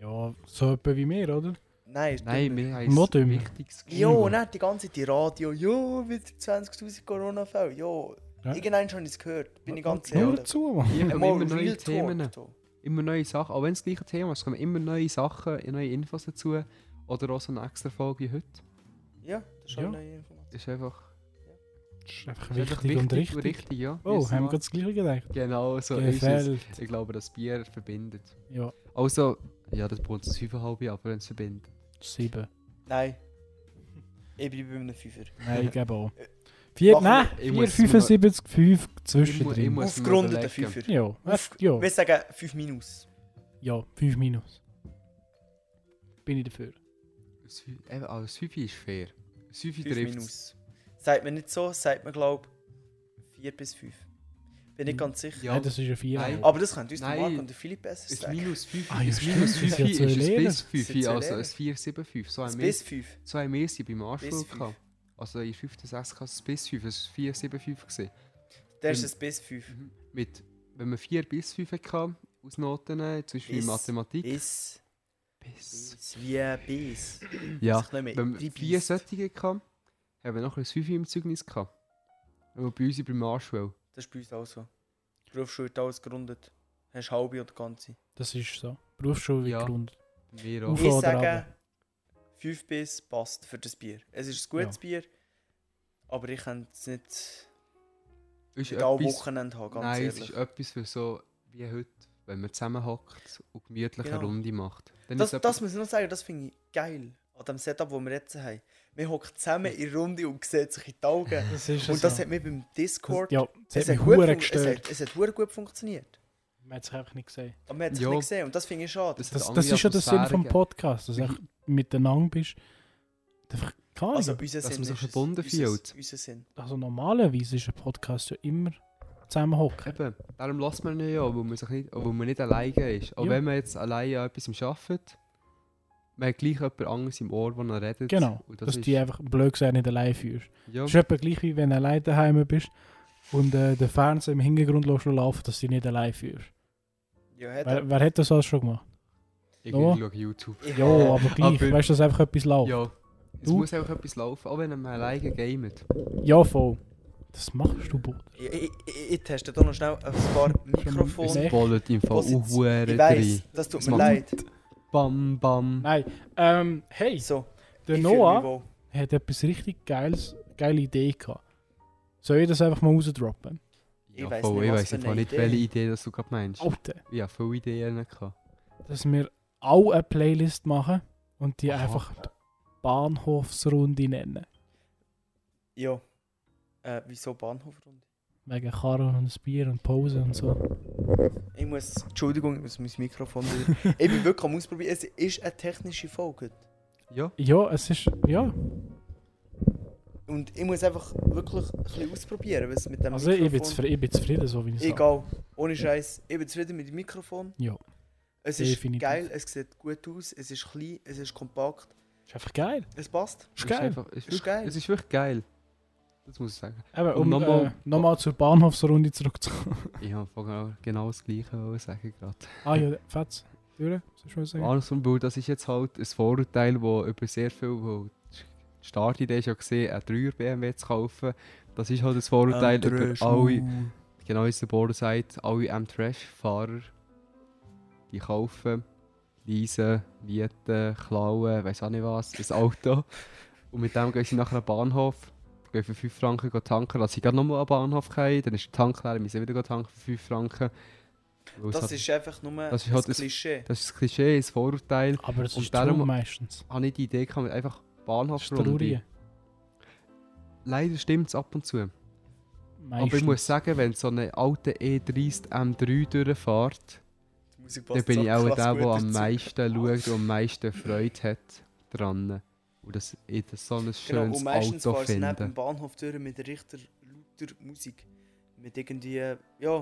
[SPEAKER 3] Ja, so etwa wie mir, oder?
[SPEAKER 1] Nein, ist
[SPEAKER 2] Nein,
[SPEAKER 1] dümmer.
[SPEAKER 2] wir haben
[SPEAKER 3] Noch dümmer.
[SPEAKER 2] wichtiges
[SPEAKER 1] Jo, nicht die ganze Zeit die Radio. Jo, wieder 20.000 Corona-Fälle. Jo,
[SPEAKER 3] Ja.
[SPEAKER 1] irgendwann schon es gehört. Bin ich ganz
[SPEAKER 3] Nur
[SPEAKER 1] ehrlich.
[SPEAKER 3] dazu, Mann.
[SPEAKER 2] Wir
[SPEAKER 1] Einmal
[SPEAKER 2] kommen immer
[SPEAKER 1] Real
[SPEAKER 2] neue
[SPEAKER 1] Talk
[SPEAKER 2] Themen.
[SPEAKER 1] hier.
[SPEAKER 2] Immer neue Sachen. Auch wenn es das gleiche Thema ist, es kommen immer neue Sachen, neue Infos dazu. Oder auch so eine extra Folge wie heute.
[SPEAKER 1] Ja, das ist schon
[SPEAKER 3] Ja.
[SPEAKER 1] eine neue Information.
[SPEAKER 2] Ist einfach...
[SPEAKER 3] Das ist einfach
[SPEAKER 2] ist
[SPEAKER 3] wichtig,
[SPEAKER 2] einfach
[SPEAKER 3] und richtig.
[SPEAKER 2] ja.
[SPEAKER 3] Oh,
[SPEAKER 2] Yes,
[SPEAKER 3] haben wir
[SPEAKER 2] Mann.
[SPEAKER 3] gerade das gleiche gedacht.
[SPEAKER 2] Genau, so ist es.
[SPEAKER 3] Gefällt.
[SPEAKER 2] Ich glaube, das Bier verbindet.
[SPEAKER 3] Ja,
[SPEAKER 2] Also, ja, das braucht es 5,5, aber wenn es verbindet.
[SPEAKER 3] sieben.
[SPEAKER 1] Nein. Ich bleibe bei einem Fünfer.
[SPEAKER 3] Nein, ich gebe auch. Vier, nein,
[SPEAKER 2] Äh, Ich muss-
[SPEAKER 3] 475, 5
[SPEAKER 2] Ich
[SPEAKER 3] zwischendrin.
[SPEAKER 2] muss- mir
[SPEAKER 1] Aufgerundeter
[SPEAKER 2] überlegen.
[SPEAKER 1] Fünfer.
[SPEAKER 3] Ja,
[SPEAKER 1] Auf-
[SPEAKER 3] ja,
[SPEAKER 1] Wir sagen 5 minus.
[SPEAKER 3] ja, 5 minus. Bin ich dafür.
[SPEAKER 2] Das Fü- eben, Aber das 5 ist fair. Das 5
[SPEAKER 1] 5
[SPEAKER 2] trifft es.
[SPEAKER 1] minus. Sagt man nicht so, sagt man, glaube ich, 4 bis 5. Bin nicht ganz sicher.
[SPEAKER 2] Ja,
[SPEAKER 3] Nein, das ist ein 4.
[SPEAKER 2] Nein.
[SPEAKER 1] Aber das könnte uns der
[SPEAKER 2] Nein.
[SPEAKER 1] Marc und der Philipp besser
[SPEAKER 2] das
[SPEAKER 1] sagen.
[SPEAKER 2] minus 5
[SPEAKER 3] Ah, ja,
[SPEAKER 2] das
[SPEAKER 3] stimmt,
[SPEAKER 2] minus
[SPEAKER 3] das
[SPEAKER 2] 5
[SPEAKER 3] ist ja
[SPEAKER 2] ist
[SPEAKER 3] zu
[SPEAKER 2] ein
[SPEAKER 3] erlernen.
[SPEAKER 2] bis 5,
[SPEAKER 1] zu
[SPEAKER 2] also
[SPEAKER 1] erlernen.
[SPEAKER 2] ein 4, 7, 5. So
[SPEAKER 1] Das
[SPEAKER 2] ein
[SPEAKER 1] Bis
[SPEAKER 2] Mäß,
[SPEAKER 1] 5.
[SPEAKER 2] so ein Mäß beim Anschluss
[SPEAKER 1] Bis
[SPEAKER 2] gehabt. Also in 5. 6 kann es bis 5, es war 4, 7, 5 gewesen.
[SPEAKER 1] Der ist ein bis 5.
[SPEAKER 2] Mhm. Mit, wenn man 4 bis 5 hatte, aus Noten, äh, zum Beispiel in
[SPEAKER 1] Bis-
[SPEAKER 2] Mathematik.
[SPEAKER 1] Bis.
[SPEAKER 2] bis.
[SPEAKER 1] bis- Wie ein Bis.
[SPEAKER 2] Ja.
[SPEAKER 1] Sich nicht mehr
[SPEAKER 2] Wenn wir vier
[SPEAKER 1] einbeißt.
[SPEAKER 2] solche hatten, haben wir nachher ein 5 im Zeugnis gehabt. Aber bei uns in Primarschule.
[SPEAKER 1] Das ist bei uns auch so. Berufsschule hat alles gerundet. Hast halbe oder ganze.
[SPEAKER 3] Das ist so. Berufsschule wie
[SPEAKER 2] Ja.
[SPEAKER 3] Grund.
[SPEAKER 2] Wir
[SPEAKER 3] Auf-
[SPEAKER 2] auch.
[SPEAKER 1] Ich
[SPEAKER 3] oder
[SPEAKER 1] sage,
[SPEAKER 3] runter?
[SPEAKER 1] 5 bis passt für das Bier. Es ist ein gutes Bier, aber ich kann es nicht
[SPEAKER 2] Ist
[SPEAKER 1] nicht alle
[SPEAKER 2] etwas,
[SPEAKER 1] Wochenende haben, ganz
[SPEAKER 2] nein, es
[SPEAKER 1] ehrlich.
[SPEAKER 2] ist etwas für so wie heute, wenn man zusammenhockt und gemütlich eine
[SPEAKER 1] Genau.
[SPEAKER 2] Runde macht. Dann
[SPEAKER 1] Das,
[SPEAKER 2] ist
[SPEAKER 1] das muss ich noch sagen, das finde ich geil. An dem Setup, das wir jetzt haben. Wir hocken zusammen in der Runde und sehen sich in die Augen.
[SPEAKER 3] Das ist
[SPEAKER 1] Und das hat mir beim Discord.
[SPEAKER 3] Ja, das
[SPEAKER 1] es
[SPEAKER 3] hat mich
[SPEAKER 1] gut
[SPEAKER 3] hure
[SPEAKER 1] fun- Es
[SPEAKER 3] gestört.
[SPEAKER 1] hat, es hat hure gut funktioniert.
[SPEAKER 3] Man hat sich einfach nicht gesehen.
[SPEAKER 1] Aber man hat sich
[SPEAKER 2] Ja.
[SPEAKER 1] nicht gesehen und das finde ich schade.
[SPEAKER 2] das,
[SPEAKER 3] Das,
[SPEAKER 2] hat
[SPEAKER 3] das
[SPEAKER 2] andere
[SPEAKER 3] ist ja der Sinn
[SPEAKER 2] Atmosphäre
[SPEAKER 3] vom
[SPEAKER 2] gegeben.
[SPEAKER 3] Podcast, dass du echt miteinander bist. Einfach keine
[SPEAKER 1] Also
[SPEAKER 3] also,
[SPEAKER 1] unser
[SPEAKER 2] dass
[SPEAKER 1] Sinn
[SPEAKER 2] man sich
[SPEAKER 1] ist es.
[SPEAKER 2] verbunden
[SPEAKER 1] Unser-
[SPEAKER 2] fühlt.
[SPEAKER 1] Unser Sinn.
[SPEAKER 3] also normalerweise ist ein Podcast ja immer zusammenhocken.
[SPEAKER 2] Eben, darum lässt man ihn ja, weil man, sich nicht, weil man nicht alleine ist. Auch
[SPEAKER 3] Ja.
[SPEAKER 2] wenn man jetzt alleine an etwas arbeitet, man hat gleich jemand anderes im Ohr, der redet.
[SPEAKER 3] Genau,
[SPEAKER 2] Und
[SPEAKER 3] dass
[SPEAKER 2] das
[SPEAKER 3] du
[SPEAKER 2] ist,
[SPEAKER 3] dich einfach blöd gesagt nicht allein fühlst.
[SPEAKER 2] ja,
[SPEAKER 3] Das ist etwa gleich wie wenn du allein daheim bist und äh, den Fernseher im Hintergrund lässt laufen, dass du dich nicht allein fühlst.
[SPEAKER 1] Ja, hat er.
[SPEAKER 3] Wer, wer hat das alles schon gemacht?
[SPEAKER 2] ich
[SPEAKER 3] Noah?
[SPEAKER 2] schaue YouTube.
[SPEAKER 1] Ich
[SPEAKER 3] Ja,
[SPEAKER 1] habe-
[SPEAKER 3] aber gleich,
[SPEAKER 2] Aber-
[SPEAKER 3] weißt du, dass einfach etwas läuft? Ja,
[SPEAKER 2] Ja, es
[SPEAKER 3] Du-
[SPEAKER 2] muss einfach etwas laufen, auch wenn man alleine gamet.
[SPEAKER 3] voll. Das machst du, Boot.
[SPEAKER 1] Ich, ich, ich, ich teste hier noch schnell ein paar Mikrofone.
[SPEAKER 3] Sehr-
[SPEAKER 2] Es ballert im Fall
[SPEAKER 1] Position-
[SPEAKER 2] auch hure
[SPEAKER 1] Ich
[SPEAKER 2] rein.
[SPEAKER 1] weiss, das tut
[SPEAKER 2] Das
[SPEAKER 1] mir
[SPEAKER 2] macht-
[SPEAKER 1] leid.
[SPEAKER 2] Bam, bam.
[SPEAKER 3] Nein, ähm, hey,
[SPEAKER 1] So,
[SPEAKER 3] der
[SPEAKER 1] ich fühl mich
[SPEAKER 3] Noah
[SPEAKER 1] wohl.
[SPEAKER 3] hat etwas richtig geiles, geile Idee gehabt. Soll ich das einfach mal rausdroppen?
[SPEAKER 1] Ich
[SPEAKER 2] ja,
[SPEAKER 1] weiss
[SPEAKER 2] voll,
[SPEAKER 1] nicht,
[SPEAKER 2] ich
[SPEAKER 1] was
[SPEAKER 2] weiss
[SPEAKER 1] für
[SPEAKER 2] jetzt mal
[SPEAKER 1] eine
[SPEAKER 2] nicht,
[SPEAKER 1] Idee. Oh.
[SPEAKER 2] welche Idee das du gerade meinst.
[SPEAKER 3] Alter,
[SPEAKER 2] Ich habe viele Ideen gehabt.
[SPEAKER 3] dass wir auch eine Playlist machen und die
[SPEAKER 2] Aha.
[SPEAKER 3] einfach die Bahnhofsrunde nennen.
[SPEAKER 1] Ja. Äh, wieso Bahnhofrunde?
[SPEAKER 3] Wegen Karre und das Bier und Pause und so.
[SPEAKER 1] Ich muss, Entschuldigung, ich muss mein Mikrofon wieder. ich bin wirklich am Ausprobieren. Es ist eine technische Folge. heute.
[SPEAKER 2] Ja,
[SPEAKER 3] Ja, es ist. Ja,
[SPEAKER 1] Und Und ich muss einfach wirklich ein bisschen ausprobieren, was mit dem
[SPEAKER 3] Also ich bin, zufrieden, ich bin zufrieden, so wie ich sage.
[SPEAKER 1] Egal, ohne Scheiß. Ich bin zufrieden mit dem Mikrofon.
[SPEAKER 3] Ja.
[SPEAKER 1] Es ist
[SPEAKER 3] Definitiv.
[SPEAKER 1] geil, es sieht gut aus, es ist klein, es ist kompakt,
[SPEAKER 3] Ist einfach geil.
[SPEAKER 1] es passt.
[SPEAKER 3] Ist geil.
[SPEAKER 2] einfach, ist
[SPEAKER 1] Ist
[SPEAKER 2] wirklich,
[SPEAKER 1] geil.
[SPEAKER 2] Es ist wirklich geil. Das muss ich sagen.
[SPEAKER 3] Eben,
[SPEAKER 2] Und
[SPEAKER 3] um nochmal
[SPEAKER 2] nochmal-
[SPEAKER 3] äh, nochmal zur Bahnhofsrunde zurückzukommen.
[SPEAKER 2] Ich habe vorher genau das Gleiche wollen sagen gerade.
[SPEAKER 3] ah ja, fetz. Türe, sollst du mal sagen?
[SPEAKER 2] Andersrum, weil das ist jetzt halt ein Vorurteil, das über sehr viel, weil die Startidee ist ja gesehen, einen 3er BMW zu kaufen. Das ist halt ein Vorurteil über
[SPEAKER 1] uh.
[SPEAKER 2] alle, genau wie es der Bohrer sagt, alle M-Trash-Fahrer, die kaufen, leisen, mieten, klauen, weiss auch nicht was, ein Auto. Und mit dem gehen sie nachher an den Bahnhof, gehen für 5 Franken gehen tanken, lassen sie gerade nochmal an den Bahnhof gehen, dann ist der Tank leer, müssen wieder gehen tanken für 5 Franken. Weil es
[SPEAKER 1] Das
[SPEAKER 2] halt-
[SPEAKER 1] ist einfach nur
[SPEAKER 2] Das ist
[SPEAKER 1] ein
[SPEAKER 2] halt ein-
[SPEAKER 1] Klischee.
[SPEAKER 2] das ist ein Klischee, ein Vorurteil.
[SPEAKER 3] Aber das
[SPEAKER 2] Und
[SPEAKER 3] ist
[SPEAKER 2] darum-
[SPEAKER 3] darum meistens.
[SPEAKER 2] habe ich die Idee gehabt, mit einfach
[SPEAKER 3] Das ist Traurie.
[SPEAKER 2] Bahnhofsrunde. Leider stimmt es ab und zu. Aber ich muss sagen, wenn so eine alte E E30 M3 durchfährt,
[SPEAKER 1] Die Musik
[SPEAKER 2] dann
[SPEAKER 1] passt
[SPEAKER 2] bin
[SPEAKER 1] so
[SPEAKER 2] ich auch der,
[SPEAKER 1] krass
[SPEAKER 2] der
[SPEAKER 1] gut
[SPEAKER 2] am
[SPEAKER 1] dazu.
[SPEAKER 2] meisten schaut und am meisten Freude hat dran. Und das ich das so ein
[SPEAKER 1] Genau,
[SPEAKER 2] schönes
[SPEAKER 1] und meistens
[SPEAKER 2] Auto
[SPEAKER 1] fahrst du neben
[SPEAKER 2] finde.
[SPEAKER 1] dem Bahnhof durch mit richter lauter Musik. Mit irgendwie, äh, ja,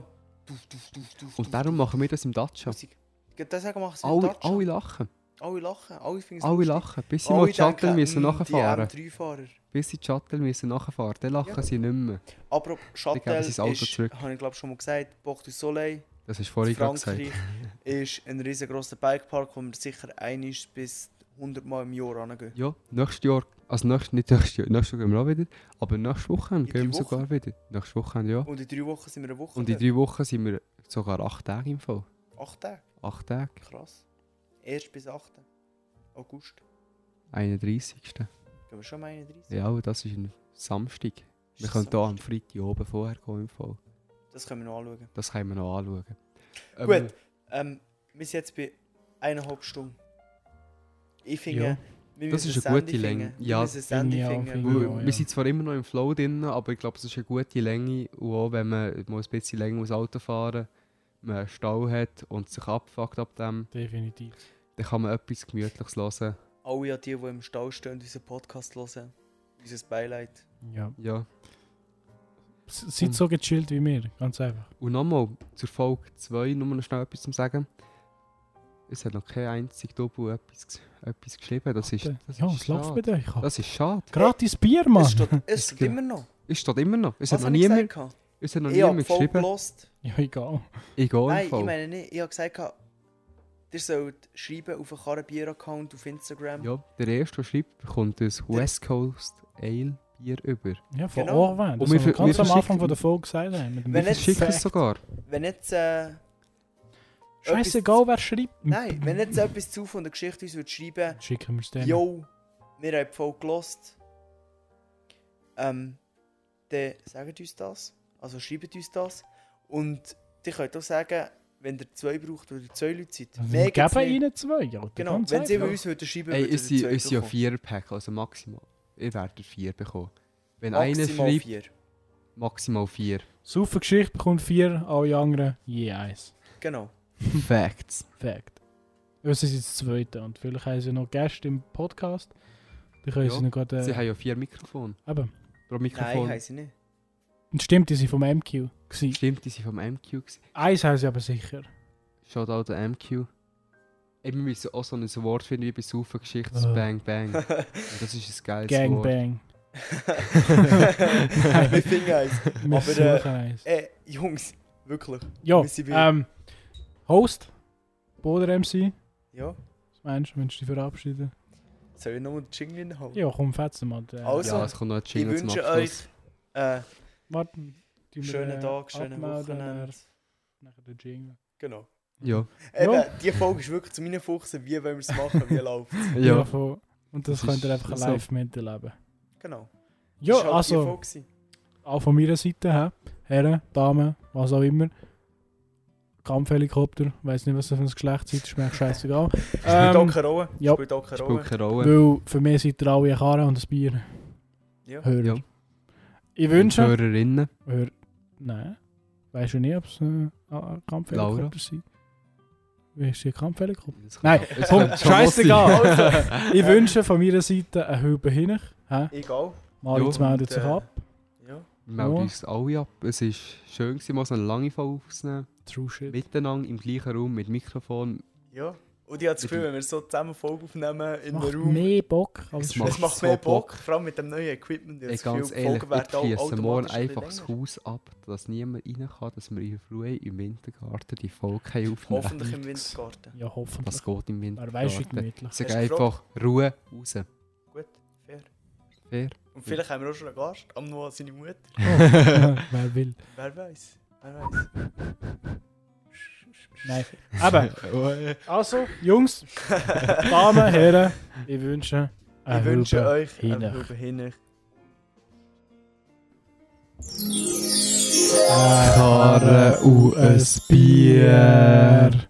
[SPEAKER 1] duf, duf, duf, duf, duf,
[SPEAKER 2] Und darum machen wir das im Dacia.
[SPEAKER 1] Musik. Das sagen wir,
[SPEAKER 2] Alle, alle lachen,
[SPEAKER 1] alle lachen, alle finden es
[SPEAKER 2] alle
[SPEAKER 1] lustig.
[SPEAKER 2] lachen. Bis sie
[SPEAKER 1] Alle
[SPEAKER 2] mal die Shuttle
[SPEAKER 1] denken,
[SPEAKER 2] müssen
[SPEAKER 1] «Mm,
[SPEAKER 2] nachfahren.
[SPEAKER 1] Die M3-Fahrer.
[SPEAKER 2] Bis sie die Shuttle müssen nachfahren. Dann lachen
[SPEAKER 1] Ja.
[SPEAKER 2] sie nicht mehr.
[SPEAKER 1] Aber Shuttle
[SPEAKER 2] geben sein Auto
[SPEAKER 1] ist,
[SPEAKER 2] zurück.
[SPEAKER 1] habe ich glaube schon mal gesagt, Porte du Soleil,
[SPEAKER 2] Das ist vorhin
[SPEAKER 1] in
[SPEAKER 2] gerade gesagt.
[SPEAKER 1] Frankreich, ist ein riesengroßer Bikepark, wo man sicher ein bis 100 Mal im Jahr angehen.
[SPEAKER 2] Ja, nächstes Jahr, also nächstes, nicht nächstes Jahr, nächstes Jahr gehen wir auch wieder, aber nächstes Wochenende
[SPEAKER 1] In
[SPEAKER 2] gehen wir
[SPEAKER 1] drei
[SPEAKER 2] sogar wieder. Nächstes Wochenende, ja.
[SPEAKER 1] Und in drei Wochen sind wir eine Woche
[SPEAKER 2] Und in drei Wochen sind wir sogar acht Tage im Fall.
[SPEAKER 1] dort. Acht Tage,
[SPEAKER 2] Acht Tage,
[SPEAKER 1] krass. 1. bis 8. August.
[SPEAKER 2] 31.
[SPEAKER 1] Gehen wir schon am 31.
[SPEAKER 2] Ja, und das ist ein Samstag. Wir
[SPEAKER 1] Ist
[SPEAKER 2] können hier
[SPEAKER 1] Samstag.
[SPEAKER 2] am Freitag oben vorher gehen im Fall.
[SPEAKER 1] Das können wir noch anschauen.
[SPEAKER 2] Das können wir noch anschauen. Ähm,
[SPEAKER 1] Gut, ähm, wir sind jetzt bei eineinhalb Stunden. Ich finde,
[SPEAKER 2] Ja.
[SPEAKER 1] wir
[SPEAKER 2] Das
[SPEAKER 1] müssen
[SPEAKER 2] ist
[SPEAKER 1] ein
[SPEAKER 2] eine gute
[SPEAKER 1] Ende
[SPEAKER 2] Länge.
[SPEAKER 1] finden.
[SPEAKER 2] Ja,
[SPEAKER 1] wir müssen ein Ende
[SPEAKER 3] finde ich auch,
[SPEAKER 1] finden.
[SPEAKER 3] finde
[SPEAKER 2] weil
[SPEAKER 3] Ja, ja.
[SPEAKER 2] Wir sind zwar immer noch im Flow drin, aber ich glaube, es ist eine gute Länge. Und auch wenn man mal ein bisschen länger muss Auto fahren muss, man einen Stau hat und sich abfuckt ab dem,
[SPEAKER 3] Definitiv.
[SPEAKER 2] dann kann man etwas Gemütliches hören.
[SPEAKER 1] Alle an die, die im Stall stehen und unseren Podcast hören. Unser Beileid.
[SPEAKER 3] Ja.
[SPEAKER 2] Ja.
[SPEAKER 3] S- Seid so gechillt wie wir, ganz einfach.
[SPEAKER 2] Und nochmal zur Folge 2, nur noch schnell etwas zu sagen. Es hat noch kein einzig Double etwas, ges- etwas geschrieben. Das ist, das
[SPEAKER 3] ja,
[SPEAKER 2] ist
[SPEAKER 3] was läuft
[SPEAKER 2] schade.
[SPEAKER 3] mit euch? ab?
[SPEAKER 2] Das ist schade.
[SPEAKER 3] Gratis Bier, Mann!
[SPEAKER 1] Es steht, es
[SPEAKER 2] Es
[SPEAKER 1] steht
[SPEAKER 2] geht-
[SPEAKER 1] immer noch.
[SPEAKER 2] Es steht immer noch. Es hat
[SPEAKER 1] Was
[SPEAKER 2] noch
[SPEAKER 1] habe ich
[SPEAKER 2] niemand,
[SPEAKER 1] gesagt? gehabt?
[SPEAKER 2] es hat noch
[SPEAKER 1] Ich habe
[SPEAKER 2] niemand
[SPEAKER 1] voll
[SPEAKER 2] geschrieben.
[SPEAKER 1] gelost.
[SPEAKER 3] Ja, egal.
[SPEAKER 2] Ich gehe
[SPEAKER 1] Nein,
[SPEAKER 2] im
[SPEAKER 1] ich
[SPEAKER 2] Fall.
[SPEAKER 1] meine nicht. Ich habe gesagt, gehabt, ihr sollt schreiben auf einen Karabier-Account auf Instagram.
[SPEAKER 2] Ja, der Erste, der schreibt, bekommt das West Coast Ale Bier über.
[SPEAKER 3] Ja,
[SPEAKER 1] Genau.
[SPEAKER 3] von genau. Orwen.
[SPEAKER 2] Und
[SPEAKER 3] Das
[SPEAKER 2] wir
[SPEAKER 3] haben wir
[SPEAKER 2] ver-
[SPEAKER 3] ganz
[SPEAKER 2] wir
[SPEAKER 3] am Anfang
[SPEAKER 2] verschicken-
[SPEAKER 3] von der Folge gesagt haben. Mit dem
[SPEAKER 1] Wenn
[SPEAKER 3] Wiki-
[SPEAKER 1] jetzt-
[SPEAKER 2] Schickt
[SPEAKER 1] Perfekt.
[SPEAKER 2] es sogar.
[SPEAKER 1] Wenn jetzt. Äh,
[SPEAKER 3] Scheißegal, wer schreibt.
[SPEAKER 1] nein, wenn jetzt etwas zu von der Geschichte uns würde schreiben
[SPEAKER 3] Schicken wir es denen.
[SPEAKER 1] Yo, wir haben voll gelost. Ähm, dann sagt uns das. Also schreibt uns das. Und ihr könnt auch sagen, wenn ihr zwei braucht oder zwei Leute seid.
[SPEAKER 3] Also Wir
[SPEAKER 1] mehr gibt's
[SPEAKER 3] geben
[SPEAKER 1] nicht.
[SPEAKER 3] ihnen zwei. Ja, Alter,
[SPEAKER 1] Genau,
[SPEAKER 3] ganz
[SPEAKER 1] wenn sie
[SPEAKER 3] einfach.
[SPEAKER 1] über uns würden schreiben
[SPEAKER 2] Ey,
[SPEAKER 1] würden,
[SPEAKER 2] es sind
[SPEAKER 1] ihr
[SPEAKER 2] es sind
[SPEAKER 1] zwei
[SPEAKER 2] ja
[SPEAKER 1] bekommen.
[SPEAKER 2] vier Pack, also maximal. Ihr werdet vier bekommen. Wenn einer
[SPEAKER 1] Maximal
[SPEAKER 2] schreibt,
[SPEAKER 1] vier.
[SPEAKER 2] maximal vier.
[SPEAKER 3] Saufen Geschichte bekommt vier, alle anderen je eins.
[SPEAKER 1] Genau.
[SPEAKER 2] Facts.
[SPEAKER 3] Fact. Es ist jetzt das zweite und vielleicht haben sie noch Gäste im Podcast. Die können
[SPEAKER 2] Ja,
[SPEAKER 3] sie noch gerade.
[SPEAKER 2] Sie
[SPEAKER 3] Äh,
[SPEAKER 2] haben ja vier Mikrofone.
[SPEAKER 3] eben.
[SPEAKER 2] Pro
[SPEAKER 1] Nein,
[SPEAKER 2] Mikrofon.
[SPEAKER 1] heisst sie nicht.
[SPEAKER 3] Und stimmt, die sind vom MQ. Gewesen.
[SPEAKER 2] Stimmt, die sind vom MQ. gewesen.
[SPEAKER 3] Eins haben sie aber sicher.
[SPEAKER 2] Shoutout an MQ. Ey, wir müssen auch so ein Wort finden wie bei Saufen Geschichten, das
[SPEAKER 3] Ah.
[SPEAKER 2] Bang Bang. Und das ist ein geiles Wort.
[SPEAKER 3] Gangbang.
[SPEAKER 1] Wir finden eins.
[SPEAKER 3] Wir
[SPEAKER 1] Aber,
[SPEAKER 3] suchen
[SPEAKER 1] äh,
[SPEAKER 3] eins.
[SPEAKER 1] Äh, Jungs, wirklich.
[SPEAKER 3] Ja,
[SPEAKER 1] wir sind bei-
[SPEAKER 3] ähm, Host, Boder MC.
[SPEAKER 1] Ja,
[SPEAKER 3] Was meinst du, willst du dich verabschieden?
[SPEAKER 1] soll ich nochmal den Jingle inhalten?
[SPEAKER 3] Ja, komm, fetzen mal. Äh,
[SPEAKER 1] Also,
[SPEAKER 2] Ja, es kommt noch ein
[SPEAKER 1] ich
[SPEAKER 2] Jingle zum
[SPEAKER 1] wünsche
[SPEAKER 2] Abschluss.
[SPEAKER 1] euch äh,
[SPEAKER 3] Martin, tun wir,
[SPEAKER 1] schönen
[SPEAKER 3] äh,
[SPEAKER 1] Tag, schönen
[SPEAKER 3] abmelden,
[SPEAKER 1] Wochenende.
[SPEAKER 3] dann Nachher den Jingle.
[SPEAKER 1] Genau.
[SPEAKER 2] Ja.
[SPEAKER 1] Eben,
[SPEAKER 3] Ja.
[SPEAKER 1] die Folge ist wirklich zu meinen Fuchsen, wie wollen wir es machen, wie läuft es.
[SPEAKER 3] Ja.
[SPEAKER 2] ja.
[SPEAKER 3] voll. Und das,
[SPEAKER 2] Das
[SPEAKER 3] könnt ihr
[SPEAKER 2] ist
[SPEAKER 3] einfach
[SPEAKER 2] so.
[SPEAKER 3] live miterleben.
[SPEAKER 1] Genau.
[SPEAKER 3] Ja,
[SPEAKER 1] Das ist halt die
[SPEAKER 3] also,
[SPEAKER 1] Folge gewesen.
[SPEAKER 3] auch von meiner Seite, hä? Herren, Damen, was auch immer. Kampfhelikopter, weiß nicht, was das für ein Geschlecht ist, ist mir scheißegal.
[SPEAKER 1] Spielt auch
[SPEAKER 3] ähm,
[SPEAKER 1] keine Rolle.
[SPEAKER 3] ja.
[SPEAKER 1] Spielt auch keine
[SPEAKER 2] Spielt
[SPEAKER 1] Rolle.
[SPEAKER 2] keine Rolle.
[SPEAKER 3] weil für mich seid ihr alle eine Karre und ein Bier.
[SPEAKER 1] Ja.
[SPEAKER 3] Hörer.
[SPEAKER 2] Ja.
[SPEAKER 3] Ich wünsche.
[SPEAKER 2] Hörerinnen.
[SPEAKER 3] Hör, nein. Weißt du nicht, ob es äh, ah,
[SPEAKER 2] Laura?
[SPEAKER 3] Kampfhelikopter sind? Wie ist die Kampfhelikopter?
[SPEAKER 2] Das kann-
[SPEAKER 3] Nein,
[SPEAKER 2] das
[SPEAKER 3] komm,
[SPEAKER 2] könnte schon was sein.
[SPEAKER 3] scheißegal.
[SPEAKER 1] Also,
[SPEAKER 3] Ich wünsche von meiner Seite einen Hüben hin. hä?
[SPEAKER 1] egal.
[SPEAKER 3] Marius
[SPEAKER 2] Ja,
[SPEAKER 3] meldet
[SPEAKER 1] und,
[SPEAKER 3] sich
[SPEAKER 1] äh,
[SPEAKER 3] ab.
[SPEAKER 1] Ja.
[SPEAKER 2] Wir melden
[SPEAKER 3] Ja.
[SPEAKER 2] uns alle ab. Es war schön, gewesen, mal so eine lange Folge aufzunehmen.
[SPEAKER 3] True shit.
[SPEAKER 2] Miteinander im gleichen Raum mit Mikrofon.
[SPEAKER 1] ja. Und ich habe das Gefühl, wenn wir so zusammen Folge aufnehmen in
[SPEAKER 3] Macht
[SPEAKER 1] einem Raum,
[SPEAKER 3] mehr Bock als
[SPEAKER 2] Es
[SPEAKER 1] es
[SPEAKER 2] macht
[SPEAKER 1] macht
[SPEAKER 2] so
[SPEAKER 1] mehr Bock.
[SPEAKER 2] Bock.
[SPEAKER 1] Vor allem mit dem neuen Equipment. Ich habe
[SPEAKER 2] Ey,
[SPEAKER 1] das
[SPEAKER 2] ganz
[SPEAKER 1] Gefühl, die
[SPEAKER 2] ehrlich,
[SPEAKER 1] Folgen
[SPEAKER 2] ich
[SPEAKER 1] werden auch
[SPEAKER 2] schließe morgen
[SPEAKER 1] automatisch ein
[SPEAKER 2] einfach
[SPEAKER 1] bisschen
[SPEAKER 2] das
[SPEAKER 1] länger.
[SPEAKER 2] Haus ab, dass niemand rein kann, dass wir in Ruhe im Wintergarten die Folge können aufnehmen
[SPEAKER 1] Hoffentlich im Wintergarten.
[SPEAKER 3] Ja, hoffentlich.
[SPEAKER 2] Was geht im
[SPEAKER 3] Wer weiß, wie
[SPEAKER 2] Wintergarten?
[SPEAKER 3] gemütlich.
[SPEAKER 2] Sag
[SPEAKER 1] Hast du
[SPEAKER 2] einfach Ruhe raus.
[SPEAKER 1] Gut, fair.
[SPEAKER 2] Fair.
[SPEAKER 1] Und vielleicht haben wir auch schon einen Gast, am Noah seine Mutter.
[SPEAKER 3] Wer will.
[SPEAKER 1] Wer weiß? Wer weiß?
[SPEAKER 3] Nein. Aber, also, Jungs, Damen, Herren, ich wünsche
[SPEAKER 1] Ich
[SPEAKER 3] eine
[SPEAKER 1] wünsche
[SPEAKER 3] Hülbe
[SPEAKER 1] euch
[SPEAKER 3] hinein.
[SPEAKER 1] einen Huben hinein.
[SPEAKER 3] Karre und ein Bier.